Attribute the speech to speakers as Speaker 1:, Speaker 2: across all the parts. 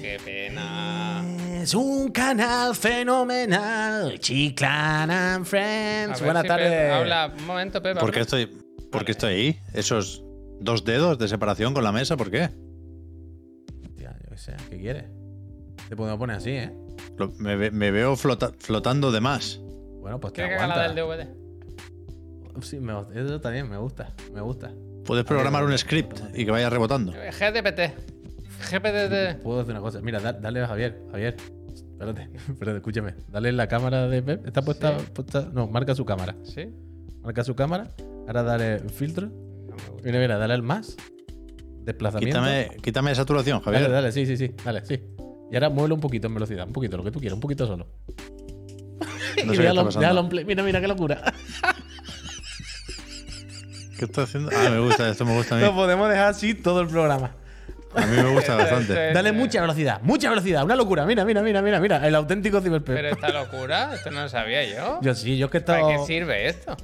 Speaker 1: qué pena.
Speaker 2: Es un canal fenomenal. Chiclan and
Speaker 1: A
Speaker 2: Friends.
Speaker 1: ver
Speaker 2: Buenas
Speaker 1: si Pep
Speaker 2: tardes.
Speaker 1: habla. Un momento, Pep.
Speaker 3: ¿Por qué
Speaker 1: habla.
Speaker 3: estoy, por qué estoy ahí? Esos dos dedos de separación con la mesa, ¿por qué?
Speaker 2: Hostia, yo qué sé, ¿qué quieres? Te podemos poner así, ¿eh?
Speaker 3: Lo- me, ve- me veo flota- flotando de más.
Speaker 2: Bueno, pues te
Speaker 1: ¿Quieres que haga la
Speaker 2: aguanta.
Speaker 1: del DVD?
Speaker 2: Sí, me, eso también me gusta, me gusta.
Speaker 3: Puedes programar un script y que vaya rebotando.
Speaker 1: GDPT. GPTT.
Speaker 2: Puedo hacer una cosa. Mira, da- dale a Javier, Javier. Espérate, espérate, escúchame. Dale la cámara de Pep. Está puesta,
Speaker 1: Sí.
Speaker 2: puesta- No, marca su cámara.
Speaker 1: ¿Sí?
Speaker 2: Marca su cámara. Ahora dale filtro. Mira, mira, dale al más. Desplazamiento.
Speaker 3: Quítame, quítame saturación,
Speaker 2: Dale,
Speaker 3: Javier.
Speaker 2: dale, sí, sí, sí. Dale, sí. Y ahora muévelo un poquito en velocidad, un poquito, lo que tú quieras, un poquito solo.
Speaker 3: No
Speaker 2: y
Speaker 3: sé qué
Speaker 2: déjalo,
Speaker 3: está
Speaker 2: déjalo en
Speaker 3: pasando.
Speaker 2: play. Mira, mira, qué locura.
Speaker 3: ¿Qué está haciendo? Ah, me gusta, esto me gusta a
Speaker 2: Lo
Speaker 3: mí.
Speaker 2: podemos dejar así todo el programa.
Speaker 3: A mí me gusta bastante.
Speaker 2: Dale
Speaker 1: Este-
Speaker 2: mucha velocidad, mucha velocidad, una locura. Mira, mira, mira, mira, mira. El auténtico ciberpep.
Speaker 1: Pero esta locura, esto no lo sabía yo.
Speaker 2: Yo sí, yo es que he estado-
Speaker 1: ¿Para qué sirve esto?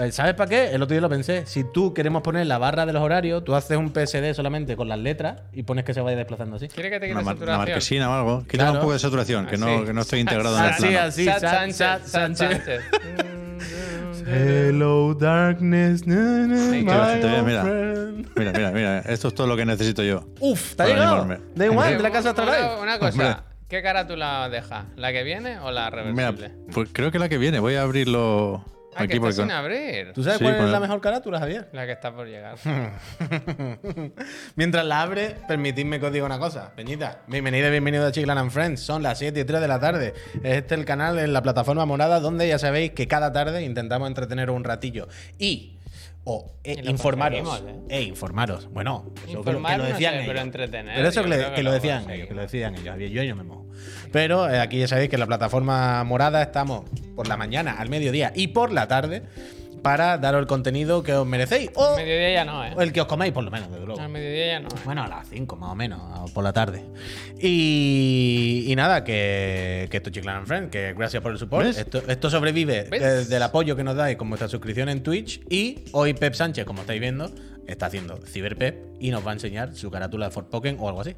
Speaker 2: Eh, ¿Sabes para qué? El otro día lo pensé. Si tú queremos poner la barra de los horarios, tú haces un PSD solamente con las letras y pones que se vaya desplazando así.
Speaker 1: ¿Quieres que te quite
Speaker 3: Una, mar- una
Speaker 1: saturación?
Speaker 3: marquesina o algo. Quítame
Speaker 2: Claro.
Speaker 3: un poco de saturación, que no,
Speaker 1: Así.
Speaker 3: que no estoy integrado en el
Speaker 2: Así,
Speaker 3: plano.
Speaker 2: así, Sat-
Speaker 1: Sat
Speaker 2: Sat-
Speaker 1: Sánchez. Sat
Speaker 2: Sánchez. Mm.
Speaker 1: Sánchez.
Speaker 2: Hello darkness, na, na,
Speaker 1: Sí,
Speaker 2: my
Speaker 1: que la
Speaker 3: gente vea,
Speaker 2: old
Speaker 3: eh, mira.
Speaker 2: friend.
Speaker 3: Mira, mira, mira. Esto es todo lo que necesito yo.
Speaker 2: Uf, te ha
Speaker 3: Para
Speaker 2: llegado.
Speaker 3: animarme.
Speaker 2: Da igual,
Speaker 1: Hombre,
Speaker 2: de la casa
Speaker 1: una-
Speaker 2: Astralife.
Speaker 1: Una
Speaker 3: Hombre.
Speaker 1: cosa. ¿Qué carátula deja? ¿La que viene o la
Speaker 3: Mira,
Speaker 1: reversible?
Speaker 3: pues creo que la que viene. Voy a abrirlo
Speaker 1: ah,
Speaker 3: aquí
Speaker 1: que está
Speaker 3: porque.
Speaker 1: sin abrir.
Speaker 2: ¿Tú sabes
Speaker 3: Sí,
Speaker 2: cuál es
Speaker 3: pues-
Speaker 2: la mejor carátula, Javier?
Speaker 1: La que está por llegar.
Speaker 2: Mientras la abre, permitidme que os diga una cosa, Peñita. Bienvenida y bienvenido a Chiclan and Friends. Son las 7 y 3 de la tarde. Este es el canal en la plataforma morada donde ya sabéis que cada tarde intentamos entreteneros un ratillo y o e-
Speaker 1: Y lo
Speaker 2: informaros.
Speaker 1: conseguimos,
Speaker 2: E informaros. Bueno, eso que lo- que
Speaker 1: Informar
Speaker 2: lo
Speaker 1: no sé,
Speaker 2: decían
Speaker 1: pero
Speaker 2: ellos.
Speaker 1: entretener,
Speaker 2: Pero eso
Speaker 1: yo
Speaker 2: que, le-
Speaker 1: creo que
Speaker 2: que lo
Speaker 1: lo
Speaker 2: decían ellos,
Speaker 1: conseguimos.
Speaker 2: que lo decían ellos. Javier, Yo, yo me mojo. Pero eh, aquí ya sabéis que en la plataforma morada estamos por la mañana, al mediodía y por la tarde para daros el contenido que os merecéis. O
Speaker 1: mediodía ya no, ¿eh?
Speaker 2: o el que os coméis, por lo menos, desde luego.
Speaker 1: Al mediodía ya no. ¿eh?
Speaker 2: Bueno, a las 5 más o menos, o por la tarde. Y, y nada, que, que esto es Chiclan and Friends, que gracias por el support.
Speaker 3: ¿Ves?
Speaker 2: Esto, esto sobrevive
Speaker 1: ¿Ves?
Speaker 2: de- del apoyo que nos dais con vuestra suscripción en Twitch. Y hoy Pep Sánchez, como estáis viendo, está haciendo Cyberpep y nos va a enseñar su carátula de Fortpoken o algo así.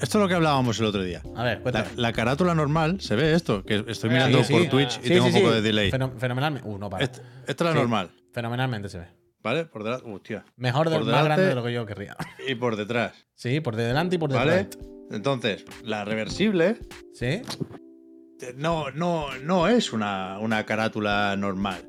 Speaker 3: Esto es lo que hablábamos el otro día.
Speaker 2: A ver,
Speaker 3: La,
Speaker 2: cuéntame.
Speaker 3: la carátula normal, se ve esto, que estoy
Speaker 1: Mira,
Speaker 3: mirando
Speaker 2: sí,
Speaker 3: por
Speaker 2: sí.
Speaker 3: Twitch y
Speaker 2: Sí,
Speaker 3: tengo
Speaker 2: sí,
Speaker 3: un poco
Speaker 2: sí.
Speaker 3: de delay. Este-
Speaker 2: Feno- fenomenalmente. Uh, no, para.
Speaker 3: Esta, esta es la
Speaker 2: Sí.
Speaker 3: normal,
Speaker 2: Fenomenalmente se ve.
Speaker 3: ¿vale? Por delante. Hostia.
Speaker 2: Mejor del
Speaker 3: Por
Speaker 2: más
Speaker 3: delante
Speaker 2: grande de lo que yo querría.
Speaker 3: Y por detrás,
Speaker 2: Sí, por delante y por
Speaker 3: ¿vale?
Speaker 2: detrás.
Speaker 3: Entonces, la reversible
Speaker 2: Sí.
Speaker 3: eh, no, no, no es una, una carátula normal.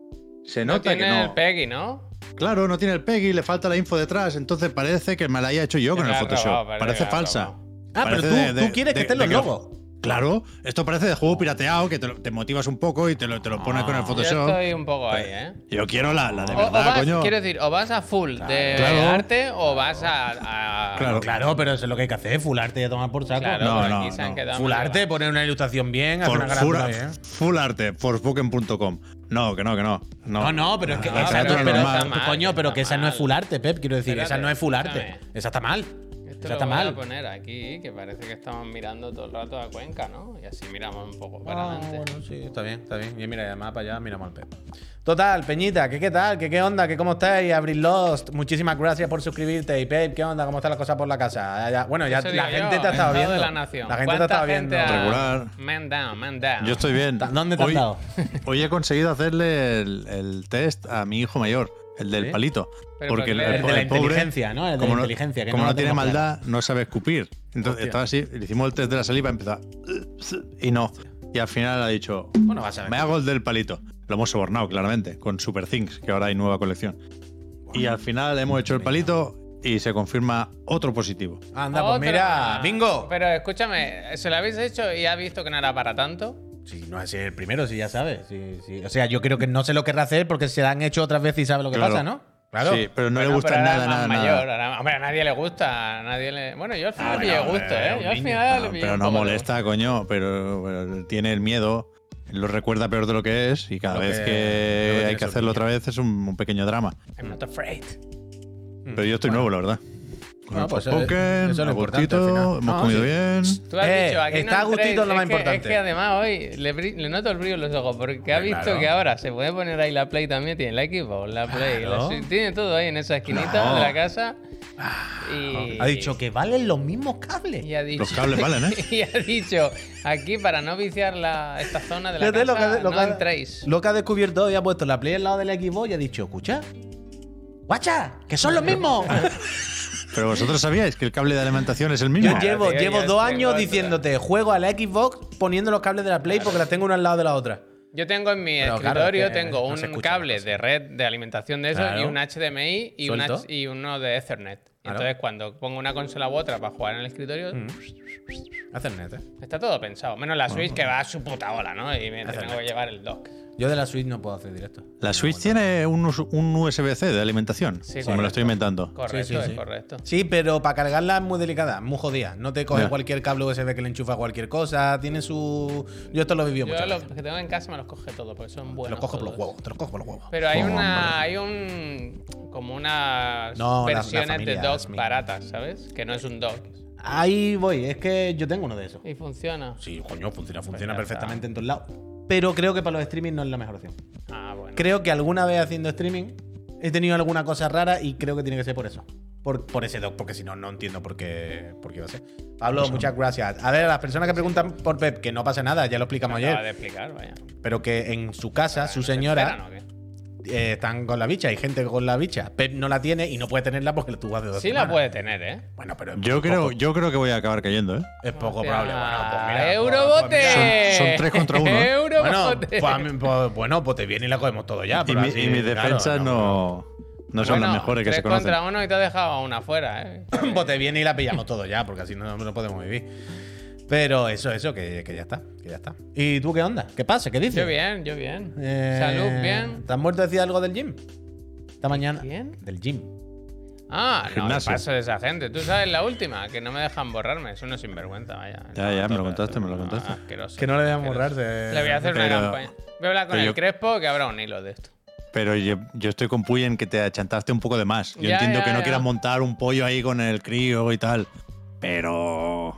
Speaker 3: Se
Speaker 1: no
Speaker 3: nota
Speaker 1: tiene
Speaker 3: que no.
Speaker 1: el Peggy, ¿no?
Speaker 3: Claro, no tiene el PEG y le falta la info detrás, entonces parece que me la haya hecho yo
Speaker 1: Que
Speaker 3: con
Speaker 1: la
Speaker 3: el
Speaker 1: ha
Speaker 3: Photoshop.
Speaker 1: robado, parece
Speaker 3: parece
Speaker 1: que la ha
Speaker 3: falsa.
Speaker 1: robado.
Speaker 2: Ah, pero
Speaker 3: Parece
Speaker 2: tú,
Speaker 3: de- de-
Speaker 2: tú quieres que
Speaker 3: de-
Speaker 2: estén
Speaker 3: de
Speaker 2: los
Speaker 3: que-
Speaker 2: logos.
Speaker 3: Claro, esto parece de juego pirateado, que te, lo- te motivas un poco y te lo, te lo pones
Speaker 2: Ah.
Speaker 3: con el
Speaker 1: Yo
Speaker 3: Photoshop. Yo,
Speaker 1: estoy un poco ahí, ¿eh?
Speaker 3: quiero la, la de
Speaker 1: O, o
Speaker 3: verdad,
Speaker 1: vas,
Speaker 3: coño.
Speaker 1: quiero decir, o vas a full de
Speaker 3: Claro.
Speaker 1: arte o vas a. a-
Speaker 3: Claro.
Speaker 2: Claro. pero eso es lo que hay que hacer, fularte y a tomar por saco.
Speaker 1: Claro,
Speaker 3: No,
Speaker 1: por
Speaker 3: no,
Speaker 1: aquí se han
Speaker 3: no.
Speaker 1: quedado. muy
Speaker 2: fularte,
Speaker 1: lejos.
Speaker 2: poner una ilustración bien, hacer
Speaker 3: For-
Speaker 2: una ¿eh?
Speaker 3: full,
Speaker 2: carátula bien.
Speaker 3: full arte, forspoken.com. No, que no, que no. No,
Speaker 2: No, no, pero es que
Speaker 3: La
Speaker 2: esa
Speaker 3: carátula
Speaker 2: no- pero-
Speaker 3: normal.
Speaker 1: Está mal,
Speaker 2: coño, pero
Speaker 1: está
Speaker 2: que esa no es
Speaker 1: mal.
Speaker 2: full arte, Pep, quiero decir, esa
Speaker 1: Espérate,
Speaker 2: no es full arte.
Speaker 1: escúchame.
Speaker 2: Esa está mal.
Speaker 1: Esto
Speaker 2: Esa está
Speaker 1: lo voy a
Speaker 2: mal.
Speaker 1: poner aquí, que parece que estamos mirando todo el rato a Cuenca, ¿no? Y así miramos un poco para
Speaker 2: Ah,
Speaker 1: adelante.
Speaker 2: bueno, sí, está bien, está bien. Y mira, además para allá miramos al Pep. Total, Peñita, ¿qué, qué tal? ¿Qué, ¿Qué onda? ¿Qué, ¿Cómo estáis? Abril Lost, muchísimas gracias por suscribirte. Y Pep, ¿qué onda? ¿Cómo están las cosas por la casa? Ya- ya- bueno, ya
Speaker 1: Eso
Speaker 2: la
Speaker 1: digo
Speaker 2: gente
Speaker 1: yo,
Speaker 2: te ha estado
Speaker 1: estado
Speaker 2: viendo.
Speaker 1: De la, nación.
Speaker 2: La gente te ha
Speaker 1: ¿Cuánta
Speaker 2: estado
Speaker 1: gente
Speaker 2: viendo.
Speaker 1: ha-
Speaker 3: Regular.
Speaker 1: Man down, man down.
Speaker 3: Yo estoy bien.
Speaker 2: ¿Dónde te has
Speaker 3: hoy,
Speaker 2: dado?
Speaker 3: hoy he conseguido hacerle el, el test a mi hijo mayor, el del
Speaker 2: ¿Sí? pues
Speaker 3: palito.
Speaker 1: Pero
Speaker 3: Porque
Speaker 1: ¿por
Speaker 3: el,
Speaker 1: qué?
Speaker 3: el
Speaker 2: El de la
Speaker 3: pobre,
Speaker 2: inteligencia, ¿no? El de la
Speaker 3: como
Speaker 2: inteligencia, que
Speaker 3: como
Speaker 2: no
Speaker 3: no,
Speaker 2: lo
Speaker 3: tiene
Speaker 2: tengo claro.
Speaker 3: maldad, no sabe escupir. Entonces
Speaker 2: Hostia.
Speaker 3: estaba así, le hicimos el test de la saliva, empezó y no. Y al final ha dicho,
Speaker 2: Bueno, vas a ver.
Speaker 3: me hago el del palito. Lo hemos sobornado, claramente, con Super Things, que ahora hay nueva colección. Y al final hemos hecho el palito y se confirma otro positivo.
Speaker 2: Anda, pues
Speaker 1: Otra.
Speaker 2: mira, bingo.
Speaker 1: Pero escúchame, ¿se lo habéis hecho y ha visto que no era para tanto?
Speaker 2: Si no es el primero, si ya sabe. Si- si- O sea, yo creo que no se lo querrá hacer porque se la han hecho otras veces y sabe lo que
Speaker 3: Claro.
Speaker 2: pasa, ¿no?
Speaker 3: Sí, pero no
Speaker 1: Bueno,
Speaker 3: le gusta
Speaker 1: pero ahora
Speaker 3: nada,
Speaker 1: es
Speaker 3: nada,
Speaker 1: más
Speaker 3: nada.
Speaker 1: mayor, ahora- hombre, a nadie le gusta, a nadie le... Bueno, yo al final
Speaker 2: Ah,
Speaker 1: le pillé
Speaker 2: bueno,
Speaker 1: gusto,
Speaker 2: hombre,
Speaker 1: ¿eh?
Speaker 2: un
Speaker 1: Yo al
Speaker 2: niño.
Speaker 1: final
Speaker 3: Ah,
Speaker 1: le pillé
Speaker 3: pero
Speaker 1: un
Speaker 3: no
Speaker 1: poco de
Speaker 3: molesta, coño, pero bueno, tiene el miedo, lo recuerda peor de lo que es y cada
Speaker 2: Lo
Speaker 3: vez
Speaker 2: que-
Speaker 3: que,
Speaker 2: lo que tiene
Speaker 3: hay que
Speaker 2: su
Speaker 3: hacerlo
Speaker 2: niño.
Speaker 3: otra vez es un, un pequeño drama.
Speaker 1: gusto. I'm not afraid.
Speaker 3: Pero yo estoy nuevo, la verdad. Con
Speaker 2: Bueno,
Speaker 3: el
Speaker 2: Mm. pues, eh,
Speaker 3: Forspoken,
Speaker 2: eso es lo
Speaker 3: a
Speaker 2: importante,
Speaker 3: gustito,
Speaker 2: al final.
Speaker 3: hemos
Speaker 2: No,
Speaker 3: comido
Speaker 2: sí.
Speaker 3: bien.
Speaker 1: Tú has
Speaker 2: Eh,
Speaker 1: dicho, aquí
Speaker 2: está
Speaker 1: no
Speaker 2: gustito
Speaker 1: entréis.
Speaker 2: lo más
Speaker 1: es que-
Speaker 2: importante.
Speaker 1: es que además hoy le, bri- le noto el brillo en los ojos, porque ha
Speaker 2: Hombre,
Speaker 1: visto
Speaker 2: claro.
Speaker 1: que ahora se puede poner ahí la Play también, tiene la Xbox, la Play, la
Speaker 2: Claro.
Speaker 1: Switch, tiene todo ahí en esa esquinita
Speaker 3: Claro.
Speaker 1: de la casa. Y-
Speaker 2: Ah, Ha dicho que valen los mismos cables.
Speaker 1: y ha dicho,
Speaker 3: Los cables valen, ¿eh?
Speaker 1: y ha dicho, aquí para no viciar la, esta zona de la
Speaker 2: Fíjate lo que,
Speaker 1: casa,
Speaker 2: ha- lo que
Speaker 1: no
Speaker 2: ha-
Speaker 1: entréis.
Speaker 2: lo que ha descubierto hoy ha puesto la Play al lado del Xbox y ha dicho, escucha, guacha, que son los mismos.
Speaker 3: Pero vosotros sabíais que el cable de alimentación es el mismo.
Speaker 2: Yo llevo,
Speaker 1: tío,
Speaker 2: llevo
Speaker 1: yo
Speaker 2: dos
Speaker 1: tengo
Speaker 2: años
Speaker 1: otra.
Speaker 2: diciéndote, juego a la Xbox poniendo los cables de la Play porque las tengo una al lado de la otra.
Speaker 1: Yo tengo en mi
Speaker 2: Pero claro,
Speaker 1: escritorio
Speaker 2: es que
Speaker 1: tengo
Speaker 2: no
Speaker 1: un
Speaker 2: se escucha
Speaker 1: cable
Speaker 2: la cosa.
Speaker 1: de red de alimentación de eso y
Speaker 2: Claro.
Speaker 1: un HDMI y, un
Speaker 2: Suelto.
Speaker 1: H- y uno de Ethernet.
Speaker 2: Claro. Mm.
Speaker 1: Entonces cuando pongo una consola u otra para jugar en el escritorio,
Speaker 2: Hacen net, ¿eh?
Speaker 1: está todo pensado. Menos la Switch que va a su puta bola, ¿no? Y me tengo que llevar el dock.
Speaker 2: Yo de la Switch no puedo hacer directo.
Speaker 3: La Switch tiene un, us- un USB-C de alimentación.
Speaker 1: Sí,
Speaker 3: Sí, me
Speaker 1: correcto.
Speaker 3: lo estoy inventando.
Speaker 1: Correcto,
Speaker 2: sí, sí.
Speaker 1: es correcto.
Speaker 2: Sí, pero para cargarla es muy delicada, muy jodida. No te coge
Speaker 3: Ya.
Speaker 2: cualquier cable USB que le enchufa a cualquier cosa. Tiene su. Yo esto lo he vivido
Speaker 1: Yo
Speaker 2: mucho.
Speaker 1: los que tengo en casa me los coge todos porque son
Speaker 2: Te
Speaker 1: buenos.
Speaker 2: lo cojo por los
Speaker 1: todos.
Speaker 2: huevos, te lo cojo por los huevos.
Speaker 1: Pero hay
Speaker 3: Oh,
Speaker 1: una. Hay un. Como unas
Speaker 2: No, la- la
Speaker 1: versiones
Speaker 2: familia,
Speaker 1: de
Speaker 2: las
Speaker 1: dock
Speaker 2: mías.
Speaker 1: baratas, ¿sabes? Que no es un dock.
Speaker 2: Ahí voy, es que yo tengo uno de esos.
Speaker 1: Y funciona.
Speaker 2: Sí, coño, funciona, funciona
Speaker 1: ya está.
Speaker 2: perfectamente en todos lados. Pero creo que para los streaming no es la mejor opción.
Speaker 1: Ah, bueno.
Speaker 2: Creo que alguna vez haciendo streaming he tenido alguna cosa rara y creo que tiene que ser por eso. Por, por ese doc, porque si no, no entiendo por qué, por qué va a ser. Pablo, muchas gracias. A ver, a las personas que preguntan por Pep, que no pasa nada, ya lo explicamos
Speaker 1: Acaba de
Speaker 2: ayer,
Speaker 1: explicar, vaya.
Speaker 2: pero que en su casa, su
Speaker 1: ¿No te
Speaker 2: señora,
Speaker 1: esperan o qué?
Speaker 2: eh, están con la bicha, hay gente con la bicha. Pep no la tiene y no puede tenerla porque tú vas de dos
Speaker 1: Sí la
Speaker 2: semanas.
Speaker 1: puede tener, ¿eh?
Speaker 2: Bueno, pero es
Speaker 3: Yo
Speaker 2: poco-
Speaker 3: creo, yo creo que voy a acabar cayendo, ¿eh?
Speaker 2: es poco
Speaker 1: O sea,
Speaker 2: probable. Bueno, pues mira,
Speaker 1: ¡Eurobote!
Speaker 2: pues mira.
Speaker 3: Son- son tres contra uno, ¿eh?
Speaker 2: Bueno,
Speaker 1: ¡Eurobote!
Speaker 2: pues a mí- pues- bueno, pues te viene y la cogemos todo ya.
Speaker 3: Y,
Speaker 2: pero
Speaker 3: mi-
Speaker 2: así,
Speaker 3: y mis
Speaker 2: claro,
Speaker 3: defensas no, no son
Speaker 1: Bueno,
Speaker 3: las mejores que
Speaker 1: tres
Speaker 3: se conocen.
Speaker 1: contra uno y te has dejado a una afuera, ¿eh?
Speaker 2: pues te viene y la pillamos todo ya, porque así no, no podemos vivir. Pero eso, eso, que, que ya está, que ya está. ¿Y tú qué onda? ¿Qué pasa? ¿Qué dices?
Speaker 1: Yo bien, yo bien.
Speaker 2: Eh,
Speaker 1: Salud, bien.
Speaker 2: ¿Te has muerto decir algo del gym? Esta mañana.
Speaker 1: ¿Quién?
Speaker 2: Del gym.
Speaker 1: Ah, no, el
Speaker 3: Gimnasio.
Speaker 1: paso de esa gente. Tú sabes la última, que no me dejan borrarme. Es uno sinvergüenza, vaya.
Speaker 3: Ya, ya, me lo contaste, me lo contaste.
Speaker 1: asqueroso,
Speaker 2: Que no le dejan
Speaker 1: asqueroso.
Speaker 2: borrarse.
Speaker 1: Le voy a hacer
Speaker 3: Pero-
Speaker 1: una campaña. Voy a hablar con
Speaker 3: pero
Speaker 1: el
Speaker 3: yo-
Speaker 1: Crespo que habrá un hilo de esto.
Speaker 3: Pero yo, yo estoy con Puy en que te achantaste un poco de más. Yo
Speaker 1: Ya,
Speaker 3: entiendo
Speaker 1: ya,
Speaker 3: que no
Speaker 1: ya.
Speaker 3: quieras montar un pollo ahí con el crío y tal. Pero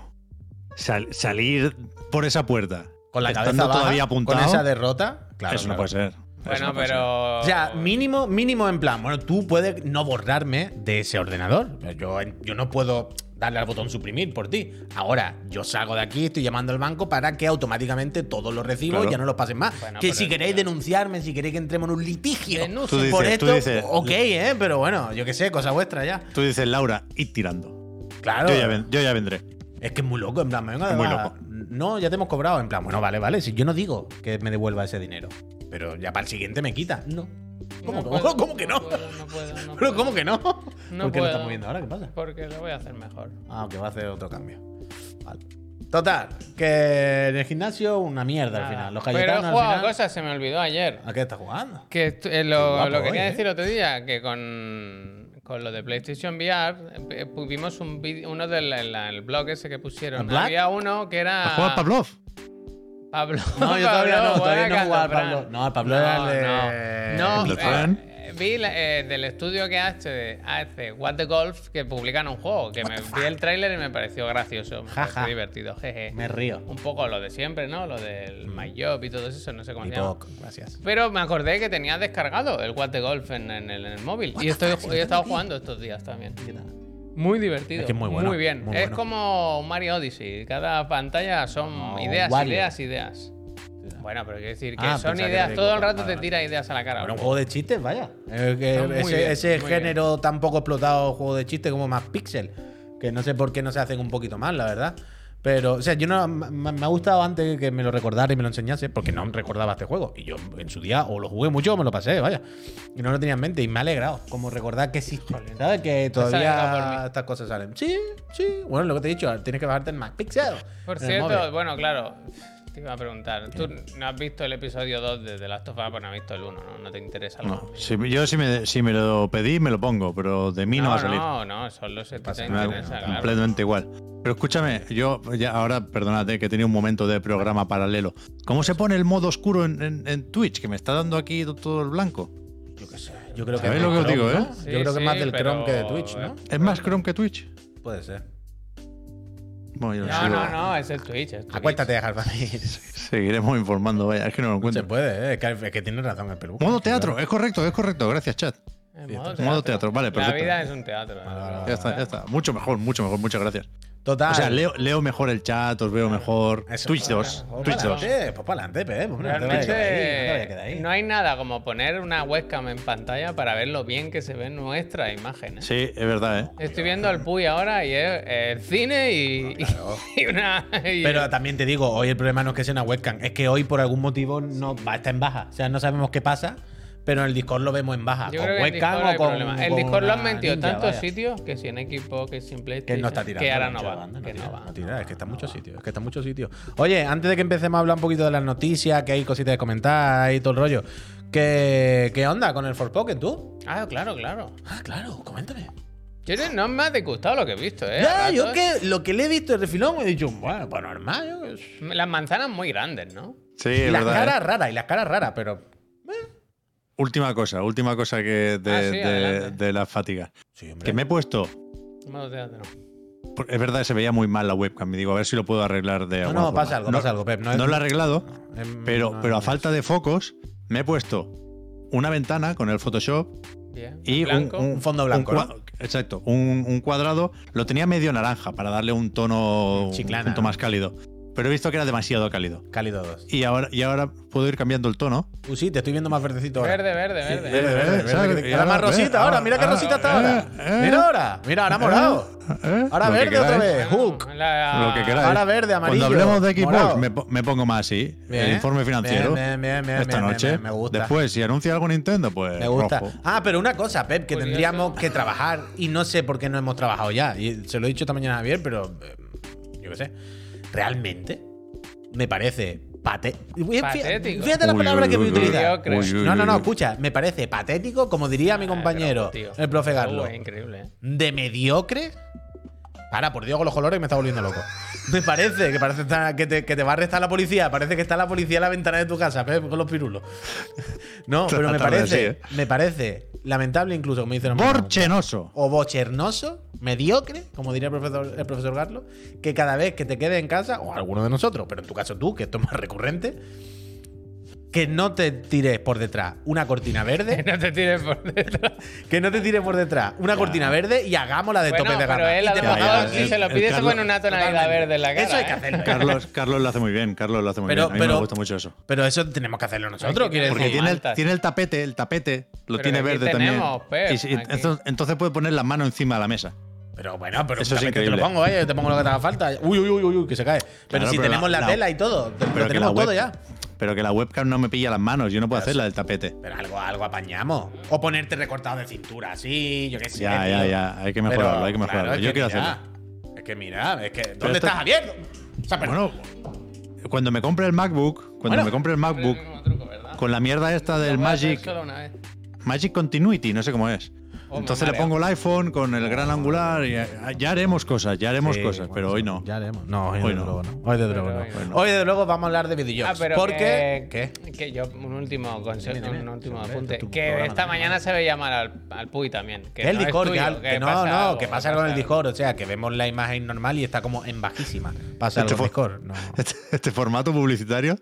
Speaker 3: sal- salir por esa puerta.
Speaker 2: Con la
Speaker 3: estando
Speaker 2: cabeza baja,
Speaker 3: todavía apuntado.
Speaker 2: Con esa derrota. Claro,
Speaker 3: eso no
Speaker 2: claro.
Speaker 3: puede ser. Eso
Speaker 1: Bueno,
Speaker 3: no puede ser.
Speaker 1: pero.
Speaker 2: O sea, mínimo, mínimo en plan, bueno, tú puedes no borrarme de ese ordenador. Yo, yo no puedo darle al botón suprimir por ti. Ahora, yo salgo de aquí, estoy llamando al banco para que automáticamente todos los recibos
Speaker 3: Claro.
Speaker 2: ya no los pasen más.
Speaker 1: Bueno,
Speaker 2: que
Speaker 1: pero
Speaker 2: si queréis
Speaker 1: mira.
Speaker 2: denunciarme, si queréis que entremos en un litigio
Speaker 1: Denuncia.
Speaker 3: Tú
Speaker 2: por
Speaker 3: dices-
Speaker 2: esto,
Speaker 3: tú dices-
Speaker 2: ok, eh, pero bueno, yo qué sé, cosa vuestra ya.
Speaker 3: Tú dices Laura, ir tirando.
Speaker 2: Claro.
Speaker 3: Yo ya, ven- yo ya vendré.
Speaker 2: Es que es muy loco, en plan, me vengo
Speaker 3: Es muy
Speaker 2: además,
Speaker 3: loco.
Speaker 2: No, ya te hemos cobrado. En plan, bueno, vale, vale. Si yo no digo que me devuelva ese dinero, pero ya para el siguiente me quita. No. ¿Cómo,
Speaker 1: No
Speaker 2: cómo-
Speaker 1: puedo,
Speaker 2: cómo que no?
Speaker 1: puedo, no puedo, no
Speaker 2: ¿Pero
Speaker 1: puedo.
Speaker 2: cómo que no?
Speaker 1: No
Speaker 2: ¿Por qué lo
Speaker 1: puedo.
Speaker 2: estamos viendo ahora? ¿Qué pasa?
Speaker 1: Porque lo voy a hacer mejor.
Speaker 2: Ah, que va a hacer otro cambio. Vale. Total, que en el gimnasio una mierda al
Speaker 1: Nada.
Speaker 2: final. Los
Speaker 1: Pero he
Speaker 2: Cayetanos
Speaker 1: jugado
Speaker 2: al
Speaker 1: a
Speaker 2: final.
Speaker 1: cosas, se me olvidó ayer.
Speaker 2: ¿A qué estás jugando?
Speaker 1: Que estu- eh, lo,
Speaker 2: guapo
Speaker 1: lo quería
Speaker 2: hoy, ¿eh?
Speaker 1: decir otro día, que con, con lo de PlayStation VR eh, pu- vimos un vídeo- uno del el- el blog ese que
Speaker 2: ¿El
Speaker 1: pusieron.
Speaker 2: Black?
Speaker 1: Había uno que era...
Speaker 3: ¿Has jugado
Speaker 2: Ah.
Speaker 3: a Pavlov?
Speaker 1: Pablo.
Speaker 2: No, yo todavía no,
Speaker 1: Pablo,
Speaker 2: todavía no he
Speaker 1: buena
Speaker 2: jugado al
Speaker 1: Cazafrán.
Speaker 2: Pablo. No, al Pablo era el de-
Speaker 1: No,
Speaker 3: el
Speaker 1: no,
Speaker 3: de Fran.
Speaker 1: eh, vi la- eh, del estudio que hace, hace What the Golf que publican un juego, que me vi el tráiler y me pareció gracioso, me
Speaker 2: Ja,
Speaker 1: pareció
Speaker 2: ja.
Speaker 1: divertido, jeje.
Speaker 2: Me río.
Speaker 1: Un poco lo de siempre, ¿no? Lo del My Job y todo eso, no sé cómo
Speaker 2: Mm. Y
Speaker 1: se llama.
Speaker 2: poco, gracias.
Speaker 1: Pero me acordé que tenía descargado el What the Golf en, en el, en el móvil. Y estoy, he estado jugando estos días también.
Speaker 2: ¿Qué tal?
Speaker 1: Muy divertido.
Speaker 2: Es que es muy bueno,
Speaker 1: bien.
Speaker 2: muy
Speaker 1: es
Speaker 2: bueno.
Speaker 1: como Mario Odyssey. Cada pantalla son
Speaker 2: Como
Speaker 1: ideas,
Speaker 2: Wario.
Speaker 1: ideas, ideas. Bueno, pero quiero decir que
Speaker 2: Ah,
Speaker 1: son
Speaker 2: pensaba que
Speaker 1: ideas.
Speaker 2: era
Speaker 1: Todo
Speaker 2: como-
Speaker 1: el rato
Speaker 2: vale,
Speaker 1: te tira ideas a la cara.
Speaker 2: Era un juego de chistes, vaya. Eh, que
Speaker 1: Está muy
Speaker 2: ese
Speaker 1: bien,
Speaker 2: ese
Speaker 1: muy
Speaker 2: género tan poco explotado, juego de chistes como más pixel. Que no sé por qué no se hacen un poquito más, la verdad. Pero, o sea, yo no. m- m- Me ha gustado antes que me lo recordara y me lo enseñase, porque no recordaba este juego. Y yo en su día o lo jugué mucho o me lo pasé, vaya. Y no lo tenía en mente y me ha alegrado. Como recordar que existe. ¿Sabes? Que
Speaker 1: alegrado por
Speaker 2: todavía
Speaker 1: mí.
Speaker 2: estas cosas salen. Sí, sí. Bueno, lo que te he dicho, tienes que bajarte en más pixel.
Speaker 1: Por
Speaker 2: en el móvil.
Speaker 1: cierto, bueno, claro. Te iba a preguntar. Tú no has visto el episodio 2 de The Last of Us, pues no has visto el 1, ¿no? No te interesa el
Speaker 3: No.
Speaker 1: uno.
Speaker 3: Si- yo si me, si me lo pedí, me lo pongo, pero de mí no, va a salir.
Speaker 1: No, no, son los que te
Speaker 3: Me da
Speaker 1: interesa, claro.
Speaker 3: completamente igual. Pero escúchame, yo ya ahora, perdónate, que he tenido un momento de programa paralelo. ¿Cómo se pone el modo oscuro en, en- en Twitch? Que me está dando aquí todo el blanco.
Speaker 2: Yo qué sé. Yo creo que. es
Speaker 3: ¿Sabéis lo que
Speaker 2: del
Speaker 3: os digo,
Speaker 2: Chrome,
Speaker 3: eh?
Speaker 2: ¿no?
Speaker 1: Sí,
Speaker 2: Yo creo que es
Speaker 1: sí,
Speaker 2: más del Chrome que de
Speaker 1: pero- eh,
Speaker 2: Twitch, ¿no?
Speaker 3: ¿Es más Chrome que Twitch?
Speaker 2: Puede ser.
Speaker 3: Bueno, yo
Speaker 1: No,
Speaker 3: sigo-
Speaker 1: no, no, es el Twitch. es Twitch.
Speaker 2: Acuéstate, Jalfamir.
Speaker 3: Seguiremos informando, vaya, es que no lo
Speaker 2: Se
Speaker 3: encuentro.
Speaker 2: puede, ¿eh? es que, es que tiene razón el peluco.
Speaker 3: Modo teatro, es correcto, es correcto, gracias, chat.
Speaker 1: En
Speaker 2: Sí,
Speaker 1: Eh, modo
Speaker 2: está.
Speaker 1: teatro.
Speaker 3: Modo teatro, vale,
Speaker 1: La
Speaker 3: perfecto.
Speaker 1: vida es un teatro.
Speaker 2: Vale, vale, vale.
Speaker 3: Ya está, ya está. Mucho mejor, mucho mejor, muchas gracias.
Speaker 2: Total.
Speaker 3: O sea, leo, leo mejor el chat, os veo mejor.
Speaker 2: Eso.
Speaker 3: Twitch 2.
Speaker 2: Pues
Speaker 3: Twitch
Speaker 2: para
Speaker 3: 2.
Speaker 2: adelante, Pues para adelante, Pep. hombre, no te vayas a quedar ahí, no te vayas a quedar
Speaker 1: Realmente
Speaker 2: ahí.
Speaker 1: no hay nada como poner una webcam en pantalla para ver lo bien que se ven nuestras imágenes.
Speaker 3: Sí, es verdad, ¿eh?
Speaker 1: Estoy viendo al Puy ahora y es eh, cine y, y una... y-
Speaker 2: Pero también te digo, hoy el problema no es que sea una webcam, es que hoy por algún motivo no va, está en baja. O sea, no sabemos qué pasa, pero en el Discord lo vemos en baja.
Speaker 1: yo
Speaker 2: con
Speaker 1: creo que en
Speaker 2: webcam
Speaker 1: Discord
Speaker 2: o
Speaker 1: hay
Speaker 2: con.
Speaker 1: problema. El
Speaker 2: con
Speaker 1: Discord lo han
Speaker 2: una
Speaker 1: metido en
Speaker 2: ninja,
Speaker 1: tantos
Speaker 2: vaya.
Speaker 1: sitios que si en equipo, que si en PlayStation,
Speaker 2: Que no está tirando.
Speaker 1: que ahora no
Speaker 2: mucho,
Speaker 1: va,
Speaker 2: banda,
Speaker 1: que no
Speaker 2: tira,
Speaker 1: va.
Speaker 2: No tira, es que está en muchos sitios. Es que está en muchos sitios. Oye, antes de que empecemos a hablar un poquito de las noticias, que hay cositas de comentar y todo el rollo. ¿Qué, qué onda con el Forpoken tú?
Speaker 1: Ah, claro, claro.
Speaker 2: Ah, claro, coméntame.
Speaker 1: Yo no- no me ha disgustado lo que he visto, ¿eh?
Speaker 2: ya,
Speaker 1: A
Speaker 2: yo
Speaker 1: ratos.
Speaker 2: que lo que le he visto el refilón he dicho, bueno, pues normal. Yo, es-
Speaker 1: Las manzanas muy grandes, ¿no?
Speaker 3: Sí,
Speaker 2: y
Speaker 3: es
Speaker 2: las
Speaker 3: verdad. ¿eh?
Speaker 2: caras raras, y las caras raras, pero.
Speaker 3: Última cosa, última cosa que de,
Speaker 1: Ah, sí,
Speaker 3: de-
Speaker 1: adelante.
Speaker 3: de la fatiga.
Speaker 2: Sí, hombre.
Speaker 3: Que me he puesto.
Speaker 1: Modo teatro.
Speaker 3: Es verdad que se veía muy mal la webcam. Me digo, a ver si lo puedo arreglar de
Speaker 2: No,
Speaker 3: alguna
Speaker 2: no,
Speaker 3: forma.
Speaker 2: pasa algo, pasa algo, Pep. No, es-
Speaker 3: No lo he arreglado,
Speaker 2: em,
Speaker 3: pero,
Speaker 2: no,
Speaker 3: pero a
Speaker 2: no.
Speaker 3: falta de focos, me he puesto una ventana con el Photoshop
Speaker 1: Bien.
Speaker 3: y un,
Speaker 1: Blanco.
Speaker 2: Un fondo blanco,
Speaker 3: un cua- Exacto, un, un cuadrado. Lo tenía medio naranja para darle un tono
Speaker 2: Chiclana,
Speaker 3: un punto
Speaker 2: ¿no?
Speaker 3: más cálido. Pero he visto que era demasiado cálido.
Speaker 2: Cálido 2.
Speaker 3: Y ahora, y ahora puedo ir cambiando el tono.
Speaker 2: Uh, sí, te estoy viendo más verdecito ahora.
Speaker 1: Verde, verde, verde.
Speaker 2: Verde, verde, verde,
Speaker 3: ¿sabes?
Speaker 2: que te-
Speaker 3: Y
Speaker 2: ahora más
Speaker 3: ahora,
Speaker 2: rosita,
Speaker 3: eh,
Speaker 2: ahora, mira qué
Speaker 3: ahora,
Speaker 2: rosita está
Speaker 3: eh,
Speaker 2: ahora.
Speaker 3: eh,
Speaker 2: mira ahora, mira, ahora morado.
Speaker 3: ¿Eh?
Speaker 2: Ahora
Speaker 3: Lo que
Speaker 2: verde otra
Speaker 3: queráis.
Speaker 2: vez, Hook.
Speaker 1: La-
Speaker 3: Lo que queráis.
Speaker 2: Ahora verde, amarillo,
Speaker 3: Cuando hablemos de
Speaker 2: morado.
Speaker 3: Xbox, me, po- me pongo más así.
Speaker 2: Bien,
Speaker 3: el informe financiero.
Speaker 2: bien, bien, bien,
Speaker 3: esta
Speaker 2: bien,
Speaker 3: noche.
Speaker 2: bien, me gusta.
Speaker 3: Después, si anuncia algo Nintendo, pues.
Speaker 2: Me gusta.
Speaker 3: rojo.
Speaker 2: Ah, pero una cosa, Pep, que
Speaker 1: Curioso.
Speaker 2: tendríamos que trabajar y no sé por qué no hemos trabajado ya. Y se lo he dicho esta mañana a Javier, pero eh, yo qué sé. Realmente me parece pate- Uy, fí-
Speaker 1: Patético.
Speaker 2: Fíjate la
Speaker 3: Uy,
Speaker 2: palabra
Speaker 3: uy,
Speaker 2: que voy a
Speaker 3: uy, uy.
Speaker 2: utilizar.
Speaker 1: Mediocre.
Speaker 3: Uy, uy,
Speaker 2: No, no,
Speaker 3: uy,
Speaker 2: no,
Speaker 3: uy.
Speaker 2: escucha, me parece patético, como diría mi compañero,
Speaker 1: Ah, pero, tío,
Speaker 2: el profe Garlo.
Speaker 1: uh, es increíble.
Speaker 2: de mediocre. Ahora, por Dios, con los colores me está volviendo loco. Me parece que parece estar- que, te, que te va a arrestar la policía. Parece que está la policía en la ventana de tu casa, Pep, con los pirulos. No, pero me
Speaker 3: Esta tarde,
Speaker 2: parece,
Speaker 3: sí,
Speaker 2: me parece lamentable incluso, como dicen los
Speaker 3: Borchenoso.
Speaker 2: o bochernoso, mediocre, como diría el profesor, el profesor Garlo, que cada vez que te quedes en casa, o alguno de nosotros, pero en tu caso tú, que esto es más recurrente, que no te tires por detrás una cortina verde
Speaker 1: Que no te tires por detrás.
Speaker 2: que no te tire por detrás una cortina verde y hagámosla de
Speaker 1: Bueno,
Speaker 2: tope de
Speaker 1: pero
Speaker 2: gama.
Speaker 1: él
Speaker 2: Y
Speaker 1: a
Speaker 2: te
Speaker 1: lo
Speaker 3: Ya,
Speaker 2: ponemos
Speaker 3: ya,
Speaker 1: mejor si
Speaker 2: aquí-
Speaker 3: el-
Speaker 1: se lo
Speaker 3: el
Speaker 1: pides se
Speaker 3: Carlos-
Speaker 1: pone una tonalidad
Speaker 2: Totalmente.
Speaker 1: verde en la cara.
Speaker 2: Eso hay que
Speaker 1: ¿eh?
Speaker 2: hacerlo.
Speaker 3: Carlos, Carlos lo hace muy bien. Carlos lo hace muy
Speaker 2: Pero-
Speaker 3: bien. A mí
Speaker 2: pero-
Speaker 3: me gusta mucho eso.
Speaker 2: Pero eso tenemos que hacerlo nosotros,
Speaker 1: Aquí
Speaker 2: quiere
Speaker 1: tenemos-
Speaker 3: Porque
Speaker 1: Sí,
Speaker 2: decir.
Speaker 3: tiene el,
Speaker 1: maltas.
Speaker 3: tiene el tapete, el tapete lo
Speaker 1: Pero
Speaker 3: tiene
Speaker 1: aquí
Speaker 3: verde
Speaker 1: tenemos,
Speaker 3: también.
Speaker 1: Pep,
Speaker 3: Y si-
Speaker 1: aquí.
Speaker 3: entonces, entonces puede poner la mano encima de la mesa.
Speaker 2: Pero bueno, pero
Speaker 3: Eso es
Speaker 2: sabes que te lo
Speaker 3: increíble.
Speaker 2: pongo, vaya, yo te pongo lo que te haga falta. Uy, uy, uy, uy, uy, que se cae. Pero
Speaker 3: Claro,
Speaker 2: si
Speaker 3: pero
Speaker 2: tenemos la,
Speaker 3: la- la-
Speaker 2: tela y todo, te- lo
Speaker 3: que la
Speaker 2: tenemos todo ya.
Speaker 3: Pero que la webcam no me pilla las manos. Yo no puedo
Speaker 2: Pero
Speaker 3: hacer la del tapete.
Speaker 2: Pero algo, algo apañamos. O ponerte recortado de cintura, así, yo qué sé.
Speaker 3: Ya,
Speaker 2: tío.
Speaker 3: ya, ya. Hay que mejorarlo, hay que mejorarlo.
Speaker 2: claro, es
Speaker 3: Yo
Speaker 2: que
Speaker 3: quiero
Speaker 2: mira,
Speaker 3: hacerlo.
Speaker 2: Es que mira, es que. ¿Dónde
Speaker 3: esto-
Speaker 2: estás, abierto? O sea, pero-
Speaker 3: Bueno, cuando me compre el MacBook, cuando
Speaker 2: Bueno.
Speaker 3: me compre el
Speaker 1: Siempre
Speaker 3: MacBook,
Speaker 1: el mismo truco, ¿verdad?
Speaker 3: con la mierda esta del
Speaker 1: Lo voy a hacer
Speaker 3: Magic,
Speaker 1: solo una vez.
Speaker 3: Magic Continuity, no sé cómo es.
Speaker 1: Oh, me
Speaker 3: Entonces le
Speaker 1: mareo.
Speaker 3: pongo el iPhone con el gran angular y ya, ya haremos cosas, ya haremos
Speaker 2: Sí,
Speaker 3: cosas,
Speaker 2: bueno,
Speaker 3: pero hoy
Speaker 2: sí,
Speaker 3: no.
Speaker 2: Ya haremos. No, hoy,
Speaker 3: Hoy
Speaker 2: de
Speaker 3: no.
Speaker 2: luego no. Hoy de luego
Speaker 1: Pero
Speaker 2: no.
Speaker 1: hoy no.
Speaker 2: Hoy, de luego vamos a hablar de
Speaker 1: Ah,
Speaker 2: videojuegos.
Speaker 1: pero
Speaker 2: porque.
Speaker 1: que,
Speaker 2: ¿Qué?
Speaker 1: que yo, un último consejo,
Speaker 2: Dime, dime.
Speaker 1: un último
Speaker 2: Hombre,
Speaker 1: apunte.
Speaker 2: tu
Speaker 1: Que
Speaker 2: programa,
Speaker 1: esta
Speaker 2: dime.
Speaker 1: mañana se veía mal al, al Puy también. Que,
Speaker 2: Que el
Speaker 1: no es
Speaker 2: Discord, que,
Speaker 1: tuyo,
Speaker 2: al- que no,
Speaker 1: pasa
Speaker 2: no,
Speaker 1: algo,
Speaker 2: que pasa algo en el
Speaker 1: algo.
Speaker 2: Discord. O sea, que vemos la imagen normal y está como en bajísima. Pasa algo
Speaker 3: Este
Speaker 2: en
Speaker 3: fue-
Speaker 2: Discord. No.
Speaker 3: Este, este formato publicitario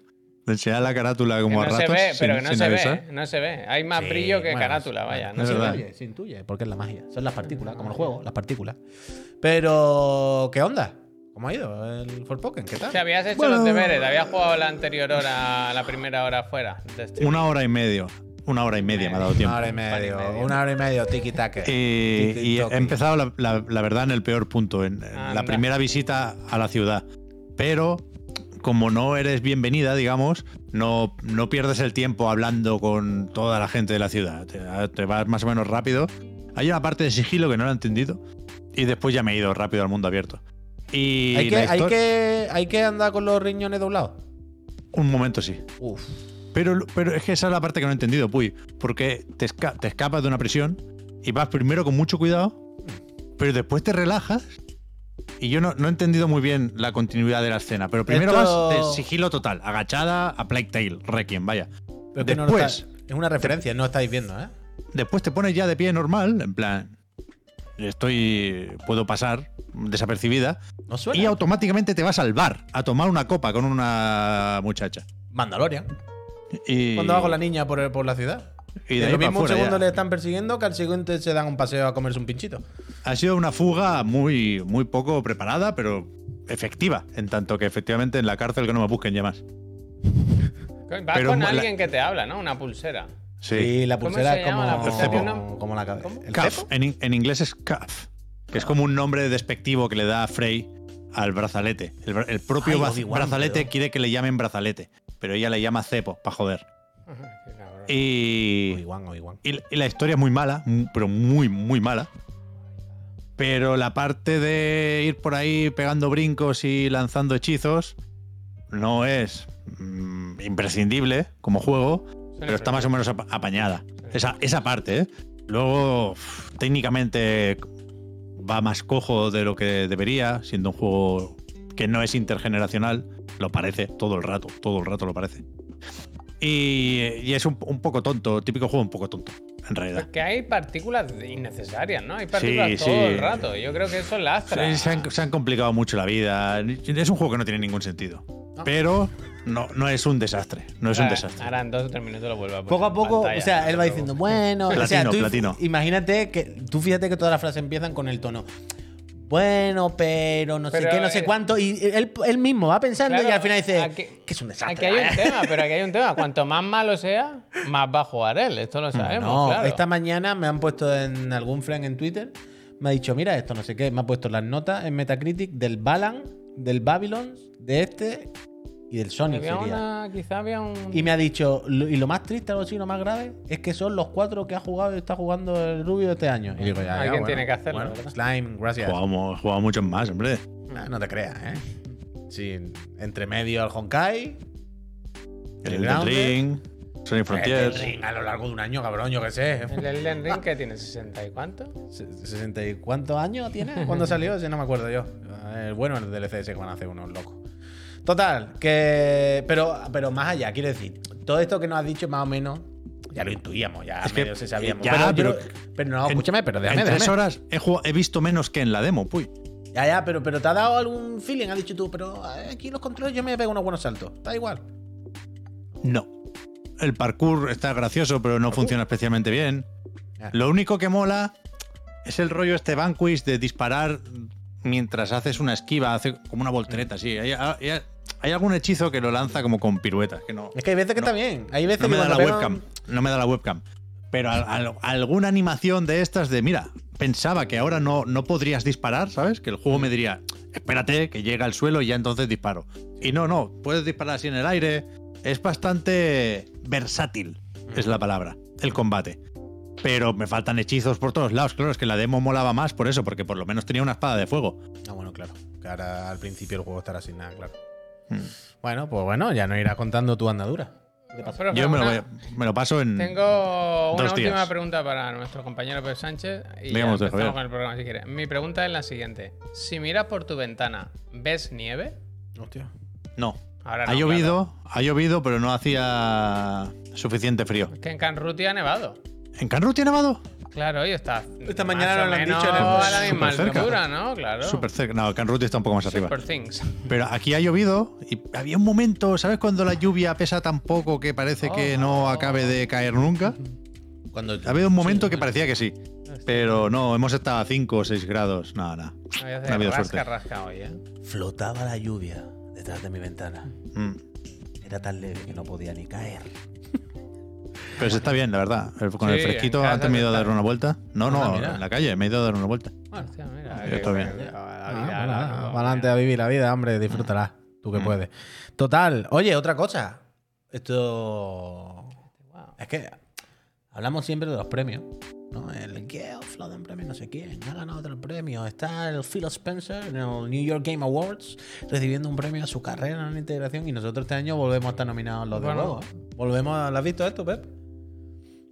Speaker 3: de enseñar la carátula
Speaker 1: Que
Speaker 3: como a
Speaker 1: no se
Speaker 3: ratos,
Speaker 1: ve, pero que
Speaker 3: sin-
Speaker 1: no
Speaker 3: sin
Speaker 1: se
Speaker 3: avisar.
Speaker 1: ve, no se ve. Hay más
Speaker 2: Sí,
Speaker 1: brillo que
Speaker 2: bueno,
Speaker 1: carátula,
Speaker 2: sí,
Speaker 1: vaya.
Speaker 2: bueno,
Speaker 1: No
Speaker 3: es
Speaker 1: se
Speaker 2: se
Speaker 1: ve.
Speaker 3: verdad.
Speaker 2: intuye, se intuye, porque es la magia. Son las partículas, como el juego, las partículas. Pero, ¿qué onda? ¿Cómo ha ido el Forpoken? ¿Qué tal?
Speaker 1: Te habías hecho
Speaker 3: Bueno.
Speaker 1: los deberes, te habías jugado la anterior hora, la primera hora afuera. de stream.
Speaker 3: Una hora y medio, una hora y media me ha dado
Speaker 2: Una
Speaker 3: tiempo.
Speaker 2: hora y medio,
Speaker 1: Vale, medio.
Speaker 2: una hora y medio, tiki taka.
Speaker 3: Eh, y he empezado, la, la- la verdad, en el peor punto, en, en
Speaker 1: Anda.
Speaker 3: la primera visita a la ciudad. Pero, como no eres bienvenida, digamos, no, no pierdes el tiempo hablando con toda la gente de la ciudad. Te, te vas más o menos rápido. Hay una parte de sigilo que no la he entendido. Y después ya me he ido rápido al mundo abierto. Y
Speaker 2: Hay que,
Speaker 3: la
Speaker 2: hay,
Speaker 3: histo-
Speaker 2: que, hay que andar con los riñones doblados.
Speaker 3: un momento sí.
Speaker 2: Uf.
Speaker 3: Pero, pero es que esa es la parte que no he entendido, Puy. Porque te, esca- te escapas de una prisión y vas primero con mucho cuidado, pero después te relajas. Y yo no, no he entendido muy bien la continuidad de la escena. Pero primero
Speaker 2: Esto-
Speaker 3: vas de sigilo total, agachada a Plague Tale, Requiem, vaya.
Speaker 2: Pero es que no lo
Speaker 3: Después-
Speaker 2: está- es una referencia, no lo estáis viendo, ¿eh?
Speaker 3: Después te pones ya de pie normal, en plan. Estoy. Puedo pasar desapercibida.
Speaker 2: No suena.
Speaker 3: Y automáticamente te vas al bar a tomar una copa con una muchacha.
Speaker 2: Mandalorian.
Speaker 3: Y,
Speaker 2: Cuando hago la niña por, por la ciudad.
Speaker 3: Y de
Speaker 2: Que
Speaker 3: ahí
Speaker 2: lo
Speaker 3: para
Speaker 2: mismo un
Speaker 3: afuera
Speaker 2: segundo
Speaker 3: ya.
Speaker 2: le están persiguiendo que al siguiente se dan un paseo a comerse un pinchito.
Speaker 3: Ha sido una fuga muy, muy poco preparada, pero efectiva. En tanto que efectivamente en la cárcel que no me busquen ya más.
Speaker 1: Vas
Speaker 3: Pero
Speaker 1: con
Speaker 3: mola-
Speaker 1: alguien que te habla, ¿no? Una pulsera.
Speaker 3: Sí.
Speaker 2: Y la
Speaker 1: ¿Cómo
Speaker 2: pulsera
Speaker 1: se
Speaker 2: es como
Speaker 1: llama la
Speaker 3: pulsera?
Speaker 2: como-
Speaker 1: ¿Tiene una-
Speaker 2: como la cabeza.
Speaker 1: ¿Cómo?
Speaker 2: ¿El
Speaker 3: Cuff.
Speaker 2: cepo?
Speaker 3: En, in- en inglés es cuff, que es como un nombre despectivo que le da Frey al brazalete. El, bra- el propio
Speaker 2: Ay,
Speaker 3: baz-
Speaker 2: Obi-Wan,
Speaker 3: brazalete
Speaker 2: pero-
Speaker 3: quiere que le llamen brazalete, pero ella le llama cepo, para joder.
Speaker 1: Ajá, qué cabrón.
Speaker 3: Y,
Speaker 2: Obi-Wan, Obi-Wan.
Speaker 3: y la- y la historia es muy mala, mu- pero muy, muy mala. Pero la parte de ir por ahí pegando brincos y lanzando hechizos no es mm, imprescindible como juego, pero está más o menos apa- apañada. Esa, esa parte, ¿eh? Luego, uf, técnicamente va más cojo de lo que debería, siendo un juego que no es intergeneracional. Lo parece todo el rato, todo el rato lo parece. Y, y es un, un poco tonto, típico juego un poco tonto, en realidad.
Speaker 1: Que hay partículas innecesarias, ¿no? Hay partículas
Speaker 3: Sí,
Speaker 1: todo
Speaker 3: sí.
Speaker 1: el rato. Yo creo que eso lastra.
Speaker 3: Se, se han, se han complicado mucho la vida. Es un juego que no tiene ningún sentido. Pero no, no es un desastre. No
Speaker 2: Ah,
Speaker 3: es un
Speaker 1: Ahora-
Speaker 3: desastre.
Speaker 1: Ahora en dos o tres minutos lo vuelvo a poner
Speaker 2: Poco a
Speaker 1: en
Speaker 2: poco,
Speaker 1: pantalla,
Speaker 2: o sea,
Speaker 1: no
Speaker 2: él
Speaker 1: te
Speaker 2: va
Speaker 1: preocupes.
Speaker 2: diciendo, bueno, o sea,
Speaker 3: Platino,
Speaker 2: tú,
Speaker 3: platino.
Speaker 2: imagínate que tú fíjate que todas las frases empiezan con el tono. Bueno, pero no
Speaker 1: Pero,
Speaker 2: sé qué, no sé
Speaker 1: eh,
Speaker 2: cuánto. Y él, él mismo va pensando
Speaker 1: Claro,
Speaker 2: y al final dice
Speaker 1: aquí-
Speaker 2: que es un desastre.
Speaker 1: Aquí hay un tema, pero aquí hay un tema. Cuanto más malo sea, más va a jugar él. Esto
Speaker 3: Mm,
Speaker 1: lo sabemos.
Speaker 2: No,
Speaker 1: claro.
Speaker 2: esta mañana me han puesto en algún friend en Twitter, me ha dicho, mira esto, no sé qué, me ha puesto las notas en Metacritic del Balan, del Babylon, de este y del Sonic.
Speaker 1: Había
Speaker 2: sería.
Speaker 1: una- quizá había un.
Speaker 2: Y me ha dicho, lo- y lo más triste, algo así, lo más grave, es que son los cuatro que ha jugado y está jugando el Rubio este año. Y digo, ya, ya,
Speaker 1: Alguien
Speaker 2: bueno,
Speaker 1: tiene que hacerlo,
Speaker 2: bueno,
Speaker 1: ¿verdad?
Speaker 2: Slime, gracias.
Speaker 3: Jugamos, jugamos muchos más, hombre.
Speaker 2: Ah, no te creas, ¿eh? Sí, entre medio al Honkai,
Speaker 3: El
Speaker 2: El
Speaker 3: Elden
Speaker 2: Grounded.
Speaker 3: Ring, Sonic
Speaker 2: el
Speaker 3: Frontiers.
Speaker 2: Ring a lo largo de un año, cabrón, yo qué sé.
Speaker 1: El Elden Ring que tiene 60 y cuánto.
Speaker 2: Se- ¿60 y cuántos años tiene? ¿Cuándo salió? Ese no me acuerdo yo. El bueno el DLC ese que van a hacer unos locos. Total, que. Pero, pero más allá, quiero decir, todo esto que nos has dicho, más o menos, ya lo intuíamos, ya
Speaker 3: Es que-
Speaker 2: medio se sabíamos.
Speaker 3: ya,
Speaker 2: pero,
Speaker 3: pero-
Speaker 2: pero, pero no,
Speaker 3: en-
Speaker 2: escúchame, pero déjame,
Speaker 3: en tres
Speaker 2: déjame.
Speaker 3: horas he, jugado- he visto menos que en la demo, puy.
Speaker 2: Ya, ya, pero, pero te ha dado algún feeling, has dicho tú, pero eh, aquí los controles yo me pego unos buenos saltos. Da igual.
Speaker 3: No. El parkour está gracioso, pero no funciona especialmente bien.
Speaker 2: Ah.
Speaker 3: Lo único que mola es el rollo este Vanquish de disparar mientras haces una esquiva, hace como una
Speaker 2: Mm.
Speaker 3: voltereta así. Hay, hay- hay algún hechizo que lo lanza como con piruetas, que no,
Speaker 2: Es que hay veces que
Speaker 3: No.
Speaker 2: está bien. Hay veces
Speaker 3: no me
Speaker 2: que
Speaker 3: da la
Speaker 2: cuando pegan-
Speaker 3: webcam. No me da la webcam. Pero al- al- alguna animación de estas de, mira, pensaba que ahora no, no podrías disparar, ¿sabes? Que el juego me diría, espérate, que llega al suelo y ya entonces disparo. Y no, no, puedes disparar así en el aire. Es bastante versátil, es la palabra, el combate. Pero me faltan hechizos por todos lados. Claro, es que la demo molaba más por eso, porque por lo menos tenía una espada de fuego.
Speaker 2: Ah, bueno, claro. Que ahora al principio el juego estará sin nada, claro.
Speaker 3: Mm.
Speaker 2: Bueno, pues bueno, ya no irás contando tu andadura.
Speaker 1: Pero
Speaker 3: Yo me lo,
Speaker 1: una-
Speaker 3: voy a- me lo paso en...
Speaker 1: Tengo una
Speaker 3: Mm. Dos días.
Speaker 1: última pregunta para nuestro compañero Pep Sánchez y ya
Speaker 3: Dígame usted,
Speaker 1: empezamos
Speaker 3: Javier.
Speaker 1: con el programa si quieres. Mi pregunta es la siguiente: si miras por tu ventana, ¿ves nieve?
Speaker 2: Hostia.
Speaker 3: No.
Speaker 1: Ahora no,
Speaker 3: Ha llovido, ha llovido, pero no hacía suficiente frío.
Speaker 1: claro. Es que en Canruti ha nevado.
Speaker 3: ¿En Canruti ha nevado?
Speaker 1: Claro, hoy está.
Speaker 2: Esta mañana nos
Speaker 1: más o
Speaker 2: lo han
Speaker 1: menos
Speaker 2: dicho en el-
Speaker 1: a la misma
Speaker 3: Súper cerca.
Speaker 1: altura, ¿no? Claro.
Speaker 3: Súper cerca. No, Canruti está un poco más arriba.
Speaker 1: Super things.
Speaker 3: Pero aquí ha llovido y había un momento, ¿sabes cuando la lluvia pesa tan poco que parece que
Speaker 1: Oh.
Speaker 3: no acabe de caer nunca?
Speaker 2: Cuando
Speaker 3: Ha habido un momento que parecía que sí. Pero no, hemos estado a 5 o 6 grados. Nada, nada.
Speaker 1: Voy a hacer
Speaker 3: No ha habido
Speaker 1: rasca,
Speaker 3: suerte.
Speaker 1: rasca hoy, ¿eh?
Speaker 2: flotaba la lluvia detrás de mi ventana.
Speaker 3: Mm.
Speaker 2: Era tan leve que no podía ni caer.
Speaker 3: Pero se está bien, la verdad. El- Con el
Speaker 1: Sí, en
Speaker 3: fresquito,
Speaker 1: casa
Speaker 3: antes me he ido a
Speaker 1: está
Speaker 3: dar una vuelta. No,
Speaker 2: Ah,
Speaker 3: no,
Speaker 2: mira.
Speaker 3: en la calle, me he ido a dar una vuelta.
Speaker 1: Hostia, mira.
Speaker 3: Yo estoy bien.
Speaker 1: Ah,
Speaker 2: Ah, adelante pues a vivir la vida, hombre, disfrútala.
Speaker 1: Mm.
Speaker 2: Tú que puedes. Total, oye, otra cosa. Esto. Es que hablamos siempre de los premios. ¿no? El que Floden premio, no sé quién, ha ganado otro premio. Está el Phil Spencer en el New York Game Awards recibiendo un premio a su carrera en integración. Y nosotros este año volvemos a estar nominados los
Speaker 1: Bueno.
Speaker 2: de juego. Volvemos a. ¿Lo has visto esto, Pep?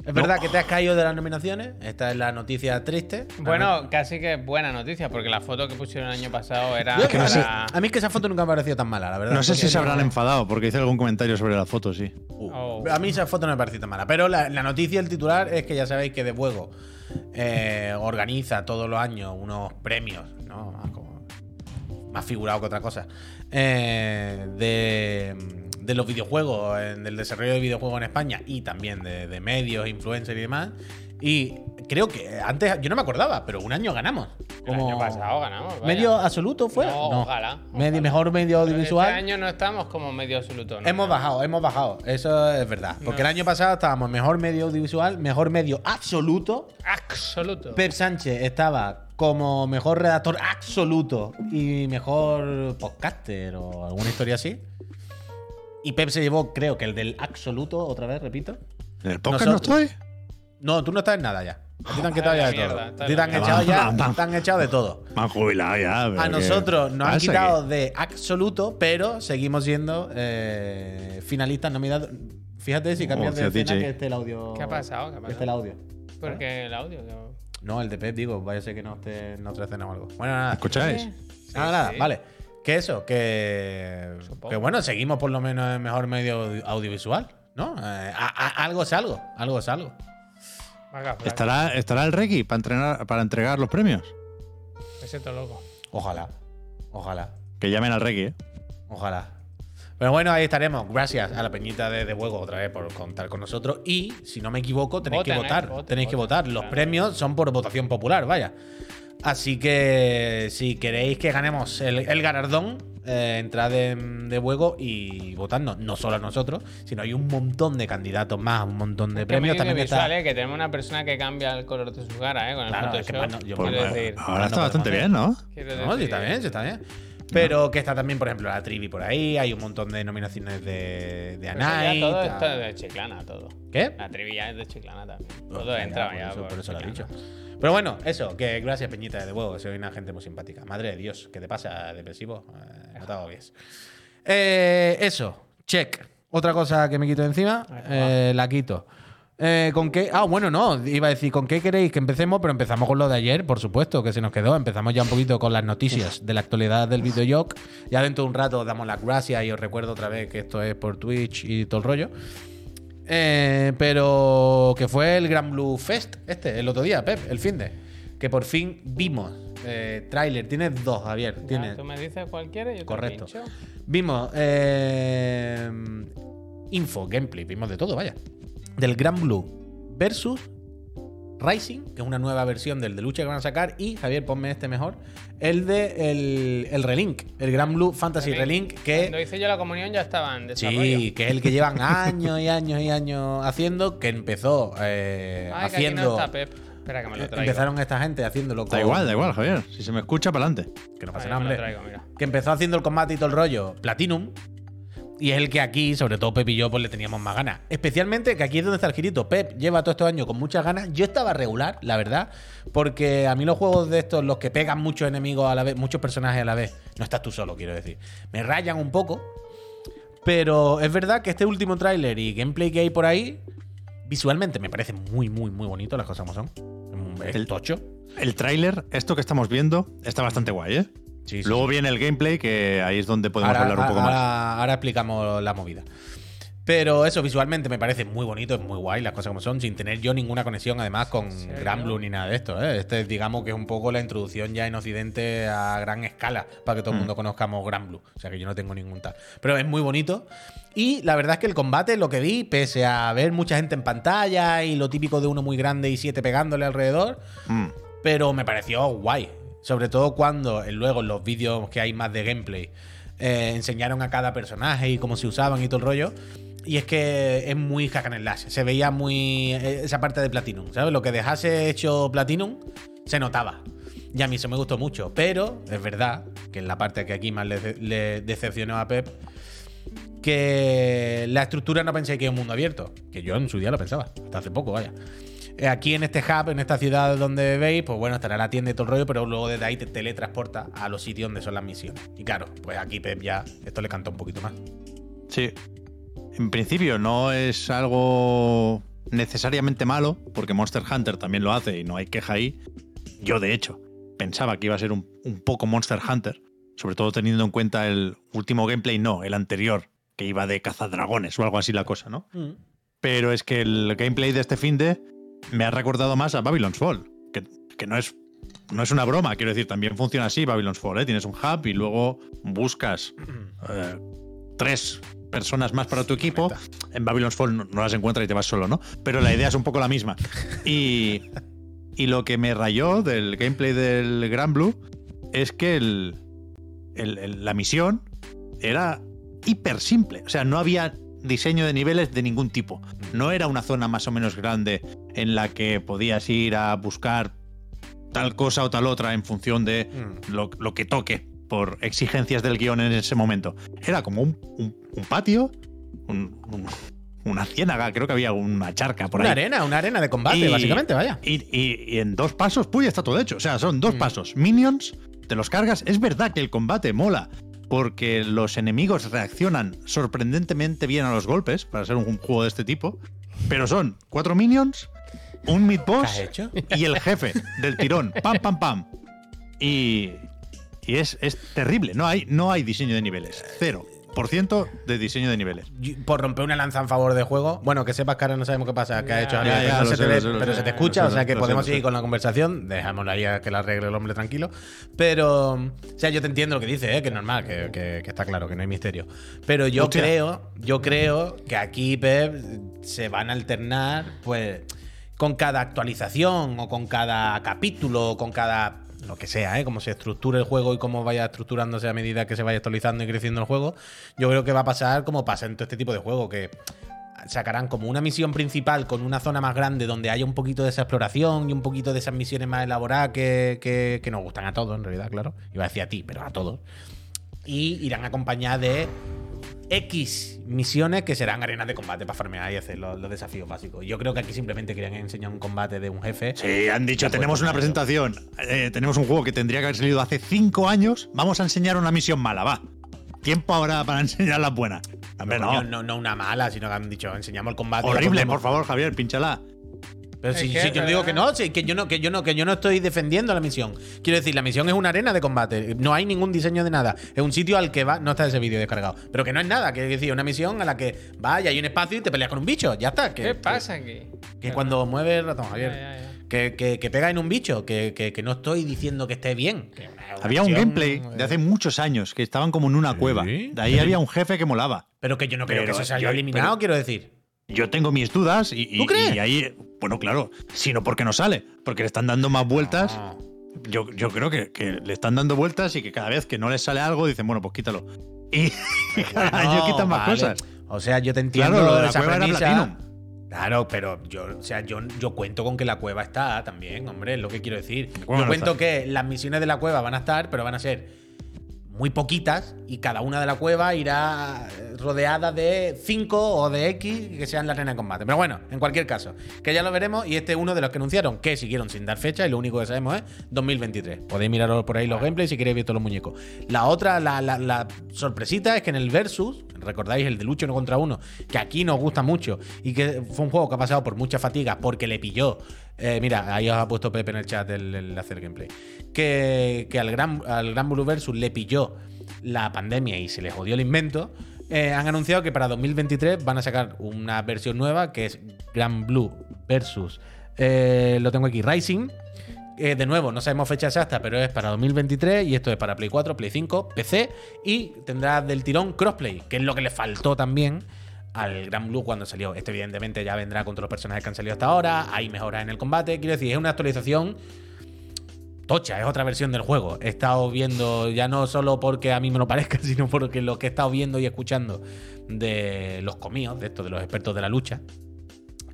Speaker 2: Es verdad que te has caído de las nominaciones. Esta es la noticia triste.
Speaker 1: Bueno, casi que buena noticia, porque la foto que pusieron el año pasado era.
Speaker 3: Ah,
Speaker 2: Yo-
Speaker 1: para-
Speaker 2: a, mí, a mí es que esa foto nunca me ha parecido tan mala, la verdad.
Speaker 3: No sé si
Speaker 2: Porque
Speaker 3: se habrán enfadado porque hice algún comentario sobre la foto, sí.
Speaker 2: Uh,
Speaker 1: Oh.
Speaker 2: A mí esa foto no me parece tan mala. Pero la, la noticia, el titular, es que ya sabéis que De Fuego eh, organiza todos los años unos premios, ¿no? Más, como- más figurado que otra cosa. eh, de, de los videojuegos, eh, del desarrollo de videojuegos en España y también de, de medios, influencers y demás. Y creo que antes, yo no me acordaba, pero un año ganamos.
Speaker 1: El
Speaker 2: Como
Speaker 1: año pasado ganamos. vaya.
Speaker 2: ¿Medio absoluto fue?
Speaker 1: No, ojalá,
Speaker 2: Medio,
Speaker 1: ojalá.
Speaker 2: mejor medio
Speaker 1: Pero
Speaker 2: audiovisual.
Speaker 1: Este año no estamos como medio absoluto. ¿no?
Speaker 2: Hemos bajado, hemos bajado. Eso es verdad. Porque
Speaker 1: No.
Speaker 2: el año pasado estábamos mejor medio audiovisual, mejor medio absoluto.
Speaker 1: Absoluto.
Speaker 2: Pep Sánchez estaba como mejor redactor absoluto y mejor podcaster o alguna historia así. Y Pep se llevó, creo que el del absoluto, otra vez, repito.
Speaker 3: ¿En el podcast
Speaker 2: Nosotros-
Speaker 3: no estoy?
Speaker 2: No, tú no estás en nada ya. A ti te han quitado ya
Speaker 1: la
Speaker 2: de
Speaker 1: mierda,
Speaker 2: todo.
Speaker 1: está
Speaker 2: A
Speaker 1: en
Speaker 2: ti te
Speaker 1: la
Speaker 2: han
Speaker 1: mierda.
Speaker 2: echado
Speaker 3: Va,
Speaker 2: ya,
Speaker 3: va.
Speaker 2: te han echado de todo.
Speaker 3: Me han jubilado ya. pero
Speaker 2: A
Speaker 3: ¿qué
Speaker 2: nosotros nos han
Speaker 3: pasa
Speaker 2: quitado
Speaker 3: aquí?
Speaker 2: de absoluto, pero seguimos siendo eh, finalistas nominados. Fíjate
Speaker 3: Oh,
Speaker 2: si cambias de
Speaker 3: Hostia,
Speaker 2: escena
Speaker 3: DJ.
Speaker 2: que esté el audio.
Speaker 1: ¿Qué ha pasado? ¿Qué ha
Speaker 2: Que esté el
Speaker 1: pasado?
Speaker 2: audio.
Speaker 1: Porque el audio. yo-
Speaker 2: No, el de Pep, digo, vaya a ser que no esté en otra escena o algo. Bueno, nada.
Speaker 3: ¿Escucháis?
Speaker 1: Sí,
Speaker 2: Nada, Ah, nada,
Speaker 1: sí.
Speaker 2: vale. Que eso, que.
Speaker 1: Supongo.
Speaker 2: Que bueno, seguimos por lo menos en mejor medio audio- audiovisual, ¿no? Eh, a- a- algo es algo, algo es algo.
Speaker 1: Vaga, flaca.
Speaker 3: ¿Estará, ¿Estará el Reiki para, entrenar, para entregar los premios?
Speaker 1: Me siento loco.
Speaker 2: Ojalá, ojalá,
Speaker 3: Que llamen al Reiki, ¿eh?
Speaker 2: ojalá. Pero bueno, ahí estaremos. Gracias a la peñita de, de juego otra vez por contar con nosotros. Y, si no me equivoco, tenéis que
Speaker 1: Voten, eh,
Speaker 2: votar.
Speaker 1: voten,
Speaker 2: tenéis que
Speaker 1: voten,
Speaker 2: votar. Los
Speaker 1: claro.
Speaker 2: premios son por votación popular, vaya. Así que si queréis que ganemos el, el galardón, eh, entrad en- de juego y votadnos. No solo a nosotros, sino hay un montón de candidatos más, un montón de
Speaker 1: Que medio
Speaker 2: premios también que
Speaker 1: visual,
Speaker 2: está.
Speaker 1: eh, que tenemos una persona que cambia el color de su cara, ¿eh? Con el
Speaker 2: Claro, es que
Speaker 1: Photoshop.
Speaker 2: más no- yo-
Speaker 3: Pues,
Speaker 1: quiero
Speaker 3: eh,
Speaker 1: decir.
Speaker 3: ahora está
Speaker 2: no
Speaker 3: bastante
Speaker 2: podemos.
Speaker 3: bien, ¿no?
Speaker 1: quiero
Speaker 2: No, sí,
Speaker 1: decir-
Speaker 2: está bien, sí, está bien. Pero que está también, por ejemplo, la Trivi por ahí. Hay un montón de nominaciones de, de
Speaker 1: Pero eso ya
Speaker 2: Anai.
Speaker 1: pues todo
Speaker 2: tal.
Speaker 1: esto es de Chiclana, todo.
Speaker 2: ¿Qué?
Speaker 1: La trivia es de Chiclana también.
Speaker 2: Pues
Speaker 1: Todo
Speaker 2: ya,
Speaker 1: entra
Speaker 2: por
Speaker 1: ya.
Speaker 2: eso- por, eso lo he dicho.
Speaker 1: Chiclana.
Speaker 2: Pero bueno, eso, que gracias, Peñita, de huevo. Soy una gente muy simpática. Madre de Dios, ¿qué te pasa, depresivo? Eh, no te agobies. Eh, eso, check. Otra cosa que me quito de encima, eh, la quito. Eh, ¿Con qué? Ah, bueno, no, iba a decir, ¿con qué queréis que empecemos? Pero empezamos con lo de ayer, por supuesto, que se nos quedó. Empezamos ya un poquito con las noticias de la actualidad del videojoc. Ya dentro de un rato os damos las gracias y os recuerdo otra vez que esto es por Twitch y todo el rollo. Eh, pero que fue el Gran Blue Fest este, el otro día, Pep, el fin de. Que por fin vimos eh, tráiler. Tienes dos, Javier.
Speaker 1: Ya,
Speaker 2: Tienes.
Speaker 1: Tú me dices cualquiera y yo
Speaker 2: Correcto.
Speaker 1: te pincho.
Speaker 2: Vimos eh, info, gameplay, vimos de todo, vaya. Del Gran Blue versus Rising, que es una nueva versión del de lucha que van a sacar. Y, Javier, ponme este mejor. El de el, el Relink, el Gran Blue Fantasy Relink,
Speaker 1: Relink.
Speaker 2: que
Speaker 1: Cuando hice yo la comunión ya estaban en desarrollo.
Speaker 2: Sí, que es el que llevan años y años y años haciendo, que empezó eh,
Speaker 1: Ay, que aquí no
Speaker 2: haciendo. Eh,
Speaker 1: está Pep. Espera que me lo traigo.
Speaker 2: empezaron esta gente haciéndolo con.
Speaker 3: Da igual, da igual, Javier. Si se me escucha, para adelante.
Speaker 2: Que no
Speaker 1: Ay,
Speaker 2: pasa nada,
Speaker 1: me lo
Speaker 2: hombre.
Speaker 1: traigo, mira.
Speaker 2: Que empezó haciendo el combate y todo el rollo Platinum. Y es el que aquí, sobre todo Pep y yo, pues le teníamos más ganas. Especialmente que aquí es donde está el girito. Pep lleva todos estos años con muchas ganas. Yo estaba regular, la verdad. Porque a mí los juegos de estos, los que pegan muchos enemigos a la vez, muchos personajes a la vez, no estás tú solo, quiero decir. Me rayan un poco. Pero es verdad que este último tráiler y gameplay que hay por ahí, visualmente me parece muy, muy, muy bonito las cosas como son. Es
Speaker 3: El-
Speaker 2: tocho.
Speaker 3: El tráiler, esto que estamos viendo, está bastante guay, ¿eh?
Speaker 2: Sí, sí,
Speaker 3: Luego viene el gameplay, que ahí es donde podemos hablar un poco más.
Speaker 2: ahora- ahora explicamos la movida. Pero eso visualmente me parece muy bonito, es muy guay, las cosas como son, sin tener yo ninguna conexión además con
Speaker 1: serio?
Speaker 2: Gran Blue ni nada de esto. ¿eh? Este digamos que es un poco la introducción ya en Occidente a gran escala, para
Speaker 3: Mm.
Speaker 2: que todo el mundo conozcamos Gran Blue. O sea que yo no tengo ningún tal. Pero es muy bonito. Y la verdad es que el combate, lo que vi, pese a ver mucha gente en pantalla y lo típico de uno muy grande y siete pegándole alrededor,
Speaker 3: Mm.
Speaker 2: pero me pareció guay. Sobre todo cuando eh, luego en los vídeos que hay más de gameplay eh, enseñaron a cada personaje y cómo se usaban y todo el rollo. Y es que es muy hack and slash. Se veía muy eh, esa parte de Platinum, ¿sabes? Lo que dejase hecho Platinum se notaba. Y a mí eso me gustó mucho. Pero es verdad que es la parte que aquí más le, le decepcionó a Pep. Que la estructura no pensé que era un mundo abierto. Que yo en su día lo pensaba. Hasta hace poco, vaya. Eh, Aquí en este hub, en esta ciudad donde veis, pues bueno, estará la tienda y todo el rollo, pero luego desde ahí te teletransporta a los sitios donde son las misiones. Y claro, pues aquí Pep ya esto le canta un poquito más.
Speaker 3: Sí. En principio no es algo necesariamente malo, porque Monster Hunter también lo hace y no hay queja ahí. Yo, de hecho, pensaba que iba a ser un, un poco Monster Hunter, sobre todo teniendo en cuenta el último gameplay, no, el anterior, que iba de cazadragones o algo así la cosa, ¿no? Pero es que el gameplay de este fin de me ha recordado más a Babylon's Fall, que, que no es... No es una broma, quiero decir, también funciona así Babylon's Fall, ¿eh? Tienes un hub y luego buscas eh, tres personas más para tu equipo. En Babylon's Fall no, no las encuentras y te vas solo, ¿no? Pero la idea es un poco la misma. Y, y lo que me rayó del gameplay del Gran Blue es que el, el- el- la misión era hiper simple. O sea, no había diseño de niveles de ningún tipo. No era una zona más o menos grande en la que podías ir a buscar tal cosa o tal otra en función de lo, lo que toque por exigencias del guión en ese momento. Era como un, un- un patio, un- un- una ciénaga, creo que había una charca por
Speaker 2: Una
Speaker 3: ahí.
Speaker 2: arena, una arena de combate,
Speaker 3: Y-
Speaker 2: básicamente, vaya.
Speaker 3: Y, y- y en dos pasos, puy, está todo hecho. O sea, son dos
Speaker 1: Mm.
Speaker 3: pasos. Minions, te los cargas. Es verdad que el combate mola, porque los enemigos reaccionan sorprendentemente bien a los golpes, para ser un, un juego de este tipo. Pero son cuatro minions, un mid-boss
Speaker 2: hecho?
Speaker 3: y el jefe del tirón. Pam, pam, pam. Y, y es, es terrible. No hay, no hay diseño de niveles. Cero por ciento de diseño de niveles.
Speaker 2: Yo- Por romper una lanza en favor de juego. Bueno, que sepas que ahora no sabemos qué pasa, que ha
Speaker 1: Ya.
Speaker 2: hecho
Speaker 1: Ya,
Speaker 2: Ariel,
Speaker 3: ya,
Speaker 2: pero no
Speaker 3: lo
Speaker 2: se
Speaker 3: sé,
Speaker 2: te
Speaker 3: lo
Speaker 2: ve-
Speaker 3: sé, lo
Speaker 2: pero
Speaker 3: sé,
Speaker 2: se te
Speaker 3: lo
Speaker 2: escucha,
Speaker 3: sé,
Speaker 2: o sea
Speaker 3: lo
Speaker 2: que
Speaker 3: sé,
Speaker 2: podemos
Speaker 3: lo sé.
Speaker 2: seguir con la conversación. Dejémoslo ahí a que la arregle el hombre tranquilo. Pero, o sea, yo te entiendo lo que dices, ¿eh? que es normal, que, que- que está claro, que no hay misterio. Pero yo
Speaker 3: Hostia.
Speaker 2: creo, yo creo que aquí, Pep, se van a alternar, pues, con cada actualización, o con cada capítulo, o con cada. Lo que sea, ¿eh? Cómo se estructure el juego y cómo vaya estructurándose a medida que se vaya actualizando y creciendo el juego. Yo creo que va a pasar como pasa en todo este tipo de juego, que sacarán como una misión principal con una zona más grande donde haya un poquito de esa exploración y un poquito de esas misiones más elaboradas que, que- que nos gustan a todos, en realidad, claro. Iba a decir a ti, pero a todos. Y irán acompañadas de X misiones que serán arenas de combate para farmear y hacer los, los desafíos básicos. Yo creo que aquí simplemente querían enseñar un combate de un jefe.
Speaker 3: Sí, han dicho, tenemos una
Speaker 2: claro.
Speaker 3: presentación, eh, tenemos un juego que tendría que haber salido hace cinco años, vamos a enseñar una misión mala, va. Tiempo ahora para enseñar las buenas. Hombre,
Speaker 2: Coño,
Speaker 3: no.
Speaker 2: no, no una mala, sino que han dicho, enseñamos el combate.
Speaker 3: Horrible,
Speaker 2: por
Speaker 3: por
Speaker 2: favor
Speaker 3: favor, Javier, pinchala.
Speaker 2: Pero
Speaker 1: Es
Speaker 2: si,
Speaker 1: que
Speaker 2: si
Speaker 1: es
Speaker 2: yo digo
Speaker 1: verdad.
Speaker 2: que no, si- que yo no, que yo no, que yo no estoy defendiendo la misión. Quiero decir, la misión es una arena de combate. No hay ningún diseño de nada. Es un sitio al que va. No está ese vídeo descargado. Pero que no es nada. Quiero decir, una misión a la que vas y hay un espacio y te peleas con un bicho. Ya está. Que,
Speaker 1: ¿Qué pasa aquí?
Speaker 2: Que, que cuando mueve el ratón, eh, Javier.
Speaker 1: Ya, ya, ya.
Speaker 2: Que, que- que pega en un bicho. Que, que- que no estoy diciendo que esté bien. que una- una
Speaker 3: Había un
Speaker 2: acción,
Speaker 3: gameplay de
Speaker 2: eh,
Speaker 3: hace muchos años que estaban como en una cueva. De ahí había un jefe que molaba.
Speaker 2: Pero que yo no creo
Speaker 3: Pero
Speaker 2: que eso se haya
Speaker 3: yo-
Speaker 2: eliminado,
Speaker 3: pero-
Speaker 2: quiero decir.
Speaker 3: Yo tengo mis dudas y, y-
Speaker 2: ¿Tú crees?
Speaker 3: y ahí, bueno, claro, sino porque no sale, porque le están dando más vueltas.
Speaker 2: No.
Speaker 3: Yo, yo creo que, que le están dando vueltas y que cada vez que no les sale algo dicen, bueno, pues quítalo. Y cada año
Speaker 2: No,
Speaker 3: quitan más
Speaker 2: vale.
Speaker 3: cosas.
Speaker 2: O sea, yo te entiendo
Speaker 3: Claro, lo de la
Speaker 2: esa
Speaker 3: cueva era
Speaker 2: premisa.
Speaker 3: Platinum.
Speaker 2: Claro, pero yo, o sea, yo, yo cuento con que la cueva está también, hombre, es lo que quiero decir.
Speaker 3: cueva
Speaker 2: Yo
Speaker 3: no
Speaker 2: cuento
Speaker 3: está.
Speaker 2: que las misiones de la cueva van a estar, pero van a ser muy poquitas y cada una de la cueva irá eh, rodeada de 5 o de X que sean la arena de combate. Pero bueno, en cualquier caso, que ya lo veremos y este es uno de los que anunciaron que siguieron sin dar fecha y lo único que sabemos es 2023. Podéis miraros por ahí los gameplays si queréis ver todos los muñecos. La otra, la, la- la sorpresita es que en el Versus, recordáis el de Lucho uno contra uno, que aquí nos gusta mucho y que fue un juego que ha pasado por muchas fatigas porque le pilló. eh, mira, ahí os ha puesto Pepe en el chat el, el hacer gameplay. Que, que al Gran, al Gran Blue Versus le pilló la pandemia y se le jodió el invento. eh, han anunciado que para 2023 van a sacar una versión nueva que es Gran Blue Versus. eh, lo tengo aquí, Rising. Eh, de nuevo, no sabemos fecha exacta, pero es para 2023 y esto es para Play 4, Play 5, PC y tendrá del tirón crossplay, que es lo que le faltó también al Gran Blue cuando salió. Esto evidentemente ya vendrá con todos los personajes que han salido hasta ahora, hay mejoras en el combate, quiero decir, es una actualización tocha, es otra versión del juego. He estado viendo, ya no solo porque a mí me lo parezca, sino porque lo que he estado viendo y escuchando de los comíos, de esto, de los expertos de la lucha,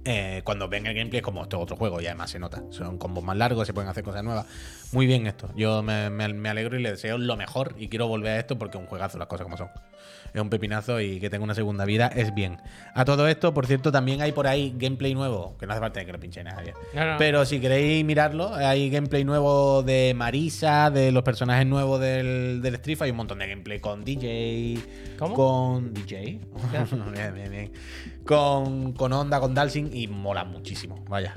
Speaker 2: eh, cuando ven el gameplay es como esto es otro juego y además se nota. Son combos más largos, se pueden hacer cosas nuevas. Muy bien esto. Yo me, me- me alegro y le deseo lo mejor y quiero volver a esto porque es un juegazo, las cosas como son. Es un pepinazo y que tenga una segunda vida es bien. A todo esto, por cierto, también hay por ahí gameplay nuevo, que no hace falta que lo pinche nadie.
Speaker 1: No, no.
Speaker 2: Pero si queréis mirarlo, hay gameplay nuevo de Marisa, de los personajes nuevos del, del Street Fighter, hay un montón de gameplay con DJ,
Speaker 1: ¿Cómo?
Speaker 2: con DJ, bien, bien, bien. Con, con Onda, con Dalsing y mola muchísimo, vaya.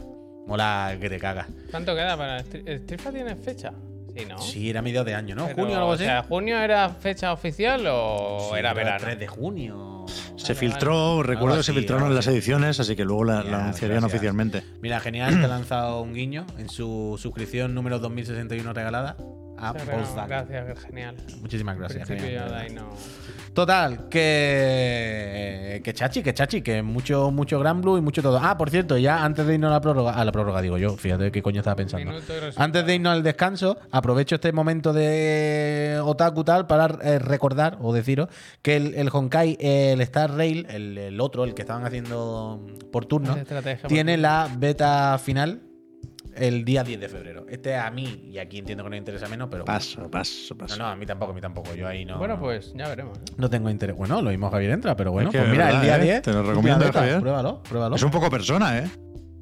Speaker 2: Mola que te cagas.
Speaker 1: ¿Cuánto queda para el Stri- el Strifa? ¿Tiene fecha? Sí, ¿no?
Speaker 2: Sí, era mediados de año, ¿no?
Speaker 1: Pero,
Speaker 2: junio o algo
Speaker 1: O
Speaker 2: así.
Speaker 1: sea, ¿junio era fecha oficial o
Speaker 2: Sí,
Speaker 1: era
Speaker 2: creo que
Speaker 1: verano?
Speaker 2: 3 de junio.
Speaker 3: Se
Speaker 1: Vale,
Speaker 3: filtró, recuerdo
Speaker 2: Algo
Speaker 3: que se
Speaker 2: así,
Speaker 3: filtraron
Speaker 2: algo
Speaker 3: las
Speaker 2: así.
Speaker 3: ediciones, así que luego la, la
Speaker 2: Genial,
Speaker 3: anunciarían
Speaker 2: gracias.
Speaker 3: oficialmente.
Speaker 2: Mira, genial que ha lanzado un guiño en su suscripción número 2061 regalada. a
Speaker 1: Pero
Speaker 2: Potsdam.
Speaker 1: Gracias, genial.
Speaker 2: Muchísimas gracias.
Speaker 1: Al principio
Speaker 2: genial.
Speaker 1: yo de ahí no-
Speaker 2: Total, que. Que chachi, que chachi, que mucho, mucho Gran Blue y mucho todo. Ah, por cierto, ya antes de irnos a la prórroga, a la prórroga digo yo, fíjate qué coño estaba pensando.
Speaker 1: Minuto y resultado.
Speaker 2: Antes de irnos al descanso, aprovecho este momento de Otaku tal para eh, recordar o deciros que el, el Honkai, el Star Rail, el, el otro, el que estaban haciendo por turno,
Speaker 1: Esa estrategia
Speaker 2: tiene la beta final el día 10 de febrero. Este a mí, y aquí entiendo que no interesa menos, pero.
Speaker 3: Paso, paso,
Speaker 2: No,
Speaker 3: paso.
Speaker 2: no, a mí tampoco, a mí tampoco. Yo ahí no.
Speaker 1: Bueno,
Speaker 2: no.
Speaker 1: pues ya veremos. ¿eh?
Speaker 2: No tengo interés. Bueno, lo mismo Javier entra, pero bueno,
Speaker 3: Es que
Speaker 2: pues
Speaker 3: es
Speaker 2: mira, el
Speaker 3: verdad,
Speaker 2: día
Speaker 3: ¿eh?
Speaker 2: 10.
Speaker 3: Te lo recomiendo,
Speaker 2: beta,
Speaker 3: Javier.
Speaker 2: Pruébalo, pruébalo.
Speaker 3: Es un poco persona, ¿eh?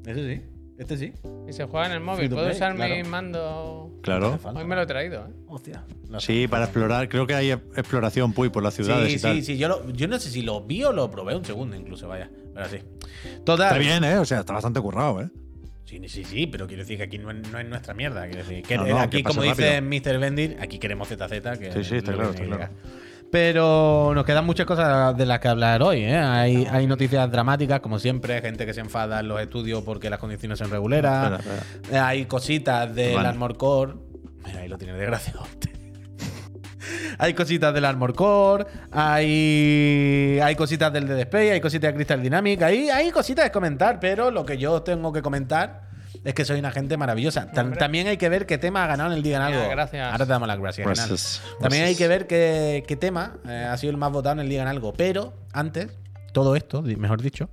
Speaker 2: Eso sí. Este sí.
Speaker 1: Y se juega en el
Speaker 2: Free
Speaker 1: móvil.
Speaker 2: to
Speaker 1: ¿Puedo
Speaker 2: play,
Speaker 1: usar mi
Speaker 2: claro.
Speaker 1: mando?
Speaker 3: Claro.
Speaker 2: Falta.
Speaker 1: Hoy me lo he traído, ¿eh?
Speaker 2: Hostia. No sé.
Speaker 3: Sí, para explorar. Creo que hay e- exploración, Puy, por las ciudades
Speaker 2: Sí,
Speaker 3: y tal.
Speaker 2: sí, sí. Yo, lo- yo no sé si lo vi o lo probé un segundo incluso, vaya. Pero sí. Total.
Speaker 3: Está bien, ¿eh? O sea, está bastante currado, ¿eh?
Speaker 2: Sí, sí, sí, pero quiero decir que aquí no es, no es nuestra mierda. Quiero decir, que
Speaker 3: No, no,
Speaker 2: aquí,
Speaker 3: que pase
Speaker 2: como dice Mr. Bendit, aquí queremos ZZ. Que
Speaker 3: Sí, sí, está
Speaker 2: lo
Speaker 3: claro,
Speaker 2: tiene
Speaker 3: está
Speaker 2: que
Speaker 3: claro.
Speaker 2: llegar. Pero nos quedan muchas cosas de las que hablar hoy. ¿eh? Hay, hay noticias dramáticas, como siempre, gente que se enfada en los estudios porque las condiciones son reguleras.
Speaker 3: Espera, espera.
Speaker 2: Eh, Hay cositas del
Speaker 3: Vale.
Speaker 2: Armor Core. Mira, ahí lo tienes desgraciado. hay cositas del Armor Core. Hay, hay cositas del Dead Space. Hay cositas de Crystal Dynamics. Hay, hay cositas que comentar, pero lo que yo tengo que comentar. Es que soy una gente maravillosa. Tam-
Speaker 1: Hombre.
Speaker 2: también hay que ver qué tema ha ganado en el día en
Speaker 1: Mira,
Speaker 2: algo.
Speaker 1: gracias.
Speaker 2: Ahora te damos las gracias. Genal.
Speaker 3: Gracias,
Speaker 2: También hay
Speaker 3: gracias.
Speaker 2: que ver qué, qué tema eh, ha sido el más votado en el Liga en algo. Pero antes, todo esto, di- mejor dicho,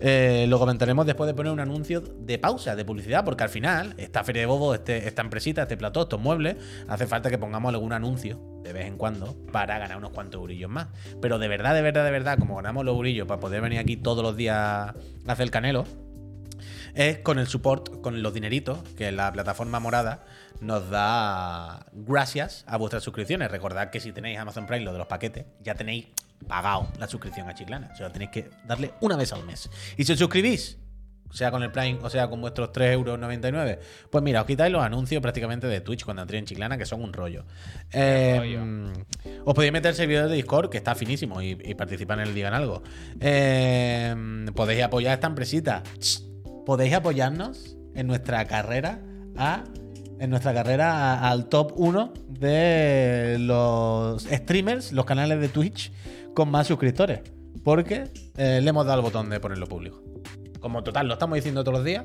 Speaker 2: eh, lo comentaremos después de poner un anuncio de pausa, de publicidad, porque al final, esta feria de bobo, este, esta empresita, este plató, estos muebles, hace falta que pongamos algún anuncio de vez en cuando para ganar unos cuantos eurillos más. Pero de verdad, de verdad, de verdad, como ganamos los eurillos para poder venir aquí todos los días a hacer el canelo, es con el support, con los dineritos que la plataforma morada nos da gracias a vuestras suscripciones. Recordad que si tenéis Amazon Prime, lo de los paquetes, ya tenéis pagado la suscripción a Chiclana. O sea, tenéis que darle una vez al mes. Y si os suscribís, sea con el Prime o sea con vuestros 3,99 euros, pues mira, os quitáis los anuncios prácticamente de Twitch cuando entréis en Chiclana, que son un rollo. Eh,
Speaker 1: rollo.
Speaker 2: Mm, Os podéis meter al servidor de Discord, que está finísimo, y, y participar en el Digan Algo. Eh, podéis apoyar a esta empresita. Ch, Podéis apoyarnos en nuestra carrera a. En nuestra carrera a- al top 1 de los streamers, los canales de Twitch con más suscriptores. Porque eh, le hemos dado el botón de ponerlo público. Como total, lo estamos diciendo todos los días.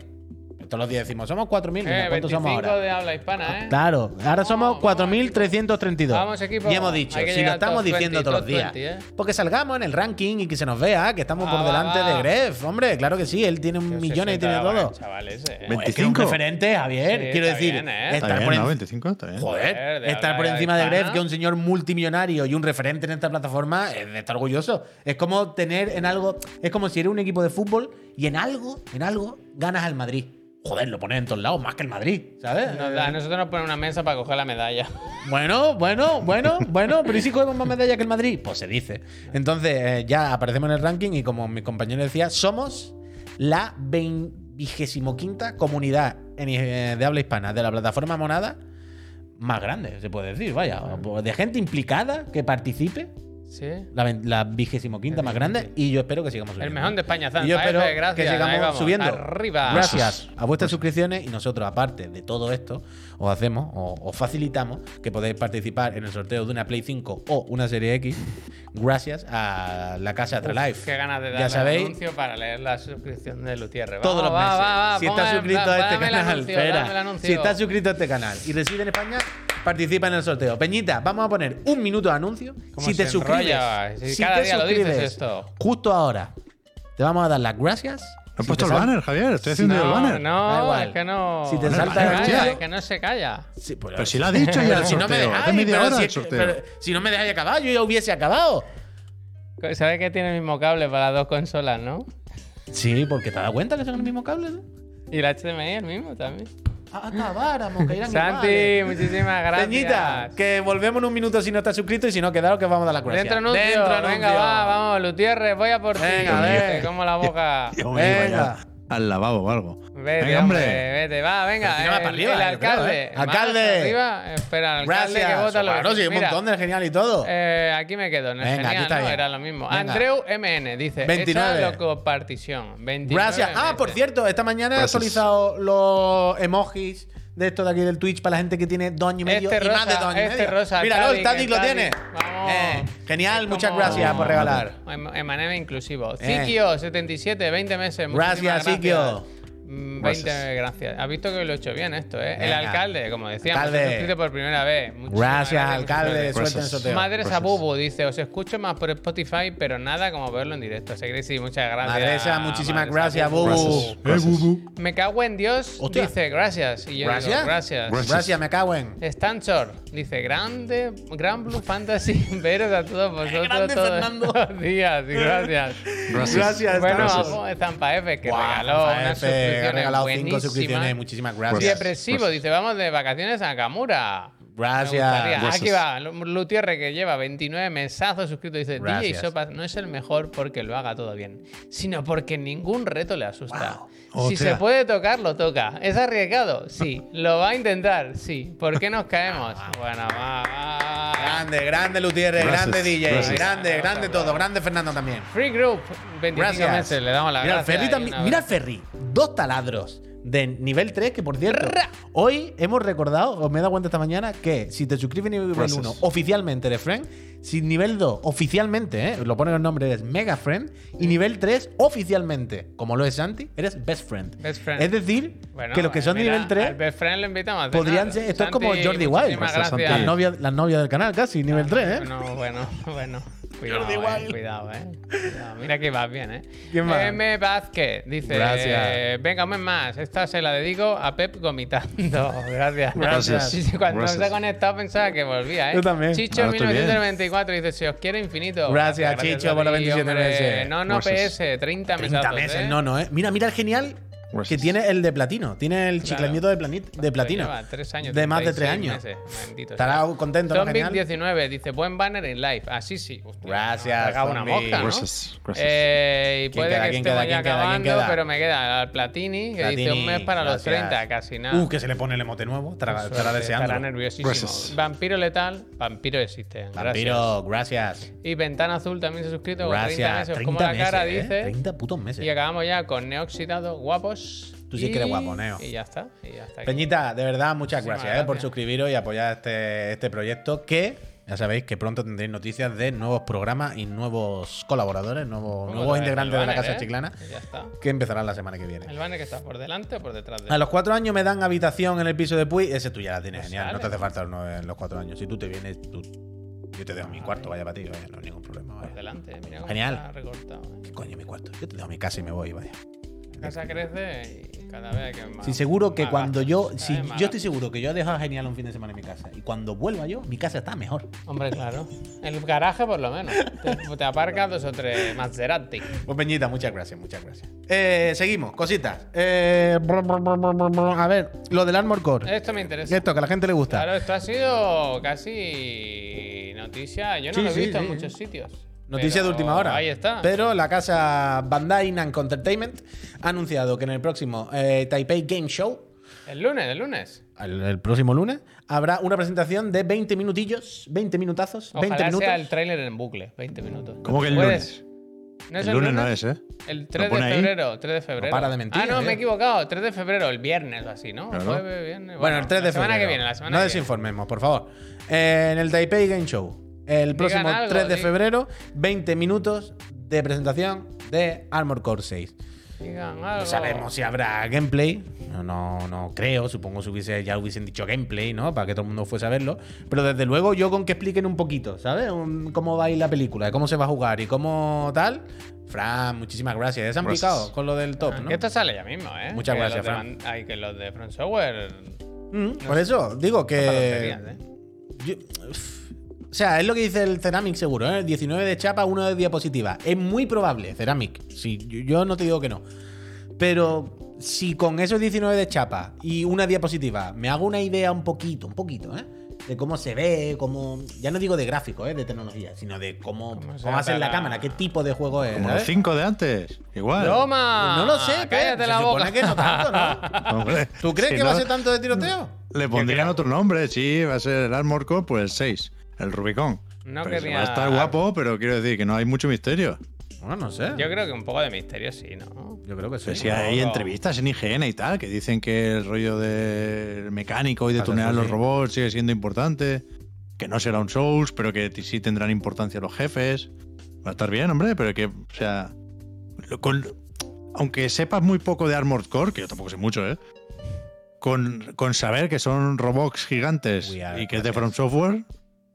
Speaker 2: Todos los días decimos, somos 4.000.
Speaker 1: Eh,
Speaker 2: mira, ¿Cuántos
Speaker 1: 25
Speaker 2: somos ahora?
Speaker 1: de habla hispana, ¿eh?
Speaker 2: Claro, ahora
Speaker 1: Vamos,
Speaker 2: somos
Speaker 1: vamos,
Speaker 2: 4.332.
Speaker 1: Vamos, equipo.
Speaker 2: Y hemos dicho,
Speaker 1: Hay que
Speaker 2: si lo
Speaker 1: llegar al
Speaker 2: estamos
Speaker 1: top 20,
Speaker 2: diciendo todos los
Speaker 1: top
Speaker 2: días.
Speaker 1: 20, ¿eh?
Speaker 2: Porque salgamos en el ranking y que se nos vea que estamos
Speaker 1: Va,
Speaker 2: por
Speaker 1: Ah, va,
Speaker 2: delante
Speaker 1: va.
Speaker 2: de Gref. Hombre, claro que sí, él tiene un
Speaker 1: Dios,
Speaker 2: millón y
Speaker 1: 60
Speaker 2: tiene
Speaker 1: de
Speaker 2: todo.
Speaker 1: Abraham, chaval, ese, ¿eh?
Speaker 3: Bueno,
Speaker 2: Es que es un
Speaker 3: 25.
Speaker 2: referente, Javier.
Speaker 1: Sí,
Speaker 2: Quiero
Speaker 1: está
Speaker 2: decir,
Speaker 1: bien, ¿eh?
Speaker 3: Está
Speaker 2: estar
Speaker 3: bien,
Speaker 2: por en-
Speaker 3: ¿no? 25, está bien.
Speaker 1: Joder,
Speaker 2: Joder,
Speaker 1: de
Speaker 2: estar por
Speaker 1: habla
Speaker 2: encima de
Speaker 1: hispana.
Speaker 2: Gref, que es un señor multimillonario y un referente en esta plataforma, es de estar orgulloso. Es como tener en algo, es como si eres un equipo de fútbol y en algo, en algo, ganas al Madrid. Joder, lo pones en todos lados, más que el Madrid, ¿sabes?
Speaker 1: Nos da- a nosotros nos ponen una mesa para coger la medalla.
Speaker 2: Bueno, bueno, bueno, bueno, pero ¿y si cogemos más medallas que el Madrid? Pues se dice. Entonces, eh, ya aparecemos en el ranking y como mi compañero decía, somos la 25 comunidad en- eh, de habla hispana de la plataforma Monada más grande, se puede decir, vaya. o De gente implicada que participe,
Speaker 1: Sí.
Speaker 2: la, ve- la 25 más grande y yo espero que sigamos subiendo.
Speaker 1: El mejor de España,
Speaker 2: Y
Speaker 1: Zanza.
Speaker 2: yo espero
Speaker 1: F, gracias.
Speaker 2: que
Speaker 1: Ahí
Speaker 2: sigamos
Speaker 1: vamos,
Speaker 2: subiendo.
Speaker 1: Arriba.
Speaker 2: Gracias a vuestras suscripciones y nosotros, aparte de todo esto, os hacemos o os facilitamos que podéis participar en el sorteo de una Play 5 o una Serie X gracias a la casa Atralife.
Speaker 1: Qué ganas de
Speaker 2: Ya
Speaker 1: darle al
Speaker 2: sabéis,
Speaker 1: anuncio para leer la suscripción de Lutierre.
Speaker 2: todos los meses. si estás suscrito a este canal, espera. si estás
Speaker 1: estás
Speaker 2: suscrito a este canal y reside en España, participa en el sorteo. Peñita, vamos a poner un minuto de anuncio.
Speaker 1: ¿Cómo
Speaker 2: Si te
Speaker 1: se
Speaker 2: suscribes,
Speaker 1: enrolla? Si cada día lo dices esto.
Speaker 2: justo ahora, te vamos a dar las gracias.
Speaker 3: He
Speaker 2: Si
Speaker 3: puesto
Speaker 2: te
Speaker 3: el
Speaker 2: sal-
Speaker 3: banner, Javier. Estoy haciendo yo el
Speaker 1: No,
Speaker 3: banner.
Speaker 2: Da
Speaker 1: no,
Speaker 2: igual.
Speaker 1: es que no.
Speaker 2: Si te
Speaker 1: no
Speaker 2: salta
Speaker 1: se
Speaker 2: el
Speaker 1: calla,
Speaker 2: anuncio-
Speaker 1: es que no se calla.
Speaker 2: Sí, pues pero,
Speaker 3: Pero si lo ha dicho ya el
Speaker 2: si no me
Speaker 3: sorteo.
Speaker 2: dejáis,
Speaker 3: Hace media
Speaker 2: pero
Speaker 3: hora
Speaker 2: si,
Speaker 3: el sorteo.
Speaker 2: pero si no me dejáis acabar, yo ya hubiese acabado.
Speaker 1: Sabes que tiene el mismo cable para las dos consolas, ¿no?
Speaker 2: Sí, porque te das cuenta que son el mismo cable, ¿no?
Speaker 1: Y el HDMI el mismo también.
Speaker 2: Acabáramos, que irán
Speaker 1: Santi, muchísimas gracias.
Speaker 2: Peñita, que volvemos en un minuto si no estás suscrito y si no, quedaros que vamos a dar la gracias.
Speaker 1: Dentro anuncio. Venga,
Speaker 2: anuncio.
Speaker 1: va, vamos, Lutierre, voy a por ti.
Speaker 2: Venga,
Speaker 1: Te
Speaker 2: ve.
Speaker 1: como la boca.
Speaker 3: Dios mío,
Speaker 2: Venga.
Speaker 3: vaya Al lavabo o algo.
Speaker 1: Vete,
Speaker 3: Venga,
Speaker 1: hombre.
Speaker 3: hombre.
Speaker 1: vete, va, venga.
Speaker 2: Pero tira más
Speaker 1: el,
Speaker 2: para arriba, yo
Speaker 1: el
Speaker 2: creo,
Speaker 1: alcalde.
Speaker 2: ¿eh? Alcalde.
Speaker 1: Más arriba, espera, el alcalde
Speaker 2: Gracias.
Speaker 1: que vota lo que-
Speaker 2: claro, sí, hay un
Speaker 1: Mira,
Speaker 2: montón de genial y todo.
Speaker 1: eh, aquí me quedo, en el
Speaker 2: Venga, aquí
Speaker 1: genial,
Speaker 2: está
Speaker 1: ¿no?
Speaker 2: bien.
Speaker 1: Era lo mismo.
Speaker 2: Venga.
Speaker 1: Andreu MN
Speaker 2: 29.
Speaker 1: dice: 29. Echa compartición. 29
Speaker 2: gracias. Ah, por
Speaker 1: meses.
Speaker 2: cierto, esta mañana he
Speaker 3: Gracias.
Speaker 2: actualizado los emojis de esto de aquí del Twitch para la gente que tiene dos años y medio
Speaker 1: Este
Speaker 2: y más de
Speaker 1: rosa,
Speaker 2: dos años y
Speaker 1: este
Speaker 2: medio.
Speaker 1: rosa,
Speaker 2: Míralo, el
Speaker 1: Tadic,
Speaker 2: Tadic lo
Speaker 1: el
Speaker 2: tiene.
Speaker 1: Tadic. Vamos.
Speaker 2: Eh, genial,
Speaker 1: Es
Speaker 2: muchas
Speaker 1: como-
Speaker 2: gracias por regalar.
Speaker 1: Em, Emaneme inclusivo.
Speaker 2: Eh.
Speaker 1: Zikio77, 20 meses. muchísimas
Speaker 2: Gracias, Zikio.
Speaker 1: Mm, 20
Speaker 2: Gracias.
Speaker 1: gracias. Has visto que lo he hecho bien esto, ¿eh? El
Speaker 2: Venga.
Speaker 1: alcalde, como decíamos,
Speaker 2: Alcalde.
Speaker 1: se ha suscrito por primera vez. Muchísimas
Speaker 2: Gracias, alcalde.
Speaker 1: muchísimas
Speaker 2: Suelta en
Speaker 3: Gracias.
Speaker 2: soteo.
Speaker 1: Madre
Speaker 3: Gracias.
Speaker 1: Sabubu dice, os escucho más por Spotify, pero nada como verlo en directo. Seguiré, sí, muchas gracias.
Speaker 2: Madresa, muchísimas
Speaker 1: Madre
Speaker 2: gracias,
Speaker 1: Sabubu.
Speaker 2: Oh. Eh, Bubu.
Speaker 3: Gracias.
Speaker 1: Me cago en Dios,
Speaker 2: Hostia.
Speaker 1: dice gracias. Y yo
Speaker 2: Gracias.
Speaker 1: digo, gracias.
Speaker 3: Gracias.
Speaker 2: Gracias, me cago en.
Speaker 1: Stanchor dice, grande, gran Blue Fantasy, veros a todos vosotros
Speaker 2: grande,
Speaker 1: todos
Speaker 2: Fernando.
Speaker 1: los días y gracias.
Speaker 3: Gracias.
Speaker 2: Gracias,
Speaker 1: bueno,
Speaker 2: Stanchor.
Speaker 1: vamos a Zampa F, que
Speaker 2: Guau,
Speaker 1: regaló
Speaker 2: Rafa
Speaker 1: unas
Speaker 2: F, ha
Speaker 1: suscripciones
Speaker 2: regalado cinco
Speaker 1: buenísimas.
Speaker 2: suscripciones. Muchísimas gracias.
Speaker 3: Gracias.
Speaker 1: Depresivo,
Speaker 3: Gracias.
Speaker 1: dice, vamos de vacaciones a Kamura.
Speaker 2: Gracias.
Speaker 1: Me gustaría.
Speaker 3: Gracias.
Speaker 1: Aquí va, Lutierre que lleva 29 mesazos suscritos, dice, DJ
Speaker 2: Gracias.
Speaker 1: Sopas no es el mejor porque lo haga todo bien, sino porque ningún reto le asusta.
Speaker 3: Wow.
Speaker 1: Si
Speaker 3: Hostia.
Speaker 1: se puede tocar, lo toca. ¿Es arriesgado? Sí. ¿Lo va a intentar? Sí. ¿Por qué nos caemos? Bueno, va, va.
Speaker 2: Grande, grande Lutierre,
Speaker 3: Gracias,
Speaker 2: grande DJ,
Speaker 3: gracias.
Speaker 2: grande, grande todo, grande Fernando también.
Speaker 1: Free Group, 25
Speaker 2: Gracias.
Speaker 1: meses, le damos la
Speaker 2: mira,
Speaker 1: gracia.
Speaker 2: al Ferry
Speaker 1: y
Speaker 2: también-
Speaker 1: una
Speaker 2: mira al
Speaker 1: abrazo.
Speaker 2: Ferry, dos taladros de nivel 3, que por cierto, hoy hemos recordado, os me he dado cuenta esta mañana, que si te suscribes nivel
Speaker 3: Gracias.
Speaker 2: 1 oficialmente eres friend, si nivel 2 oficialmente, ¿eh? lo ponen los nombres, eres mega friend, y nivel 3 oficialmente, como lo es Santi, eres best friend.
Speaker 1: Best friend.
Speaker 2: Es decir,
Speaker 1: Bueno, eh,
Speaker 2: que los que son de
Speaker 1: mira,
Speaker 2: nivel
Speaker 1: al
Speaker 2: 3
Speaker 1: Best Friend le invitamos a cenar.
Speaker 2: podrían ser, esto es como
Speaker 1: Santi,
Speaker 2: Jordi Wild,
Speaker 1: muchísimas
Speaker 3: Santi.
Speaker 1: gracias.
Speaker 2: las novias, las novias del canal casi, nivel 3, ¿eh?
Speaker 1: No, bueno, bueno. Cuidado,
Speaker 2: Jordi
Speaker 1: eh,
Speaker 2: Wild.
Speaker 1: cuidado, eh. Cuidado, Mira que vas bien, eh.
Speaker 2: ¿Quién va?
Speaker 1: M. Vázquez dice:
Speaker 2: Gracias.
Speaker 1: eh, Venga, un mes más. Esta se la dedico a Pep vomitando. Gracias.
Speaker 3: Gracias.
Speaker 1: Sí, sí, cuando
Speaker 3: Gracias.
Speaker 1: se ha conectado pensaba que volvía, eh.
Speaker 2: Yo también.
Speaker 1: Chicho
Speaker 3: Ahora estoy bien.
Speaker 1: 1994 dice: Si os quiero infinito.
Speaker 2: Gracias, Chicho,
Speaker 1: a
Speaker 2: por los
Speaker 1: ti,
Speaker 2: 27
Speaker 1: hombre.
Speaker 2: meses.
Speaker 1: No, no,
Speaker 3: Gracias.
Speaker 1: PS, 30 meses.
Speaker 2: 30 Pues meses, no, no, ¿eh? Mira, mira el genial que
Speaker 3: Gracias.
Speaker 2: tiene el de platino. Tiene el chiclanito de, planit- de platino.
Speaker 1: Pues Lleva tres años,
Speaker 2: De más de tres
Speaker 1: 36
Speaker 2: años.
Speaker 1: meses. Bendito
Speaker 2: Estará
Speaker 1: sea.
Speaker 2: contento, ¿no?
Speaker 1: Zombic
Speaker 2: Genial.
Speaker 1: 19 dice buen banner en live. Así sí. Hostia,
Speaker 2: Gracias,
Speaker 1: me ha pegado una
Speaker 2: Zombic.
Speaker 1: mosca, ¿no?
Speaker 3: Gracias, gracias.
Speaker 1: Eh, y
Speaker 2: ¿Quién
Speaker 1: puede
Speaker 2: queda?
Speaker 1: que
Speaker 2: ¿Quién
Speaker 1: estemos
Speaker 2: queda?
Speaker 1: ya
Speaker 2: ¿Quién queda? ¿Quién
Speaker 1: acabando,
Speaker 2: queda?
Speaker 1: pero me queda al Platini, que dice
Speaker 2: Platini,
Speaker 1: un mes para los
Speaker 2: gracias.
Speaker 1: 30, casi nada.
Speaker 2: Uh, que se le pone el emotenuevo. Tra-
Speaker 1: Suerte,
Speaker 2: Estará
Speaker 1: Estará
Speaker 2: deseando.
Speaker 1: nerviosísimo.
Speaker 3: Gracias.
Speaker 1: Vampiro letal, vampiro existe. Gracias.
Speaker 2: Vampiro, gracias.
Speaker 1: Y Ventana Azul también se ha suscrito.
Speaker 2: Gracias.
Speaker 1: 30 meses,
Speaker 2: 30
Speaker 1: como la cara
Speaker 2: meses,
Speaker 1: dice.
Speaker 2: ¿eh? 30 putos
Speaker 1: Y
Speaker 2: meses.
Speaker 1: acabamos ya con Neoxidado, guapos.
Speaker 2: Tú sí
Speaker 1: y-
Speaker 2: que eres guapo, Neo.
Speaker 1: Y ya está. Y ya está aquí.
Speaker 2: Peñita, de verdad, muchas
Speaker 1: Muchísimas
Speaker 2: gracias, eh, por
Speaker 1: gracias.
Speaker 2: suscribiros y apoyar este, este proyecto que ya sabéis que pronto tendréis noticias de nuevos programas y nuevos colaboradores, nuevos,
Speaker 1: Pongo
Speaker 2: nuevos
Speaker 1: otra vez el
Speaker 2: integrantes de la
Speaker 1: banner,
Speaker 2: Casa
Speaker 1: ¿eh?
Speaker 2: Chiclana
Speaker 1: Y Ya está.
Speaker 2: que empezarán la semana que viene.
Speaker 1: El banner que está por delante o por detrás de
Speaker 2: A los cuatro años me dan habitación en el piso de Puy. Ese tú ya la tienes,
Speaker 1: Pues
Speaker 2: genial. No te
Speaker 1: sale.
Speaker 2: hace falta los nueve- los cuatro años. Si tú te vienes, tú... yo te dejo mi cuarto, vaya para ti, vaya, no hay ningún problema.
Speaker 1: por
Speaker 2: Vaya.
Speaker 1: delante. Mira cómo
Speaker 2: Genial.
Speaker 1: está recortado. eh.
Speaker 2: ¿Qué coño es mi cuarto? Yo te dejo mi casa y me voy, vaya.
Speaker 1: La casa crece y cada vez hay que más.
Speaker 2: Si seguro que
Speaker 1: más
Speaker 2: cuando
Speaker 1: gasto,
Speaker 2: yo,
Speaker 1: cada
Speaker 2: si
Speaker 1: vez más
Speaker 2: yo estoy
Speaker 1: gasto.
Speaker 2: seguro que yo he dejado genial un fin de semana en mi casa y cuando vuelva yo, mi casa está mejor.
Speaker 1: Hombre, claro. El garaje, por lo menos. Te, te aparcas dos o tres Maserati.
Speaker 2: Pues Peñita, muchas gracias, muchas gracias. Eh, seguimos, cositas. Eh, brr, brr, brr, brr, brr. a ver, lo del Armor Core.
Speaker 1: Esto me interesa.
Speaker 2: Esto que a la gente le gusta.
Speaker 1: Eh, Claro, esto ha sido casi noticia. Yo no
Speaker 2: Sí,
Speaker 1: lo he
Speaker 2: sí,
Speaker 1: visto
Speaker 2: sí,
Speaker 1: en muchos
Speaker 2: sí.
Speaker 1: sitios.
Speaker 2: Noticia
Speaker 1: Pero
Speaker 2: de última hora.
Speaker 1: Ahí está.
Speaker 2: Pero la casa Bandai Namco Entertainment ha anunciado que en el próximo eh, Taipei Game Show,
Speaker 1: El lunes, el lunes.
Speaker 2: el, el próximo lunes, habrá una presentación de 20 minutillos, 20 minutazos, 20
Speaker 1: Ojalá
Speaker 2: minutos.
Speaker 1: sea el tráiler en bucle. 20 minutos.
Speaker 3: ¿Cómo que el
Speaker 2: pues,
Speaker 1: ¿Puedes?
Speaker 3: lunes?
Speaker 1: ¿No es
Speaker 3: El lunes no es, ¿eh?
Speaker 1: El 3 de
Speaker 3: pone ahí?
Speaker 1: febrero, 3 de febrero.
Speaker 2: para de mentir,
Speaker 1: Ah, no,
Speaker 2: eh.
Speaker 1: me he equivocado. 3 de febrero, el viernes o así, ¿no?
Speaker 3: Claro.
Speaker 1: Jueves, viernes.
Speaker 2: Bueno, el 3 de
Speaker 1: la semana
Speaker 2: febrero.
Speaker 1: que viene, la semana
Speaker 2: no
Speaker 1: que viene.
Speaker 2: desinformemos, por favor. Eh, en el Taipei Game Show, el próximo
Speaker 1: algo,
Speaker 2: 3 de
Speaker 1: di-
Speaker 2: febrero, 20 minutos de presentación de Armor Core 6.
Speaker 1: Digan algo.
Speaker 2: No sabemos si habrá gameplay. No, no, no creo. Supongo que hubiese, ya hubiesen dicho gameplay, ¿no? Para que todo el mundo fuese a verlo. Pero desde luego, yo con que expliquen un poquito, ¿sabes? Un- cómo va a ir la película, cómo se va a jugar y cómo tal. Fran, muchísimas gracias. Ya se han
Speaker 3: Gracias.
Speaker 2: picado con lo del top,
Speaker 1: Pues Ah,
Speaker 2: ¿no?
Speaker 1: Que esto sale ya mismo, ¿eh?
Speaker 2: Muchas
Speaker 1: Que
Speaker 2: gracias,
Speaker 1: los de
Speaker 2: Fran.
Speaker 1: Van- Ay, que los de Front Software.
Speaker 2: Mm, por eso, digo que.
Speaker 1: tonterías, ¿eh?
Speaker 2: yo- uf. o sea, es lo que dice el Ceramic seguro, ¿eh? 19 de chapa, 1 de diapositiva. Es muy probable, Ceramic. Si, yo, yo no te digo que no. Pero si con esos 19 de chapa y una diapositiva me hago una idea un poquito, un poquito, ¿eh? De cómo se ve, cómo. Ya no digo de gráfico, ¿eh? De tecnología, sino de cómo,
Speaker 1: Cómo se
Speaker 2: cómo hacen la
Speaker 1: trata la-
Speaker 2: cámara, qué tipo de juego es.
Speaker 3: Como los
Speaker 2: ¿sabes? Pues
Speaker 3: 5 de antes. Igual.
Speaker 1: ¡Toma!
Speaker 2: ¿Eh? No lo sé, Pep.
Speaker 1: Ah, cállate
Speaker 2: Se
Speaker 1: la
Speaker 2: supone
Speaker 1: boca.
Speaker 2: que no tanto, ¿no?
Speaker 3: Hombre,
Speaker 2: ¿Tú crees
Speaker 3: si
Speaker 2: que va a
Speaker 3: no,
Speaker 2: ser tanto de tiroteo?
Speaker 3: Le pondrían otro nombre, sí. Va a ser el Armor Core, pues el 6. El Rubicon.
Speaker 1: No
Speaker 3: Pues
Speaker 1: quería-
Speaker 3: Va a estar guapo, pero quiero decir que no hay mucho misterio.
Speaker 2: Bueno, no sé.
Speaker 1: Yo creo que un poco de misterio sí, ¿no?
Speaker 2: Yo creo que
Speaker 3: Sí,
Speaker 2: sí.
Speaker 3: sí, hay
Speaker 1: no.
Speaker 3: entrevistas en IGN y tal que dicen que el rollo del mecánico y de
Speaker 2: Vale,
Speaker 3: tunear
Speaker 2: eso
Speaker 3: los
Speaker 2: sí.
Speaker 3: robots sigue siendo importante, que no será un Souls, pero que t- sí tendrán importancia los jefes. Va a estar bien, hombre, pero que, o sea, lo- con- aunque sepas muy poco de Armored Core, que yo tampoco sé mucho, ¿eh? Con, con saber que son robots gigantes
Speaker 2: We are
Speaker 3: y que es de From
Speaker 2: gigantes.
Speaker 3: Software,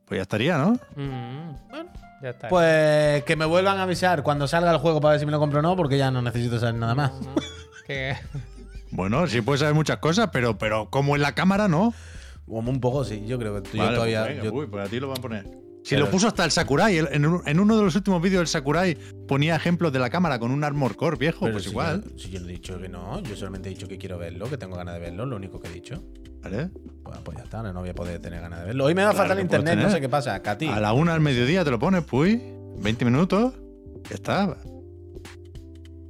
Speaker 3: pues ya estaría, ¿no?
Speaker 1: bueno, ya está.
Speaker 2: Mm, Pues que me vuelvan a avisar cuando salga el juego para ver si me lo compro o no, porque ya no necesito saber nada más.
Speaker 1: No, que-
Speaker 3: Bueno, sí puedes saber muchas cosas, pero, pero como en la cámara, no.
Speaker 2: Como un poco, sí. Yo creo que tú- yo
Speaker 3: Vale,
Speaker 2: todavía.
Speaker 3: pues venga,
Speaker 2: yo-
Speaker 3: uy, pues a ti lo van a poner. Si
Speaker 2: Pero-
Speaker 3: lo puso hasta el Sakurai, el- en, un- en uno de los últimos vídeos del Sakurai ponía ejemplos de la cámara con un Armor Core viejo,
Speaker 2: pero
Speaker 3: pues
Speaker 2: si
Speaker 3: igual.
Speaker 2: yo- si yo no he dicho que no, yo solamente he dicho que quiero verlo, que tengo ganas de verlo, lo único que he dicho.
Speaker 3: ¿vale?
Speaker 2: Bueno, pues ya está, no voy a poder tener ganas de verlo. Hoy me da
Speaker 3: Claro
Speaker 2: fatal
Speaker 3: que
Speaker 2: internet,
Speaker 3: puedo
Speaker 2: no sé qué
Speaker 3: tener.
Speaker 2: pasa, Katy.
Speaker 3: A la una al mediodía te lo pones, pues, 20 minutos, ya está.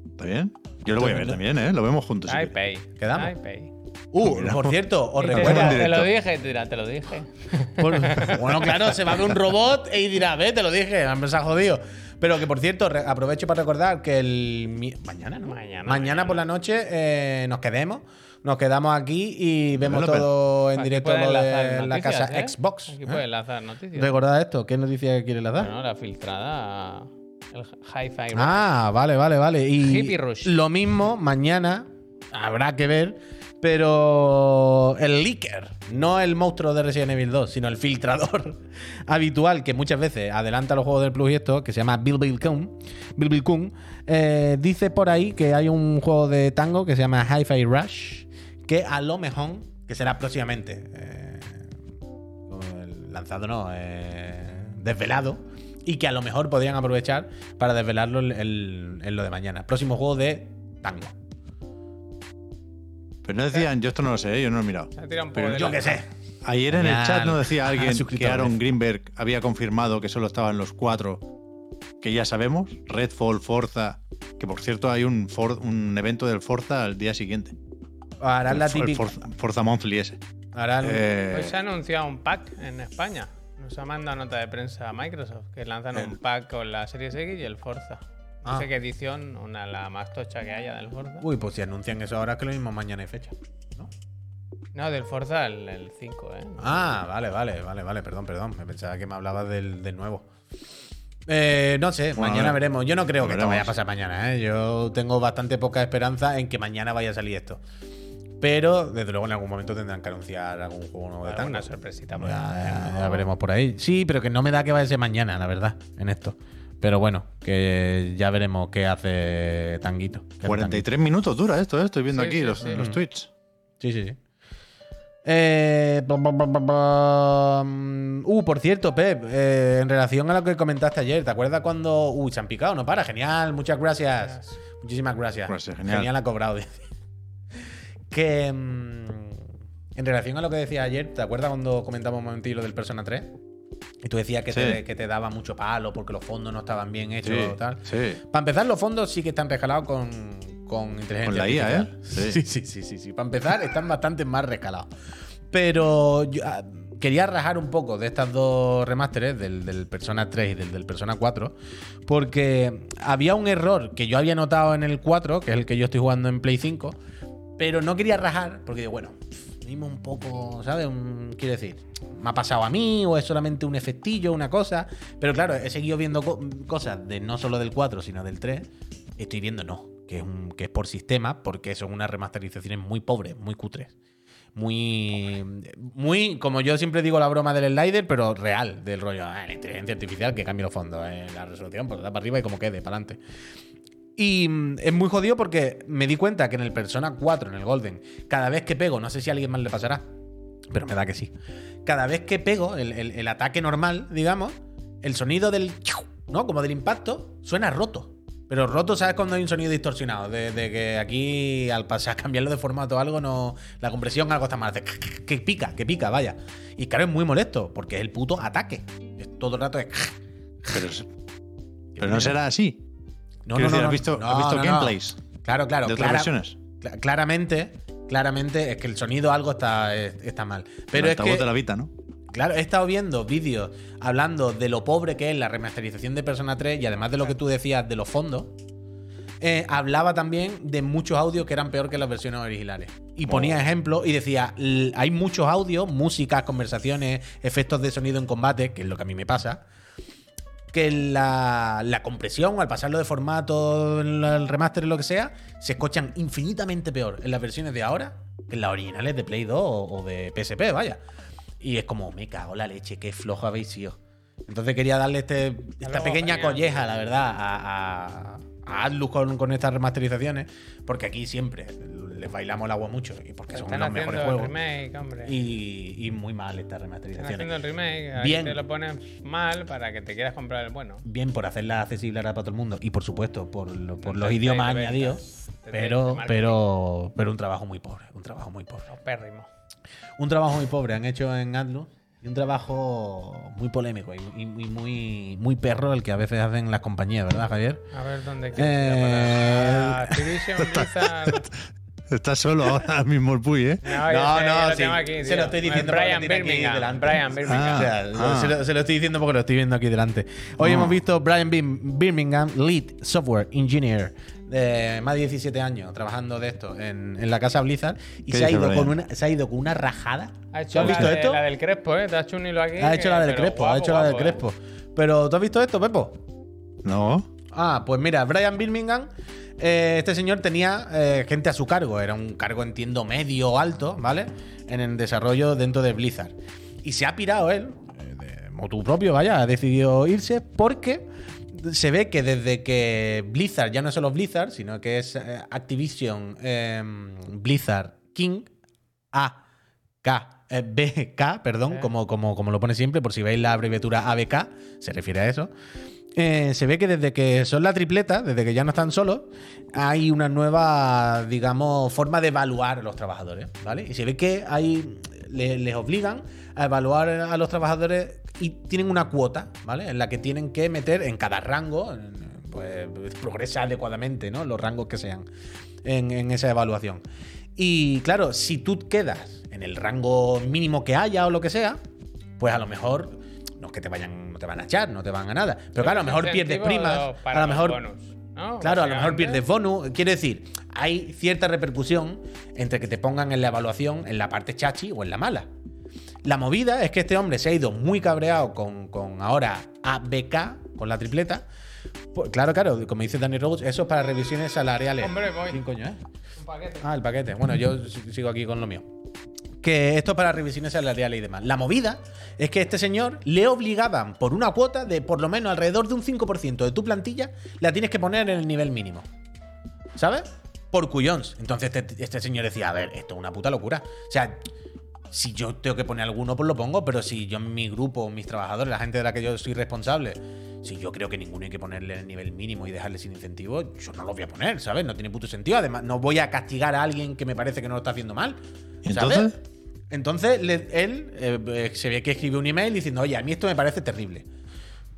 Speaker 3: Está bien. Yo lo voy a ver también, ¿eh? Lo vemos juntos. si
Speaker 1: Ay,
Speaker 3: quieres.
Speaker 1: pay.
Speaker 2: Quedamos.
Speaker 1: Ay, pay.
Speaker 2: Uh,
Speaker 3: Mira.
Speaker 2: por cierto, os
Speaker 1: Y te
Speaker 2: recuerdo.
Speaker 1: dirá,
Speaker 3: en
Speaker 1: Te lo
Speaker 3: directo.
Speaker 1: dije, te dirá, te lo dije.
Speaker 2: Por- bueno, claro, se va a ver un robot y dirá, ve, te lo dije, me ha jodido. Pero que por cierto, re- aprovecho para recordar que el. mi- Mañana, ¿no?
Speaker 1: Mañana,
Speaker 2: por la noche eh, nos quedemos. Nos quedamos aquí y vemos
Speaker 3: López.
Speaker 2: todo en
Speaker 1: Aquí
Speaker 2: directo
Speaker 1: puedes
Speaker 2: lo de
Speaker 1: enlazar
Speaker 2: la
Speaker 1: noticias,
Speaker 2: casa
Speaker 1: ¿eh?
Speaker 2: Xbox.
Speaker 1: Aquí
Speaker 2: ¿eh?
Speaker 1: puedes enlazar noticias.
Speaker 2: Recordad esto, ¿qué noticia quiere la dar?
Speaker 1: Bueno, la filtrada. El hi-fi.
Speaker 2: Ah, vale, vale, vale. Y
Speaker 1: Hippie Rush.
Speaker 2: lo mismo, mañana habrá que ver, pero el leaker, no el monstruo de Resident Evil 2, sino el filtrador habitual que muchas veces adelanta los juegos del Plus y esto, que se llama Bill Bill Kun, Bill Bill Kun, eh, dice por ahí que hay un juego de tango que se llama Hi-Fi Rush, que a lo mejor, que será próximamente, eh, como el lanzado no, eh, desvelado. Y que a lo mejor podrían aprovechar para desvelarlo en, en- en lo de mañana. Próximo juego de Tango.
Speaker 3: Pero no decían, yo esto no lo sé, yo no lo he mirado.
Speaker 1: Se ha tirado un poco
Speaker 3: Pero
Speaker 1: de
Speaker 2: Yo
Speaker 1: la-
Speaker 2: qué sé.
Speaker 3: Ayer en
Speaker 2: Genial.
Speaker 3: el chat nos decía
Speaker 2: Ah,
Speaker 3: alguien que
Speaker 2: suscriptores.
Speaker 3: Aaron Greenberg había confirmado que solo estaban los cuatro que ya sabemos, Redfall, Forza, que por cierto hay un, For- un evento del Forza al día siguiente.
Speaker 2: Harán la
Speaker 3: El For-
Speaker 2: típica.
Speaker 3: Forza, Forza Monthly ese.
Speaker 2: harán-
Speaker 3: Eh,
Speaker 1: Pues se ha anunciado un pack en España. Nos ha mandado nota de prensa a Microsoft que lanzan un pack con la Series X y el Forza. No
Speaker 2: Ah.
Speaker 1: sé qué edición, una la más tocha que haya del Forza.
Speaker 2: Uy, pues si anuncian eso ahora es que lo mismo mañana es fecha. ¿no?
Speaker 1: No, del Forza el, el 5, ¿eh?
Speaker 2: Ah, vale, vale, vale, vale. Perdón, perdón. Me pensaba que me hablabas del, del nuevo. Eh, no sé,
Speaker 3: Bueno,
Speaker 2: mañana
Speaker 3: a ver.
Speaker 2: veremos. Yo no creo
Speaker 3: Lo
Speaker 2: que esto vaya a
Speaker 3: veremos.
Speaker 2: pasar mañana. ¿eh? Yo tengo bastante poca esperanza en que mañana vaya a salir esto. Pero desde luego en algún momento tendrán que anunciar algún juego nuevo de tango.
Speaker 1: Una sorpresita. por ahí.
Speaker 2: Ya, ya veremos por ahí. Sí, pero que no me da que vaya a ser mañana, la verdad, en esto. Pero bueno, que ya veremos qué hace Tanguito.
Speaker 3: Eh,
Speaker 2: ¿Qué hace
Speaker 3: 43 minutos dura esto, eh, estoy viendo
Speaker 1: Sí,
Speaker 3: aquí
Speaker 1: sí,
Speaker 3: los,
Speaker 1: sí.
Speaker 3: los tweets.
Speaker 2: Tanguito. Sí, sí, sí. Eh, bum, bum, bum, bum, bum. Uh, por cierto, Pep, eh, en relación a lo que comentaste ayer, ¿te acuerdas cuando. Uy, se han picado, no para, genial, muchas gracias.
Speaker 1: Gracias.
Speaker 2: Muchísimas gracias.
Speaker 3: Gracias, Pues genial.
Speaker 2: ha cobrado. dice. que mm, en relación a lo que decía ayer, ¿te acuerdas cuando comentamos un momentito lo del Persona 3? Y tú decías que,
Speaker 3: Sí.
Speaker 2: te, que te daba mucho palo porque los fondos no estaban bien hechos o tal.
Speaker 3: sí.
Speaker 2: Para empezar, los fondos sí que están rescalados con, con inteligencia
Speaker 3: Con la IA,
Speaker 2: artificial.
Speaker 3: ¿eh?
Speaker 2: Sí.
Speaker 3: Sí.
Speaker 2: sí, sí, sí, sí, Para empezar, están bastante más rescalados. Pero yo, ah, quería rajar un poco de estas dos remasteres, del, del Persona 3 y del, del Persona 4, porque había un error que yo había notado en el 4, que es el que yo estoy jugando en Play 5, pero no quería rajar, porque digo, bueno, pff, mismo un poco, ¿sabes? Un- quiero decir, me ha pasado a mí, o es solamente un efectillo, una cosa. Pero claro, he seguido viendo co- cosas de no solo del 4, sino del 3. Estoy viendo no, que es, un, que es por sistema, porque son unas remasterizaciones muy pobres, muy cutres. Muy, muy, como yo siempre digo la broma del slider, pero real, del rollo, ah, la inteligencia artificial que cambie los fondos, eh, la resolución, pues da para arriba y como quede, para adelante. Y mm, es muy jodido porque me di cuenta que en el Persona 4, en el Golden, cada vez que pego, no sé si a alguien más le pasará, pero me da que sí. Cada vez que pego el, el- el ataque normal, digamos, el sonido del. chiu, ¿No? Como del impacto, suena roto. Pero roto, ¿sabes? Cuando hay un sonido distorsionado. De, de que aquí, al pasar, cambiarlo de formato o algo, no. La compresión algo está mal. hace Que pica, que pica, vaya. Y claro, es muy molesto, porque es el puto ataque. Es- Todo el rato es.
Speaker 3: Pero, es- pero no será así.
Speaker 2: No,
Speaker 3: Quiero
Speaker 2: no, no,
Speaker 3: decir,
Speaker 2: no.
Speaker 3: ¿has visto,
Speaker 2: No,
Speaker 3: has visto
Speaker 2: no, no.
Speaker 3: gameplays
Speaker 2: Claro, claro.
Speaker 3: de otras
Speaker 2: clara-
Speaker 3: versiones?
Speaker 2: Cla- Claramente, claramente es que el sonido algo está, es- está mal. Pero
Speaker 3: El
Speaker 2: es
Speaker 3: altavoz
Speaker 2: que
Speaker 3: de la Vita, ¿no?
Speaker 2: Claro, he estado viendo vídeos hablando de lo pobre que es la remasterización de Persona 3 y además de lo que tú decías de los fondos, eh, hablaba también de muchos audios que eran peor que las versiones originales. Y ponía ejemplos y decía, "L- hay muchos audios, músicas, conversaciones, efectos de sonido en combate, que es lo que a mí me pasa, que la, la compresión o al pasarlo de formato, la- el remaster, lo que sea, se escuchan infinitamente peor en las versiones de ahora que en las originales de Play 2 o, o de PSP, vaya. Y es como, me cago en la leche, qué flojo habéis sido. Entonces quería darle este, esta
Speaker 1: luego,
Speaker 2: pequeña
Speaker 1: genial.
Speaker 2: colleja, la verdad, a, a, a Atlus con, con estas remasterizaciones, porque aquí siempre les bailamos el agua mucho, y porque son
Speaker 1: Están
Speaker 2: los
Speaker 1: haciendo
Speaker 2: mejores
Speaker 1: el
Speaker 2: juegos.
Speaker 1: remake, hombre.
Speaker 2: Y, y muy mal estas
Speaker 1: Están
Speaker 2: remasterizaciones.
Speaker 1: haciendo el remake. ahí
Speaker 2: Bien.
Speaker 1: te lo pones mal para que te quieras comprar el bueno.
Speaker 2: bien por hacerla accesible ahora para todo el mundo y por supuesto por, lo- por los
Speaker 1: Tendréis
Speaker 2: idiomas
Speaker 1: de ventas,
Speaker 2: añadidos,
Speaker 1: tendréis de
Speaker 2: pero,
Speaker 1: marketing.
Speaker 2: pero, pero un trabajo muy pobre, un trabajo muy pobre.
Speaker 1: Pérrimo.
Speaker 2: Un trabajo muy pobre han hecho en Atlus y un trabajo muy polémico y, y- y muy, muy perro el que a veces hacen las compañías, ¿verdad, Javier?
Speaker 1: A ver dónde
Speaker 2: Eh,
Speaker 1: queda. Activision Blizzard.
Speaker 3: Está solo ahora mismo el Puy, ¿eh?
Speaker 1: No,
Speaker 2: No,
Speaker 1: yo sé,
Speaker 2: no,
Speaker 1: yo lo
Speaker 2: sí,
Speaker 1: tengo aquí,
Speaker 2: se
Speaker 1: tío.
Speaker 2: lo estoy diciendo porque
Speaker 1: Brian
Speaker 2: lo tiene aquí
Speaker 1: Birmingham.
Speaker 2: delante.
Speaker 1: Brian Birmingham.
Speaker 3: Ah,
Speaker 2: O sea, lo-
Speaker 3: ah.
Speaker 2: se, lo, se lo estoy diciendo porque lo estoy viendo aquí delante. Hoy
Speaker 3: Ah.
Speaker 2: hemos visto Brian Bir- Birmingham, Lead Software Engineer, de más de 17 años trabajando de esto en, en la casa Blizzard, y
Speaker 3: ¿Qué
Speaker 2: se ha,
Speaker 3: dice
Speaker 2: ido con
Speaker 3: Brian?
Speaker 2: una, se ha ido con una rajada.
Speaker 1: Ha
Speaker 2: ¿Tú
Speaker 1: hecho
Speaker 2: has
Speaker 1: la,
Speaker 2: visto
Speaker 1: de-
Speaker 2: esto?
Speaker 1: la del Crespo, ¿eh? Te ha hecho un hilo aquí.
Speaker 2: Ha hecho la
Speaker 1: que-
Speaker 2: del
Speaker 1: pero
Speaker 2: Crespo, ha
Speaker 1: guapo,
Speaker 2: hecho la del
Speaker 1: guapo, ¿eh?
Speaker 2: Crespo. Pero ¿tú has visto esto, Pepo?
Speaker 3: No.
Speaker 2: Ah, pues mira, Brian Birmingham, eh, este señor tenía eh, gente a su cargo, era un cargo, entiendo, medio o alto, ¿vale? En el desarrollo dentro de Blizzard. Y se ha pirado él, eh, de motu propio, vaya, ha decidido irse porque se ve que desde que Blizzard ya no es solo Blizzard, sino que es eh, Activision eh, Blizzard King A. K, eh, BK, perdón,
Speaker 1: Eh.
Speaker 2: como, como, como lo pone siempre, por si veis la abreviatura ABK, se refiere a eso. Eh, se ve que desde que son la tripleta, desde que ya no están solos, hay una nueva, digamos, forma de evaluar a los trabajadores, ¿vale? Y se ve que hay, le- les obligan a evaluar a los trabajadores y tienen una cuota, ¿vale? En la que tienen que meter en cada rango, en- pues progresa adecuadamente, ¿no? Los rangos que sean en, en esa evaluación. Y claro, si tú quedas en el rango mínimo que haya o lo que sea, pues a lo mejor no es que te vayan, no te van a echar, no te van a nada. Pero claro, a lo mejor pierdes
Speaker 1: Incentivo
Speaker 2: primas,
Speaker 1: para
Speaker 2: a lo
Speaker 1: los
Speaker 2: mejor
Speaker 1: bonus, ¿no? Pues
Speaker 2: Claro, a lo mejor
Speaker 1: Básicamente.
Speaker 2: pierdes bonus. Quiero decir, hay cierta repercusión entre que te pongan en la evaluación en la parte chachi o en la mala. La movida es que este hombre se ha ido muy cabreado con, con ahora ABK, con la tripleta. Pues, claro, claro, como dice Danny Rhodes, eso es para revisiones salariales.
Speaker 1: Hombre, voy.
Speaker 2: ¿Quién coño es?
Speaker 1: Un paquete.
Speaker 2: Ah, el paquete. Bueno, yo si- sigo aquí con lo mío. Que esto es para revisiones salariales y demás. La movida es que a este señor le obligaban por una cuota de por lo menos alrededor de un 5% de tu plantilla, la tienes que poner en el nivel mínimo. ¿Sabes? Por cuyons. Entonces este, este señor decía, a ver, esto es una puta locura. O sea, si yo tengo que poner alguno, pues lo pongo, pero si yo en mi grupo, mis trabajadores, la gente de la que yo soy responsable, si yo creo que ninguno hay que ponerle el nivel mínimo y dejarle sin incentivo, yo no lo voy a poner, ¿sabes? No tiene puto sentido. Además, no voy a castigar a alguien que me parece que no lo está haciendo mal. ¿sabes?
Speaker 3: ¿Entonces?
Speaker 2: Entonces, le- él eh, eh, se ve que escribe un email diciendo, oye, a mí esto me parece terrible.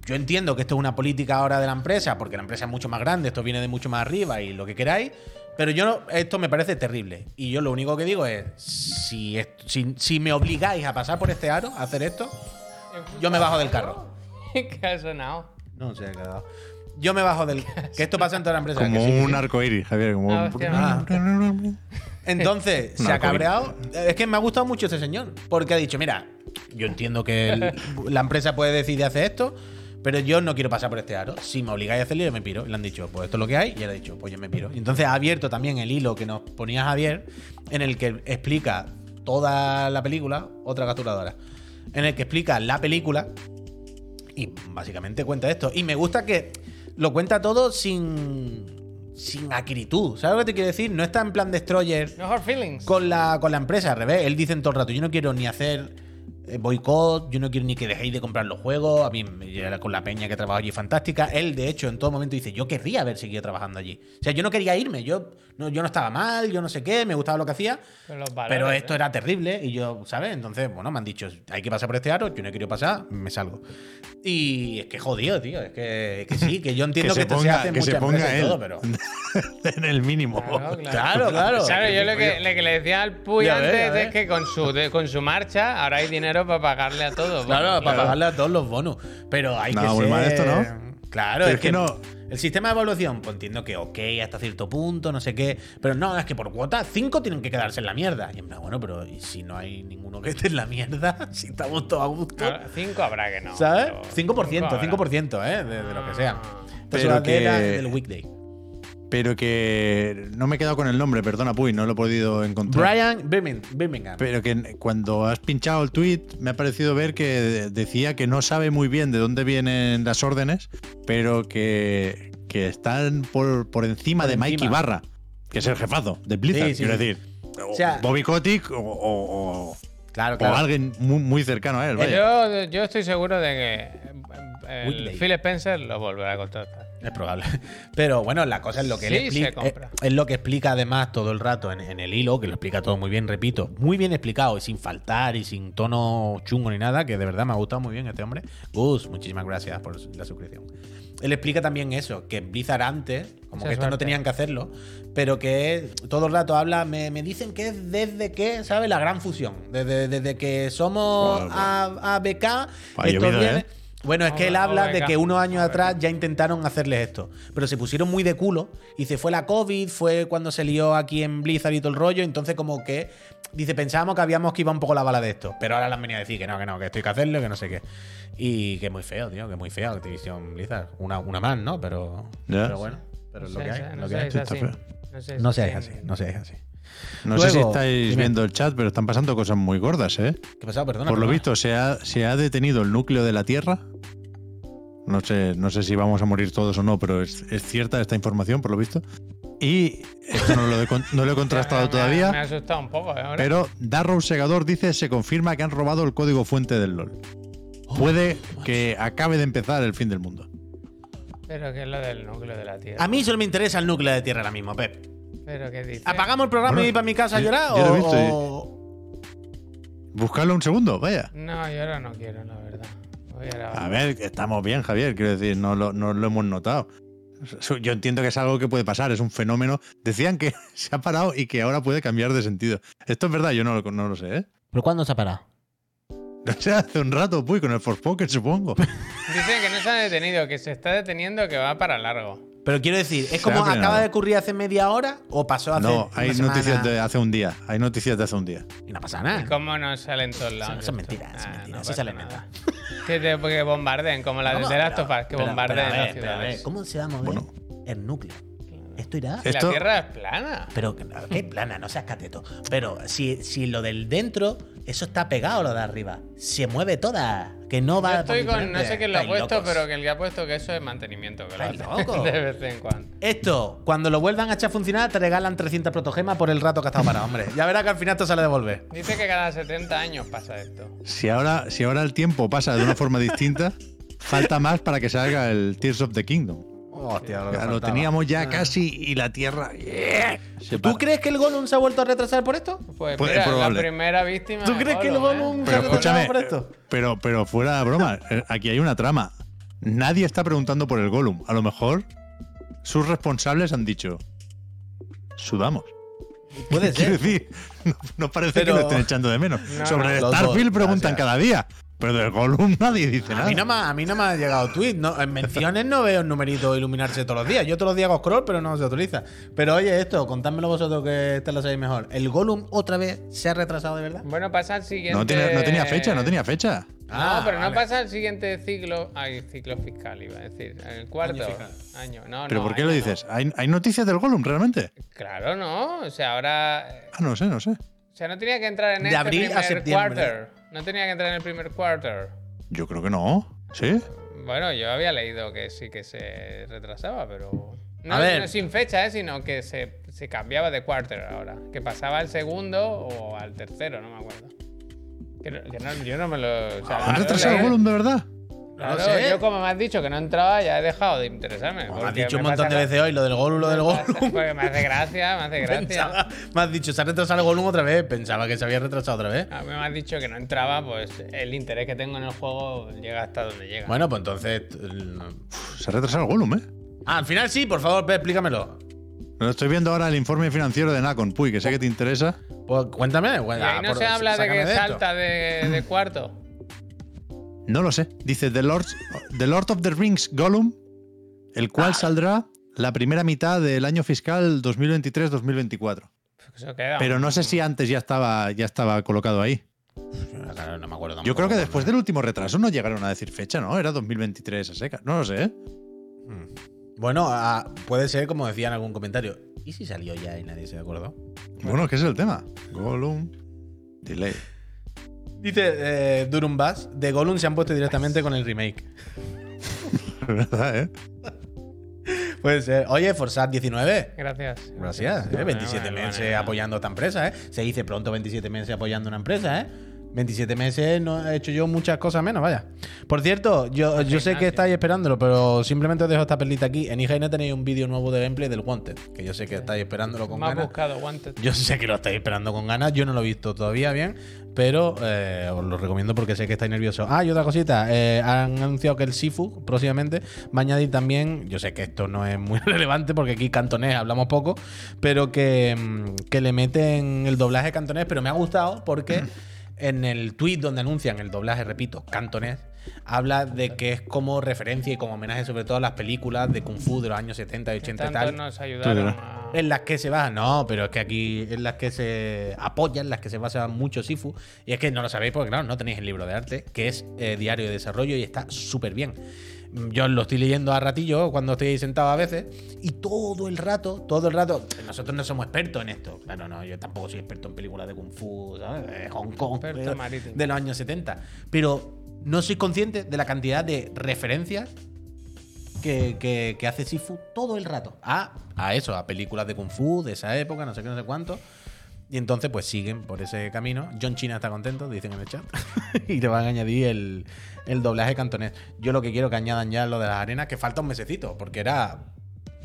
Speaker 2: Yo entiendo que esto es una política ahora de la empresa, porque la empresa es mucho más grande, esto viene de mucho más arriba y lo que queráis, pero yo no- esto me parece terrible. Y yo lo único que digo es, si, est- si, si me obligáis a pasar por este aro, a hacer esto, yo me bajo del carro.
Speaker 1: ¿Qué ha sonado?
Speaker 2: No se ha quedado. Yo me bajo del... Que esto pasa en toda la empresa. que
Speaker 3: Como
Speaker 2: sí, que sí.
Speaker 3: un arco iris, Javier. Como
Speaker 1: Ah, hostia.
Speaker 3: un...
Speaker 2: Entonces, se
Speaker 3: Una
Speaker 2: ha cabreado. Es que me ha gustado mucho este señor. Porque ha dicho, mira, yo entiendo que el- la empresa puede decidir hacer esto, pero yo no quiero pasar por este aro. Si me obligáis a hacerlo, yo me piro. Y le han dicho, pues esto es lo que hay. Y él ha dicho, pues yo me piro. Y entonces ha abierto también el hilo que nos ponía Javier, en el que explica toda la película, otra capturadora. En el que explica la película y básicamente cuenta esto. Y me gusta que lo cuenta todo sin. Sin acritud, ¿sabes lo que te quiero decir? No está en plan destroyer
Speaker 1: No hard feelings.
Speaker 2: con la, con la empresa, al revés. Él dice en todo el rato, yo no quiero ni hacer eh, boicot, yo no quiero ni que dejéis de comprar los juegos, a mí me- ya con la peña que trabajo allí fantástica. Él, de hecho, en todo momento dice, yo querría haber seguido trabajando allí. O sea, yo no quería irme, yo no, yo no estaba mal, yo no sé qué, me gustaba lo que hacía,
Speaker 1: Pero los valores,
Speaker 2: pero esto
Speaker 1: ¿eh?
Speaker 2: era terrible y yo, ¿sabes? Entonces, bueno, me han dicho, hay que pasar por este aro, yo no quiero pasar, me salgo. Y es que jodido, tío, es que, es que sí, que yo entiendo que,
Speaker 3: se
Speaker 2: esto se
Speaker 3: ponga-
Speaker 2: hace en
Speaker 3: que se
Speaker 2: muchas
Speaker 3: ponga
Speaker 2: empresas y
Speaker 3: él.
Speaker 2: todo, pero...
Speaker 3: en el mínimo.
Speaker 1: Claro,
Speaker 2: Claro, claro.
Speaker 1: Claro, yo lo que, lo que le decía al Puy
Speaker 2: Ya ves,
Speaker 1: antes
Speaker 2: ya ves. ¿eh?
Speaker 1: es que con su, de- con su marcha ahora hay dinero dinero para pagarle a todos.
Speaker 2: Claro,
Speaker 1: vamos.
Speaker 2: para pagarle a todos los bonus. Pero hay
Speaker 3: No,
Speaker 2: que
Speaker 3: muy
Speaker 2: ser...
Speaker 3: mal esto, ¿no?
Speaker 2: Claro,
Speaker 3: Pero
Speaker 2: es,
Speaker 3: es
Speaker 2: que,
Speaker 3: que no-
Speaker 2: El sistema de evaluación, pues entiendo que ok hasta cierto punto, no sé qué. Pero no, es que por cuota, cinco tienen que quedarse en la mierda. Y en plan, bueno, pero ¿y si no hay ninguno que esté en la mierda? Si estamos todos a gusto.
Speaker 1: Ahora, Cinco habrá que no.
Speaker 2: ¿Sabes?
Speaker 1: pero
Speaker 2: 5%,
Speaker 1: habrá.
Speaker 2: 5%, ¿eh? De, de lo que sea.
Speaker 3: Pero
Speaker 2: Pero que...
Speaker 3: que-
Speaker 2: del weekday.
Speaker 3: Pero que no me he quedado con el nombre, perdona, Puy, no lo he podido encontrar.
Speaker 2: Brian Birming- Birmingham.
Speaker 3: Pero que cuando has pinchado el tweet me ha parecido ver que de- decía que no sabe muy bien de dónde vienen las órdenes, pero que, que están por, por encima
Speaker 2: Por
Speaker 3: de Mike
Speaker 2: encima.
Speaker 3: Ibarra, que es el jefazo de Blizzard.
Speaker 2: Sí, sí,
Speaker 3: quiero
Speaker 2: sí.
Speaker 3: decir, o
Speaker 2: sea-
Speaker 3: Bobby Kotick o, o- o-
Speaker 2: claro,
Speaker 3: o
Speaker 2: claro.
Speaker 3: alguien muy, muy cercano a él.
Speaker 1: Yo,
Speaker 3: vaya.
Speaker 1: yo estoy seguro de que eh, el
Speaker 2: Whitley.
Speaker 1: Phil Spencer lo volverá a contratar.
Speaker 2: Es probable. Pero bueno, la cosa es lo que él
Speaker 1: Sí, se
Speaker 2: explica.
Speaker 1: compra.
Speaker 2: Es, es lo que explica además todo el rato en, en el hilo, que lo explica todo muy bien, repito. Muy bien explicado y sin faltar y sin tono chungo ni nada, que de verdad me ha gustado muy bien este hombre. Gus, muchísimas gracias por la suscripción. Él explica también eso, que Blizzard antes, como
Speaker 1: Mucha
Speaker 2: que esto no
Speaker 1: suerte.
Speaker 2: tenían que hacerlo, pero que todo el rato habla, me, me dicen que es desde que, ¿sabes? La gran fusión. Desde, desde que somos
Speaker 3: Joder,
Speaker 2: A- ABK,
Speaker 3: Ha
Speaker 2: esto
Speaker 3: llovido,
Speaker 2: viene-
Speaker 3: ¿eh?
Speaker 2: Bueno, es que él
Speaker 1: Hola,
Speaker 2: habla
Speaker 1: hola,
Speaker 2: de
Speaker 1: Eka.
Speaker 2: que unos años
Speaker 1: Hola,
Speaker 2: atrás ya intentaron hacerles esto, pero se pusieron muy de culo. Y se fue la COVID, fue cuando se lió aquí en Blizzard y todo el rollo. Entonces, como que, dice, pensábamos que habíamos que iba un poco la bala de esto, pero ahora le han venido a decir que no, que no, que esto hay que hacerlo, que no sé qué. Y que muy feo, tío, que muy feo Activision Blizzard. Una, una más, ¿no? Pero,
Speaker 3: Ya.
Speaker 2: pero bueno, pero es lo
Speaker 1: sé,
Speaker 2: que hay.
Speaker 1: sé,
Speaker 2: es
Speaker 1: no
Speaker 2: lo que
Speaker 1: sé,
Speaker 2: hay.
Speaker 1: es
Speaker 3: Sí,
Speaker 1: así.
Speaker 3: está feo.
Speaker 1: No sé,
Speaker 2: No
Speaker 1: si
Speaker 2: seáis así,
Speaker 1: tienen-
Speaker 2: no seáis así.
Speaker 3: No sé si
Speaker 2: Luego,
Speaker 3: estáis
Speaker 2: dime.
Speaker 3: viendo el chat, pero están pasando cosas muy gordas, ¿eh?
Speaker 2: ¿Qué pasaba? Perdona.
Speaker 3: Por lo
Speaker 2: perdona.
Speaker 3: visto, se ha, se ha detenido el núcleo de la Tierra. No sé, no sé si vamos a morir todos o no, pero es, es cierta esta información, por lo visto. Y esto no lo he, con- no lo he contrastado
Speaker 1: Ah, Me- me ha- Me ha
Speaker 3: todavía,
Speaker 1: asustado un poco, ¿eh? Ahora.
Speaker 3: pero Darrow Segador dice se confirma que han robado el código fuente del LOL. Puede que acabe de empezar el fin del mundo.
Speaker 1: Pero que es lo del núcleo de la Tierra.
Speaker 2: A mí solo me interesa el núcleo de tierra ahora mismo, Pep.
Speaker 1: Pero que dice.
Speaker 2: ¿Apagamos el programa
Speaker 3: Bueno,
Speaker 2: y ir para mi casa a
Speaker 3: yo-
Speaker 2: llorar?
Speaker 3: yo lo he
Speaker 2: o-
Speaker 3: visto y-
Speaker 2: o-
Speaker 3: Buscarlo un segundo, vaya.
Speaker 1: No, yo ahora no quiero, la verdad. Voy a la-
Speaker 2: Ah.
Speaker 3: A ver, que estamos bien, Javier, quiero decir, no lo, no lo hemos notado. Eso- Yo entiendo que es algo que puede pasar, es un fenómeno. Decían que se ha parado y que ahora puede cambiar de sentido. Esto es verdad, yo no lo, no lo sé, ¿eh?
Speaker 2: ¿Pero cuándo se ha parado?
Speaker 3: No sé, hace un rato, puy, con el Forspoken, supongo.
Speaker 1: Dice que no se ha detenido, que se está deteniendo, que va para largo.
Speaker 2: Pero quiero decir, ¿es
Speaker 3: Se
Speaker 2: como
Speaker 3: ha frenado.
Speaker 2: acaba de ocurrir hace media hora o pasó hace
Speaker 3: No,
Speaker 2: una
Speaker 3: hay
Speaker 2: semana?
Speaker 3: noticias de hace un día. Hay noticias de hace un día.
Speaker 2: Y no pasa nada.
Speaker 1: ¿Y cómo no salen todos lados?
Speaker 2: Eso- eso es
Speaker 1: esto?
Speaker 2: mentira, eso es mentira, eso
Speaker 1: pasa
Speaker 2: sale
Speaker 1: nada.
Speaker 2: nada.
Speaker 1: Que, te, que bombardeen, como la de
Speaker 2: Vamos,
Speaker 1: The Last
Speaker 2: pero-
Speaker 1: of Us, que
Speaker 2: pero-
Speaker 1: bombardeen
Speaker 2: pero a ver,
Speaker 1: las
Speaker 2: pero a ver,
Speaker 1: ciudades.
Speaker 2: ¿Cómo se va a mover
Speaker 3: Bueno.
Speaker 2: el núcleo? Esto irá.
Speaker 1: Si
Speaker 3: Esto-
Speaker 1: La Tierra es plana.
Speaker 2: Pero, qué plana, no seas cateto. Pero si, si lo del dentro, eso está pegado a lo de arriba. Se mueve toda. Que no va
Speaker 1: Yo estoy
Speaker 2: por
Speaker 1: con, no sé
Speaker 2: diferentes-
Speaker 1: quién lo ha
Speaker 2: Estáis
Speaker 1: puesto,
Speaker 2: locos.
Speaker 1: pero que el que ha puesto que eso es mantenimiento, que lo
Speaker 2: Estáis
Speaker 1: hacen
Speaker 2: locos.
Speaker 1: de vez en cuando.
Speaker 2: Esto, cuando lo vuelvan a echar a funcionar, te regalan 300 protogemas por el rato que ha estado parado, hombre. Ya verás que al final esto sale a devolver.
Speaker 1: Dice que cada 70 años pasa esto.
Speaker 3: Si ahora, si ahora el tiempo pasa de una forma distinta, falta más para que salga el Tears of the Kingdom.
Speaker 2: Hostia,
Speaker 3: Ya
Speaker 2: que
Speaker 3: lo
Speaker 2: faltaba. Ah.
Speaker 3: teníamos ya casi y la Tierra. ¡eh! se
Speaker 2: ¿Tú
Speaker 3: para.
Speaker 2: crees que el Gollum se ha vuelto a retrasar por esto?
Speaker 1: Pues
Speaker 3: Pues es
Speaker 1: mira, la
Speaker 3: probable.
Speaker 1: primera víctima.
Speaker 2: ¿Tú
Speaker 1: de
Speaker 2: crees que el
Speaker 1: Gollum,
Speaker 2: Gollum
Speaker 1: ¿eh?
Speaker 2: se ha
Speaker 3: Pero
Speaker 2: retrasado
Speaker 3: escúchame,
Speaker 2: por esto?
Speaker 3: pero, pero fuera de broma, eh, aquí hay una trama. Nadie está preguntando por el Gollum. A lo mejor sus responsables han dicho: sudamos.
Speaker 2: Puede
Speaker 3: Quiero
Speaker 2: ser.
Speaker 3: decir, no, no parece
Speaker 2: Pero-
Speaker 3: que lo estén echando de menos.
Speaker 1: No,
Speaker 3: Sobre
Speaker 1: no,
Speaker 3: el
Speaker 2: los dos,
Speaker 3: Starfield preguntan
Speaker 2: gracias.
Speaker 3: cada día, pero del Gollum nadie dice
Speaker 2: A
Speaker 3: nada.
Speaker 2: mí, no me, ha- a mí no me ha llegado tweet. No, en menciones no veo el numerito iluminarse todos los días. Yo todos los días hago scroll, pero no se utiliza. Pero oye, esto, contádmelo vosotros que esta lo sabéis mejor. ¿El Gollum otra vez se ha retrasado de verdad?
Speaker 1: Bueno, pasa al siguiente.
Speaker 3: No tiene- no tenía fecha, no tenía fecha.
Speaker 1: No,
Speaker 2: Ah,
Speaker 1: pero
Speaker 2: vale.
Speaker 1: no pasa al siguiente ciclo. Ay, ciclo fiscal, iba a decir. El cuarto
Speaker 2: Año
Speaker 1: año.
Speaker 2: fiscal.
Speaker 1: No,
Speaker 3: ¿Pero
Speaker 1: no,
Speaker 3: por qué
Speaker 1: año no.
Speaker 3: lo dices? ¿Hay, hay noticias del Gollum realmente?
Speaker 1: Claro, no. O sea, ahora. eh,
Speaker 3: Ah, no sé, no sé.
Speaker 1: O sea, no tenía que entrar en
Speaker 2: De
Speaker 1: este
Speaker 2: abril a
Speaker 1: primer
Speaker 2: septiembre.
Speaker 1: quarter. No tenía que entrar en el primer quarter.
Speaker 3: Yo creo que no. ¿Sí?
Speaker 1: Bueno, yo había leído que sí que se retrasaba, pero. No,
Speaker 2: A ver.
Speaker 1: no sin fecha, ¿eh? sino que se, se cambiaba de quarter ahora. Que pasaba al segundo o al tercero, no me acuerdo. Que no- que no- yo no me lo. o sea,
Speaker 2: Ah,
Speaker 3: ¿Han
Speaker 1: yo
Speaker 2: eh.
Speaker 3: retrasado el
Speaker 1: leí-
Speaker 3: Gollum de verdad?
Speaker 1: Claro,
Speaker 2: No lo sé.
Speaker 1: yo como me has dicho que no entraba, ya he dejado de interesarme.
Speaker 2: Me has
Speaker 1: porque
Speaker 2: dicho un
Speaker 1: me
Speaker 2: montón de
Speaker 1: pasa-
Speaker 2: veces hoy lo del Gollum, lo del
Speaker 1: me pasa-
Speaker 2: Gollum.
Speaker 1: Porque me hace gracia, me hace gracia.
Speaker 2: Pensaba- me has dicho, se ha retrasado el Gollum otra vez. Pensaba que se había retrasado otra vez.
Speaker 1: A mí Ah, me has dicho que no entraba, pues el interés que tengo en el juego llega hasta donde llega.
Speaker 2: Bueno, pues entonces. eh,
Speaker 3: Uf, se ha retrasado el Gollum, ¿eh?
Speaker 2: Ah, al final sí, por favor, Pep, explícamelo.
Speaker 3: Lo estoy viendo ahora el informe financiero de Nacon. Puy, que sé que te interesa.
Speaker 2: Pues cuéntame.
Speaker 1: Y
Speaker 2: bueno,
Speaker 1: ahí no
Speaker 2: por-
Speaker 1: se habla de
Speaker 2: sácame
Speaker 1: que
Speaker 2: esto.
Speaker 1: salta de, de cuarto. Pues
Speaker 3: No lo sé. Dice The Lord, The Lord of the Rings Gollum, el cual saldrá la primera mitad del año fiscal 2023-2024.
Speaker 1: Eso queda.
Speaker 3: Pero no sé si antes ya estaba, ya estaba colocado ahí.
Speaker 2: Ah, claro, no me acuerdo
Speaker 3: Yo
Speaker 2: tampoco
Speaker 3: creo que
Speaker 2: cómo
Speaker 3: después del último retraso no llegaron a decir fecha, ¿no? Era 2023 a secas. No lo sé, ¿eh?
Speaker 2: era. Bueno, ah, puede ser como decía en algún comentario. ¿Y si salió ya y nadie se acordó?
Speaker 3: Bueno, ¿qué es el tema? Gollum. Delay.
Speaker 2: Dice eh, Durum Bass, de Gollum se han puesto directamente con el remake.
Speaker 3: Es verdad, ¿eh?
Speaker 2: Puede ser. Oye, Forsat 19.
Speaker 1: Gracias.
Speaker 2: Gracias. eh,
Speaker 1: Vale,
Speaker 2: 27
Speaker 1: vale,
Speaker 2: meses
Speaker 1: vale, vale.
Speaker 2: apoyando a esta empresa, ¿eh? Se dice pronto 27 meses apoyando una empresa, ¿eh? 27 meses no he hecho yo muchas cosas menos, vaya. Por cierto, yo, yo sé que
Speaker 1: Ignacio.
Speaker 2: estáis esperándolo, pero simplemente os dejo esta perlita aquí. En IGN tenéis un vídeo nuevo de gameplay del Wanted, que yo sé que estáis esperándolo con
Speaker 1: Más
Speaker 2: ganas.
Speaker 1: buscado, Wanted.
Speaker 2: Yo sé que lo estáis esperando con ganas, yo no lo he visto todavía bien, pero eh, os lo recomiendo porque sé que estáis nerviosos. Ah, y otra cosita, eh, han anunciado que el Sifu próximamente va a añadir también, yo sé que esto no es muy relevante porque aquí cantonés hablamos poco, pero que, mm, que le meten el doblaje cantonés, pero me ha gustado porque en el tweet donde anuncian el doblaje, repito, cantonés, habla de que es como referencia y como homenaje sobre todo a las películas de Kung Fu de los años 70 y
Speaker 1: Que
Speaker 2: 80 y
Speaker 1: tanto
Speaker 2: tal.
Speaker 1: nos ayudaron
Speaker 3: Tú dirás.
Speaker 1: a...
Speaker 2: En las que se basan, no, pero es que aquí en las que se apoyan, en las que se basa mucho Sifu. Y es que no lo sabéis porque, claro, no tenéis el libro de arte, que es eh, diario de desarrollo y está súper bien. Mm, Yo lo estoy leyendo a ratillo cuando estoy sentado a veces y todo el rato, todo el rato, nosotros no somos expertos en esto. Claro, no, yo tampoco soy experto en películas de Kung Fu, ¿sabes? De Hong Kong,
Speaker 1: Experto
Speaker 2: pero-
Speaker 1: marítimo.
Speaker 2: de los años 70. Pero no soy consciente de la cantidad de referencias que, que- que hace Sifu todo el rato. A, a eso, a películas de Kung Fu de esa época, no sé qué, no sé cuánto. Y entonces, pues siguen por ese camino. John China está contento, dicen en el chat. y le van a añadir el, el doblaje cantonés. Yo lo que quiero que añadan ya lo de las arenas, que falta un mesecito, porque era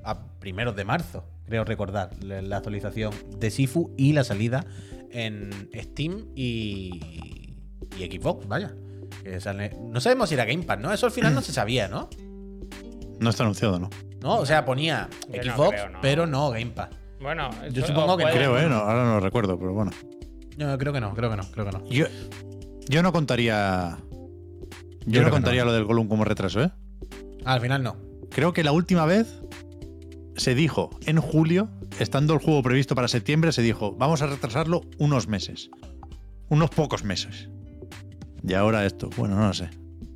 Speaker 2: a primeros de marzo, creo recordar, la la actualización de Sifu y la salida en Steam y, y Xbox, vaya. Que sale- No sabemos si era Game Pass, ¿no? Eso al final no se sabía, ¿no?
Speaker 3: No está anunciado, ¿no?
Speaker 2: ¿No? O sea, ponía
Speaker 1: Yo
Speaker 2: Xbox,
Speaker 1: no creo, no.
Speaker 2: pero no Game Pass.
Speaker 1: Bueno,
Speaker 2: Yo
Speaker 1: eso-
Speaker 2: supongo
Speaker 1: o
Speaker 2: que no.
Speaker 1: puede-
Speaker 3: Creo, ¿eh? No, ahora no lo recuerdo, pero bueno.
Speaker 2: No, creo que no, creo que no, creo que no.
Speaker 3: Yo, yo no contaría. Yo,
Speaker 2: creo que
Speaker 3: no contaría lo del Gollum como retraso, ¿eh?
Speaker 2: Ah, al final no.
Speaker 3: Creo que la última vez se dijo en julio, estando el juego previsto para septiembre, se dijo, vamos a retrasarlo unos meses. Unos pocos meses. Y ahora esto, bueno, no lo sé.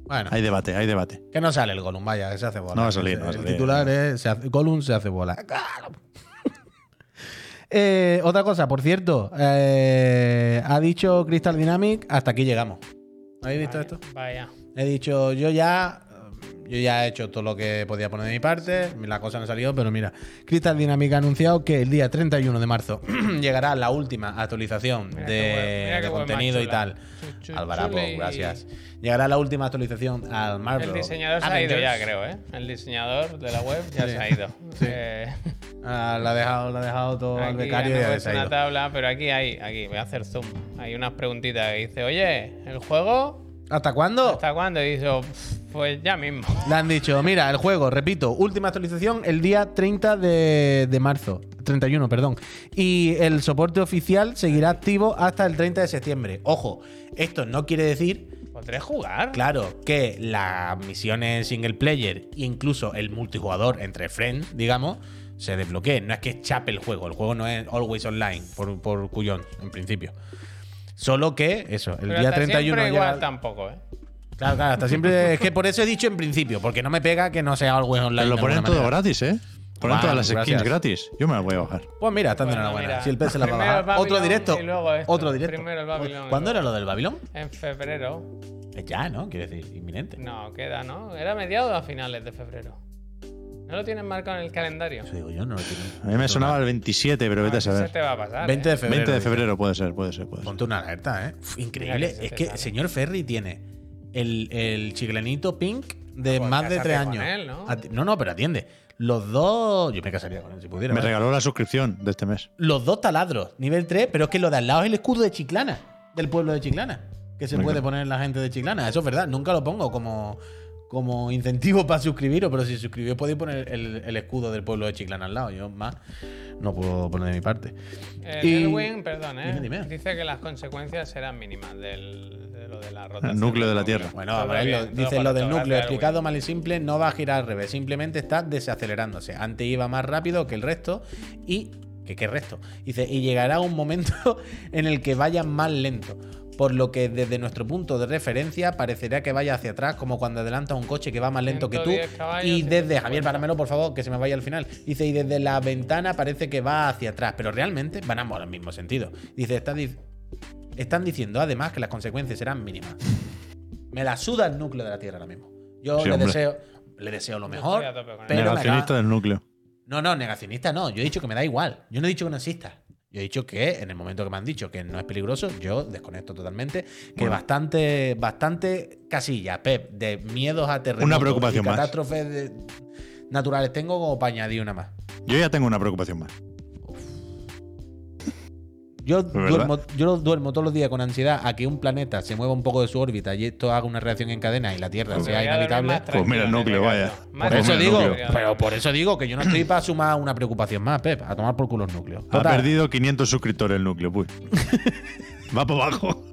Speaker 2: Bueno,
Speaker 3: Hay debate, hay debate.
Speaker 2: que no sale el Gollum, vaya, que se hace bola.
Speaker 3: No va a salir, no va a
Speaker 2: el
Speaker 3: salir.
Speaker 2: titular es se hace- Gollum se hace bola. Eh, otra cosa, por cierto, eh, ha dicho Crystal Dynamic, hasta aquí llegamos. ¿Habéis visto
Speaker 1: Vaya,
Speaker 2: esto?
Speaker 1: Vaya.
Speaker 2: He dicho, yo ya. Yo ya he hecho todo lo que podía poner de mi parte. La cosa no ha salido, pero mira. Crystal Dynamic ha anunciado que el día 31 de marzo llegará la última actualización de,
Speaker 1: Mira qué buen- mira qué
Speaker 2: de
Speaker 1: buen
Speaker 2: contenido y
Speaker 1: machula.
Speaker 2: tal.
Speaker 1: Chu- chu-
Speaker 2: Alvarado,
Speaker 1: chule y-
Speaker 2: gracias. Llegará la última actualización al Marvel.
Speaker 1: El diseñador se ha ido ya,
Speaker 2: Avengers.
Speaker 1: creo, ¿eh? El diseñador de la web ya
Speaker 2: Sí.
Speaker 1: se ha ido.
Speaker 2: Sí.
Speaker 1: Eh,
Speaker 2: Ah, la ha dejado, la ha dejado todo al
Speaker 1: aquí
Speaker 2: becario y
Speaker 1: han
Speaker 2: ya
Speaker 1: puesto
Speaker 2: se ha
Speaker 1: una
Speaker 2: ido.
Speaker 1: tabla, pero aquí hay, aquí, voy a hacer zoom. Hay unas preguntitas que dice, oye, ¿el juego
Speaker 2: ¿Hasta cuándo?
Speaker 1: hasta cuándo? Y dice, "Pff, pues ya mismo.
Speaker 2: Le han dicho, mira, el juego, repito, última actualización el día 30 de, de marzo. 31, perdón. Y el soporte oficial seguirá activo hasta el 30 de septiembre. Ojo, esto no quiere decir,
Speaker 1: ¿Podré jugar?
Speaker 2: claro, que las misiones single player e incluso el multijugador entre friends, digamos, se desbloqueen. No es que chape el juego, el juego no es always online, por, por cuyón, en principio. Solo que, eso, el
Speaker 1: Pero
Speaker 2: día
Speaker 1: hasta
Speaker 2: 31
Speaker 1: siempre igual
Speaker 2: llega-
Speaker 1: tampoco, ¿eh?
Speaker 2: Claro, claro, hasta siempre. Es que por eso he dicho en principio, porque no me pega que no sea algo online.
Speaker 3: Pero lo
Speaker 2: de
Speaker 3: ponen
Speaker 2: alguna
Speaker 3: todo
Speaker 2: manera.
Speaker 3: gratis, ¿eh? Ponen
Speaker 2: Wow,
Speaker 3: todas las
Speaker 2: gracias.
Speaker 3: skins gratis. Yo me las voy a bajar.
Speaker 2: Pues mira, están de
Speaker 1: Bueno,
Speaker 2: enhorabuena.
Speaker 1: mira.
Speaker 2: Si el PS la va a
Speaker 1: Primero el
Speaker 2: bajar. Otro
Speaker 1: Babylon
Speaker 2: directo.
Speaker 1: y luego esto.
Speaker 2: Otro directo.
Speaker 1: Primero el Babylon
Speaker 2: ¿Cuándo
Speaker 1: y luego- este.
Speaker 2: era lo del Babilón?
Speaker 1: En febrero.
Speaker 2: Eh, Ya, ¿no? Quiero decir, inminente.
Speaker 1: No, queda, ¿no? Era mediados a finales de febrero. No lo tienen marcado en el calendario.
Speaker 2: Eso digo yo, no lo tengo.
Speaker 3: A mí me sonaba el 27, pero vete a
Speaker 1: Eso
Speaker 3: saber.
Speaker 1: te va a pasar.
Speaker 2: 20 de
Speaker 1: ¿eh?
Speaker 2: febrero.
Speaker 3: 20 de
Speaker 2: dice.
Speaker 3: febrero puede ser, puede ser, puede ser.
Speaker 2: Ponte una alerta, ¿eh? Uf,
Speaker 1: Mira
Speaker 2: increíble.
Speaker 1: que se
Speaker 2: Es
Speaker 1: te
Speaker 2: que el
Speaker 1: sale.
Speaker 2: señor Ferry tiene el, el chiclenito pink de
Speaker 1: pues
Speaker 2: más de
Speaker 1: cásate
Speaker 2: 3
Speaker 1: con
Speaker 2: años.
Speaker 1: él, ¿no?
Speaker 2: Ati- no, no, pero atiende. Los dos. Yo me casaría con él si pudiera.
Speaker 3: Me
Speaker 2: vaya.
Speaker 3: regaló la suscripción de este mes.
Speaker 2: los dos taladros, nivel 3, pero es que lo de al lado es el escudo de Chiclana, del pueblo de Chiclana, que se
Speaker 3: Venga.
Speaker 2: puede poner la gente de Chiclana. Eso es verdad, nunca lo pongo como, como incentivo para suscribiros, pero si suscribís podéis poner el, el escudo del pueblo de Chiclana al lado. Yo más no puedo poner de mi parte.
Speaker 1: El
Speaker 2: Y-
Speaker 1: Elwin, perdón, ¿eh?
Speaker 2: Dime, dime.
Speaker 1: Dice que las consecuencias serán mínimas del, de lo de la rotación.
Speaker 3: El núcleo de la Tierra.
Speaker 2: Bueno,
Speaker 1: Todo
Speaker 2: a ver,
Speaker 1: bien,
Speaker 2: lo-
Speaker 1: todo
Speaker 2: dice lo del
Speaker 1: correcto,
Speaker 2: núcleo
Speaker 1: gracias,
Speaker 2: explicado
Speaker 1: Elwin.
Speaker 2: mal y simple, no va a girar al revés, simplemente está desacelerándose. Antes iba más rápido que el resto y que qué resto. Dice, y llegará un momento en el que vaya más lento, por lo que desde nuestro punto de referencia parecerá que vaya hacia atrás, como cuando adelanta un coche que va más lento que tú.
Speaker 1: 110 caballos,
Speaker 2: Y desde,
Speaker 1: 150.
Speaker 2: Javier, páramelo por favor, que se me vaya al final. Dice, y desde la ventana parece que va hacia atrás, pero realmente van ambos al mismo sentido. Dice, está dic- están diciendo además que las consecuencias serán mínimas. Me la suda el núcleo de la Tierra ahora mismo. Yo
Speaker 3: Sí,
Speaker 2: le,
Speaker 3: hombre.
Speaker 2: deseo, le deseo lo
Speaker 1: Yo
Speaker 2: mejor.
Speaker 1: estoy a tope con él.
Speaker 2: pero me
Speaker 3: Negacionista
Speaker 2: acaba-
Speaker 3: del núcleo.
Speaker 2: No, no, negacionista no. Yo he dicho que me da igual. Yo no he dicho que no exista. Yo he dicho que en el momento que me han dicho que no es peligroso, yo desconecto totalmente. Que
Speaker 3: Bueno.
Speaker 2: bastante, bastante casilla, Pep, de miedos a terremotos
Speaker 3: Una preocupación
Speaker 2: y
Speaker 3: más.
Speaker 2: catástrofes de- naturales tengo como para añadir una más.
Speaker 3: Yo ya tengo una preocupación más.
Speaker 2: Yo
Speaker 3: verdad.
Speaker 2: duermo, yo duermo todos los días con ansiedad a que un planeta se mueva un poco de su órbita y esto haga una reacción en cadena y la Tierra
Speaker 1: Pues
Speaker 2: sea
Speaker 1: voy a dormir
Speaker 2: inhabitable.
Speaker 1: más tranquilo
Speaker 3: Pues mira, el
Speaker 1: en este
Speaker 3: núcleo,
Speaker 1: caso.
Speaker 3: vaya.
Speaker 1: Más
Speaker 2: Por
Speaker 3: Hombre,
Speaker 2: Pues eso
Speaker 1: tranquilo.
Speaker 3: el
Speaker 2: digo,
Speaker 3: núcleo.
Speaker 2: pero por eso digo que yo no estoy para sumar una preocupación más, Pep, a tomar por culo el núcleo.
Speaker 3: Ha
Speaker 2: Total,
Speaker 3: perdido 500 suscriptores el núcleo, pues. Va para abajo.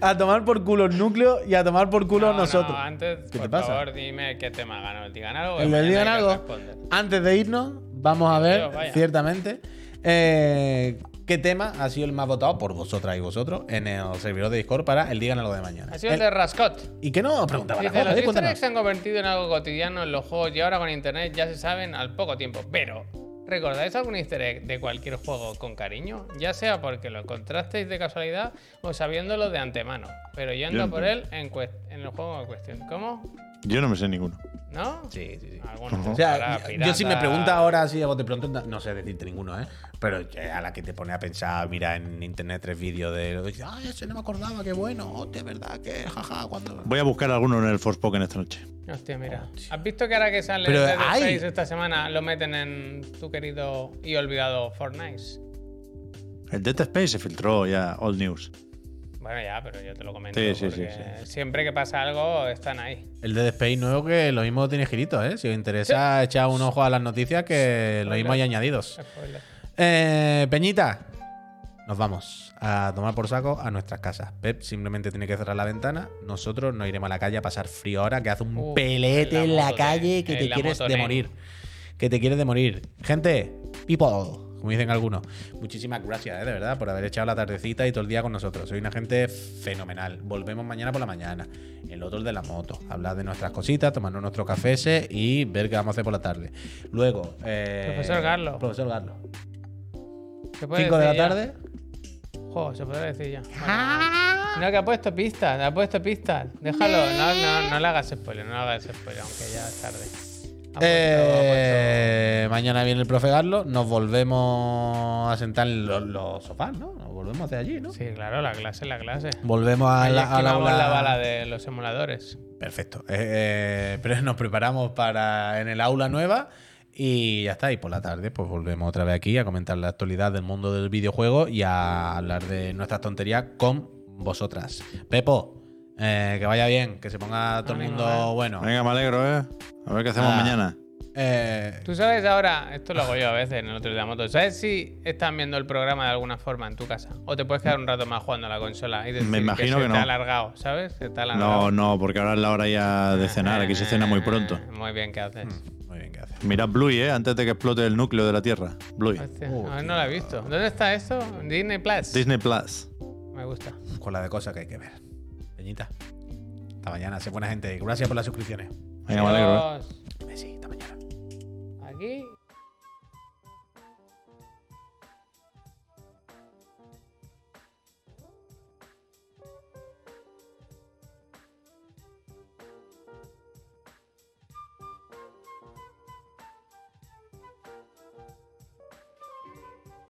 Speaker 2: A tomar por culo el núcleo y a tomar por culo
Speaker 1: No, no,
Speaker 2: nosotros.
Speaker 1: antes,
Speaker 2: ¿Qué
Speaker 1: por
Speaker 2: te pasa?
Speaker 1: favor, dime qué tema ganó. Digan algo. que
Speaker 2: El del digan
Speaker 1: mañana hay que
Speaker 2: algo.
Speaker 1: responder.
Speaker 2: Antes de irnos, vamos a ver,
Speaker 1: Dios, vaya.
Speaker 2: ciertamente, eh, qué tema ha sido el más votado por vosotras y vosotros en el servidor de Discord para el Díganlo de mañana. Eh,
Speaker 1: Ha sido el de Rascot.
Speaker 2: ¿Y qué no? Preguntaba la
Speaker 1: Dice,
Speaker 2: cosa,
Speaker 1: los
Speaker 2: eh, cuéntanos.
Speaker 1: easter eggs se han convertido en algo cotidiano en los juegos y ahora con internet ya se saben al poco tiempo. Pero, ¿recordáis algún easter egg de cualquier juego con cariño? Ya sea porque lo encontrasteis de casualidad o sabiéndolo de antemano. Pero yendo
Speaker 3: Yo
Speaker 1: por
Speaker 3: no.
Speaker 1: él en, cuest- en el juego en cuestión. ¿Cómo?
Speaker 3: Yo no me sé ninguno.
Speaker 1: ¿No?
Speaker 2: Sí, sí, sí.
Speaker 1: Algunos
Speaker 2: O sea,
Speaker 1: tendrá,
Speaker 2: yo- yo
Speaker 1: pirata.
Speaker 2: si me pregunta ahora así de bote pronto, no- no sé decirte ninguno, ¿eh? Pero eh, a la que te pone a pensar, mira en internet tres vídeos de lo dices, ay, ese no me acordaba, qué bueno, hostia, verdad, que jaja, cuando.
Speaker 3: Voy a buscar alguno en el Forspoken esta noche.
Speaker 1: Hostia, mira. ¿Has visto que ahora que sale
Speaker 2: Oh, Pero
Speaker 1: el Dead
Speaker 2: hay-
Speaker 1: Space esta semana lo meten en tu querido y olvidado Fortnite?
Speaker 3: El Dead Space se filtró ya, All News.
Speaker 1: Bueno, ya, pero yo te lo comento.
Speaker 3: Sí, sí, sí,
Speaker 1: porque Siempre que pasa algo, están ahí.
Speaker 2: El de Space nuevo que lo mismo tiene giritos, ¿eh? Si os interesa, echad un ojo a las noticias que lo mismo hay añadidos.
Speaker 1: Spoiler.
Speaker 2: Eh, Peñita, nos vamos a tomar por saco a nuestras casas. Pep simplemente tiene que cerrar la ventana. Nosotros nos iremos a la calle a pasar frío ahora, que hace un
Speaker 1: Uh,
Speaker 2: pelete
Speaker 1: en
Speaker 2: en
Speaker 1: la
Speaker 2: la,
Speaker 1: moto,
Speaker 2: calle
Speaker 1: nen,
Speaker 2: que
Speaker 1: en
Speaker 2: te
Speaker 1: la
Speaker 2: quieres
Speaker 1: moto,
Speaker 2: de
Speaker 1: nen.
Speaker 2: morir. Que te quieres de morir. Gente, people, como dicen algunos. Muchísimas gracias, eh, de verdad, por haber echado la tardecita y todo el día con nosotros. Soy una gente fenomenal. Volvemos mañana por la mañana. El otro de la moto. Hablar de nuestras cositas, tomarnos nuestro café ese y ver qué vamos a hacer por la tarde. Luego, eh,
Speaker 1: Profesor Garlo.
Speaker 2: Profesor Garlo.
Speaker 1: ¿Se puede
Speaker 2: 5 de la
Speaker 1: decir ya?
Speaker 2: tarde.
Speaker 1: Jo, se podrá decir ya.
Speaker 2: Ah.
Speaker 1: Bueno, no, que ha puesto pistas, ha puesto pistas. Déjalo, no, no, no le hagas spoiler, no le hagas spoiler, aunque ya es tarde. Ha puesto-
Speaker 2: Eh, mañana viene el profe Garlo. Nos volvemos a sentar en los, los sofás, ¿no? Nos volvemos de allí,
Speaker 1: ha
Speaker 2: ¿no?
Speaker 1: puesto- Sí, claro, la clase, la clase.
Speaker 2: Volvemos a
Speaker 1: Ahí
Speaker 2: la, a la
Speaker 1: esquivamos
Speaker 2: aula-
Speaker 1: la bala de los emuladores.
Speaker 2: Perfecto. Eh, eh, pero nos preparamos para en el aula nueva y ya está. Y por la tarde, pues volvemos otra vez aquí a comentar la actualidad del mundo del videojuego y a hablar de nuestras tonterías con vosotras. Pepo, eh, que vaya bien, que se ponga todo el
Speaker 1: Ánimo,
Speaker 2: mundo
Speaker 1: eh.
Speaker 2: bueno.
Speaker 3: Venga, me alegro, ¿eh? A ver qué hacemos
Speaker 2: Ah.
Speaker 3: mañana.
Speaker 2: Eh,
Speaker 1: Tú sabes ahora, esto lo hago yo a veces en el otro de la moto, ¿sabes si están viendo el programa de alguna forma en tu casa? O te puedes quedar un rato más jugando a la consola y decir
Speaker 3: Me imagino
Speaker 1: se
Speaker 3: que
Speaker 1: te
Speaker 3: no.
Speaker 1: ha alargado, ¿sabes? Se te ha alargado.
Speaker 3: No, no, porque ahora es la hora ya
Speaker 2: Eh,
Speaker 3: de cenar. Aquí se cena muy pronto. Hmm.
Speaker 1: Muy bien, ¿qué haces?
Speaker 2: muy bien, ¿qué haces?
Speaker 3: Mirad Bluey, ¿eh? Antes de que explote el núcleo de la Tierra. Bluey.
Speaker 1: Hostia,
Speaker 2: Oh,
Speaker 1: a ver, no la he visto. ¿Dónde está esto? Disney Plus.
Speaker 3: Disney Plus.
Speaker 1: Me gusta.
Speaker 2: con la de cosas que hay que ver. Peñita, hasta mañana, sé buena gente. Gracias por las suscripciones.
Speaker 3: Venga, me alegro, ¿eh?
Speaker 1: Adiós.
Speaker 2: Besi, hasta mañana.
Speaker 1: Aquí